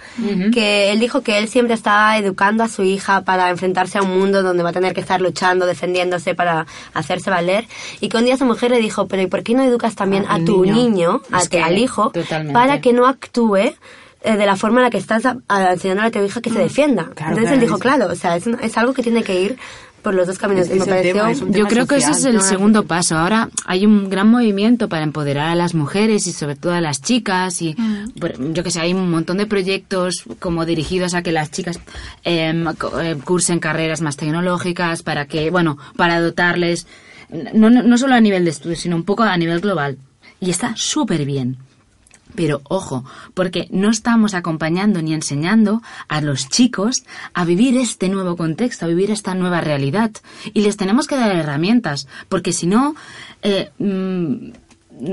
S1: que él dijo que él siempre estaba educando a su hija para enfrentarse a un mundo donde va a tener que estar luchando, defendiéndose para hacerse valer, y que un día su mujer le dijo, pero ¿y por qué no educas también a
S7: Al
S1: tu
S7: niño.
S1: niño, a
S7: Es
S1: que-
S7: que,
S1: al hijo,
S7: totalmente.
S1: para que no actúe eh, de la forma en la que estás a- a- enseñando a tu hija que se defienda?
S6: Mm. Claro,
S1: Entonces él
S6: claro,
S1: dijo,
S6: es-
S1: claro, o sea, es, un- es algo que tiene que ir por los dos caminos.
S6: Es-
S1: y me
S6: es el tema,
S1: pareció...
S6: es un
S7: Yo
S6: tema
S7: creo que ese
S6: social,
S7: es el segundo paso. Ahora hay un gran movimiento para empoderar a las mujeres y sobre todo a las chicas y
S6: Mm.
S7: por- yo que sé, hay un montón de proyectos como dirigidos a que las chicas em, co- eh, cursen carreras más tecnológicas para que, bueno, para dotarles no, no, no solo a nivel de estudio, sino un poco a nivel global. Y está súper bien. Pero ojo, porque no estamos acompañando ni enseñando a los chicos a vivir este nuevo contexto, a vivir esta nueva realidad. Y les tenemos que dar herramientas, porque si no, eh, mm,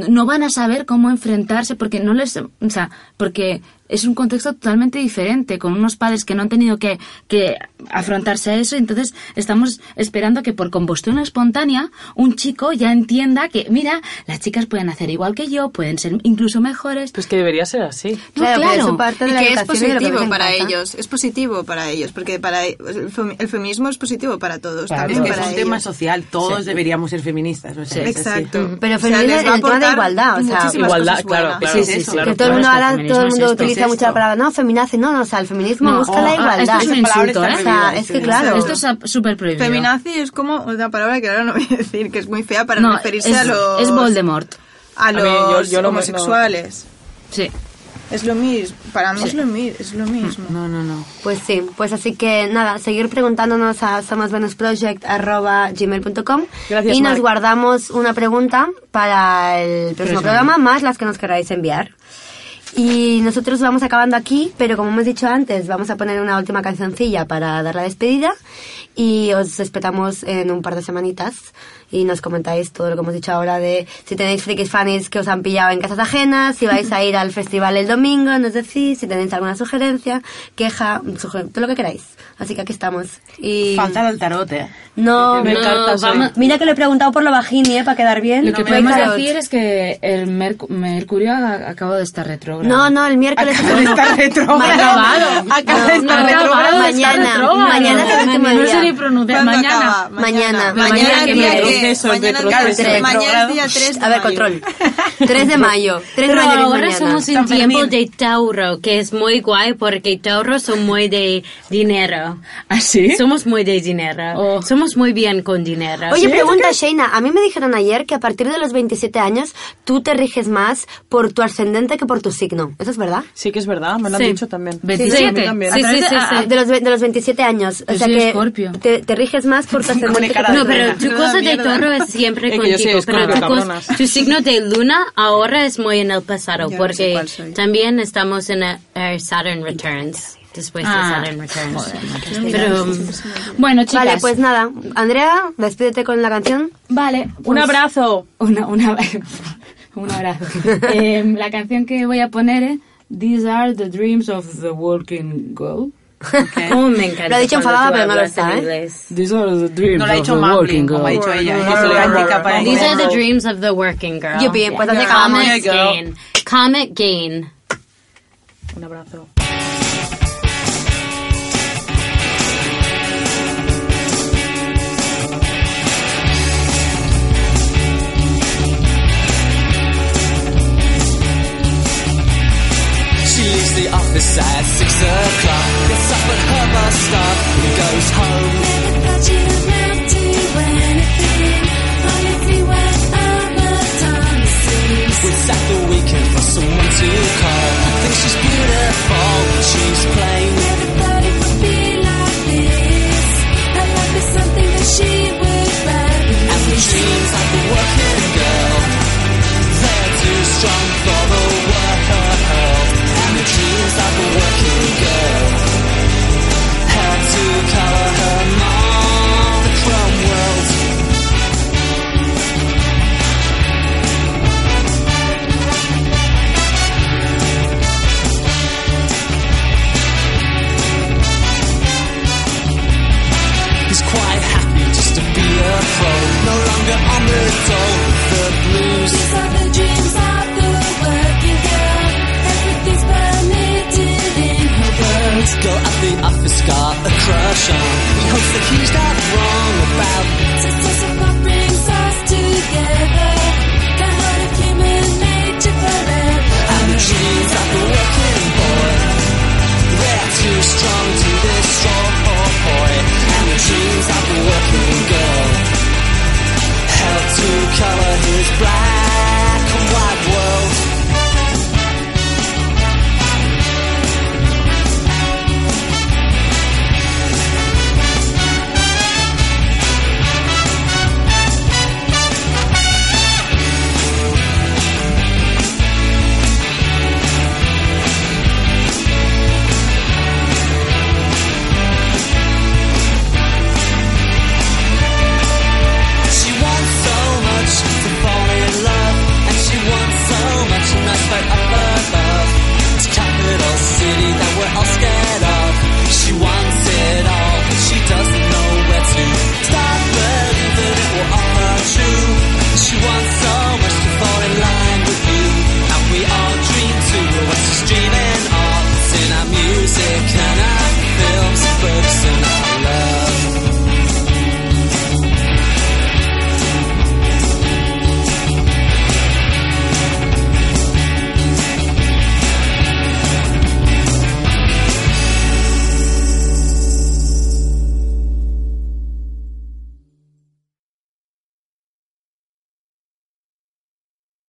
S7: no van a saber cómo enfrentarse, porque no les, o sea, porque es un contexto totalmente diferente, con unos padres que no han tenido que, que afrontarse a eso, y entonces estamos esperando que por combustión espontánea un chico ya entienda que, mira, las chicas pueden hacer igual que yo, pueden ser incluso mejores.
S3: Pues que debería ser así.
S7: No,
S1: Claro, pero
S7: claro.
S1: eso parte de
S7: Y
S1: la
S7: que
S2: que es
S1: educación y de lo que
S2: positivo
S1: les
S2: para
S1: encanta.
S2: ellos, es positivo para ellos, porque para el, fem- el feminismo es positivo para todos,
S7: Para
S6: Es
S2: también
S7: todos.
S6: que es
S2: para
S6: un
S2: ellos.
S6: tema social, todos deberíamos ser feministas. o sea,
S7: Sí.
S6: es así.
S2: Exacto.
S1: Pero
S2: O sea,
S1: feminismo
S2: les va
S1: en el tema de
S2: aportar
S1: igualdad, o sea,
S2: muchísimas
S3: Ah, Igualdad,
S2: cosas
S3: claro,
S2: buenas.
S3: claro.
S6: Sí, sí, sí.
S3: claro,
S1: que todo el mundo
S7: claro,
S1: ahora,
S7: es que el
S1: todo el
S7: feminismo
S1: mundo
S7: es esto,
S1: utiliza
S6: es
S1: mucho la
S6: esto.
S1: palabra, no, feminazi, no, no, o sea, el feminismo
S7: No,
S1: busca
S7: ah,
S1: la
S7: esto
S1: igualdad.
S7: es un
S1: O
S7: insulto,
S1: sea,
S7: ¿eh?
S1: es que claro.
S7: Esto es súper prohibido.
S2: Feminazi es como una palabra que ahora no voy a decir, que es muy fea para
S7: no,
S2: referirse
S7: es,
S2: a los,
S7: es Voldemort.
S2: A
S3: mí,
S2: los
S3: yo- yo lo-
S2: homosexuales.
S7: Sí.
S2: Es lo mismo, para mí es, lo mi- es lo mismo.
S6: No, no, no.
S1: Pues sí, pues así que nada, seguir preguntándonos a somosvenusproject.gmail.com
S3: Gracias,
S1: y nos
S3: Marc.
S1: guardamos una pregunta para el próximo programa, más las que nos queráis enviar. Y nosotros vamos acabando aquí, pero como hemos dicho antes, vamos a poner una última cancioncilla para dar la despedida y os esperamos en un par de semanitas y nos comentáis todo lo que hemos dicho ahora de si tenéis frikis fanis que os han pillado en casas ajenas, si vais a ir al festival el domingo, nos decís, si tenéis alguna sugerencia, queja, suger- todo lo que queráis. Así que aquí estamos. Y
S6: Falta el tarot, ¿eh?
S1: no,
S3: Me
S1: no,
S3: encanta, soy-
S1: vamos- mira que lo he preguntado por lo bajín, ¿eh? Para quedar bien.
S7: Lo que
S1: No,
S7: podemos
S1: claro.
S7: decir es que el merc- Mercurio ha- acaba de estar retrógrado.
S1: No, no, el miércoles.
S6: Acaba de estar retrógrado.
S7: Acabado.
S1: Acaba de estar retrógrado. Mañana. Mañana es el último
S7: No
S1: día.
S7: sé ni pronunciar.
S2: ¿Cuándo
S7: Mañana.
S2: acaba?
S1: Mañana.
S7: Mañana
S2: Mañana,
S7: que
S2: día
S7: me-
S2: que-
S3: Proceso,
S2: mañana
S3: retroceso.
S2: es día- mañana es día 3 de
S1: A ver,
S2: mayo.
S1: control. 3 de mayo. 3 de
S4: Pero
S1: mayo que es
S4: ahora
S1: mañana.
S4: somos en
S2: San Fermín.
S4: tiempo de Tauro, que es muy guay porque Tauro son muy de dinero.
S7: ¿Ah, sí?
S4: Somos muy de dinero.
S7: Oh.
S4: Somos muy bien con dinero.
S1: Oye, pregunta, Sheina. A mí me dijeron ayer que a partir de los 27 años tú te riges más por tu ascendente que por tu signo. ¿Eso es verdad?
S3: Sí, que es verdad, me lo han
S4: Sí.
S3: dicho también.
S7: 27.
S3: A mí también.
S4: Sí,
S1: A través
S4: sí,
S1: de,
S4: sí,
S1: a-
S4: sí.
S1: de los, ve- de los 27 años. O
S7: Yo
S1: sea
S7: soy
S1: que
S7: Escorpio.
S1: te, te riges más por tu ascendente que por tu
S4: No, pero
S1: signo.
S4: tu cosa de toro es siempre
S3: Es que yo soy
S4: contigo.
S3: Escorpio,
S4: Pero tu,
S3: cabronas.
S4: cos- tu signo de luna ahora es muy en el pasado
S2: Yo no sé
S4: porque
S2: cuál soy.
S4: también estamos en eh, Saturn Returns. después
S7: Ah,
S4: de Saturn Returns.
S7: joder.
S4: Pero
S7: Bueno, chicas.
S1: Vale, pues nada. Andrea, despídete con la canción.
S7: Vale, pues-
S3: Un abrazo.
S7: Una, una, un abrazo. Em, la canción que voy a poner es These Are the Dreams of the Walking Girl.
S4: oh, me encanta.
S1: Lo ha dicho
S4: cuando
S1: enfadada,
S4: tú
S1: pero no lo
S4: hablas en
S1: está, ¿eh?
S4: inglés.
S7: These are the dreams
S5: No lo ha dicho Maplin, como ha dicho ella. Es su táctica para
S4: These are
S5: engañar.
S4: the dreams of the working girl.
S1: Yupi, pues
S4: Yeah.
S1: así acabamos.
S4: Comet Gain. Comet Gain.
S3: Un abrazo.
S9: She leaves the office at six o'clock. Gets up at her bus stop and goes home. We sat the weekend for someone to call. Think she's beautiful, she's plain. And the dreams of the working girl, they're too strong for the worker. And the dreams of the working girl, her to color her mom, the chrome world. He's quite happy just to be a pro. No longer on the dole, with the blues. Girl at the office got a crush on. He hopes that he's not wrong about oh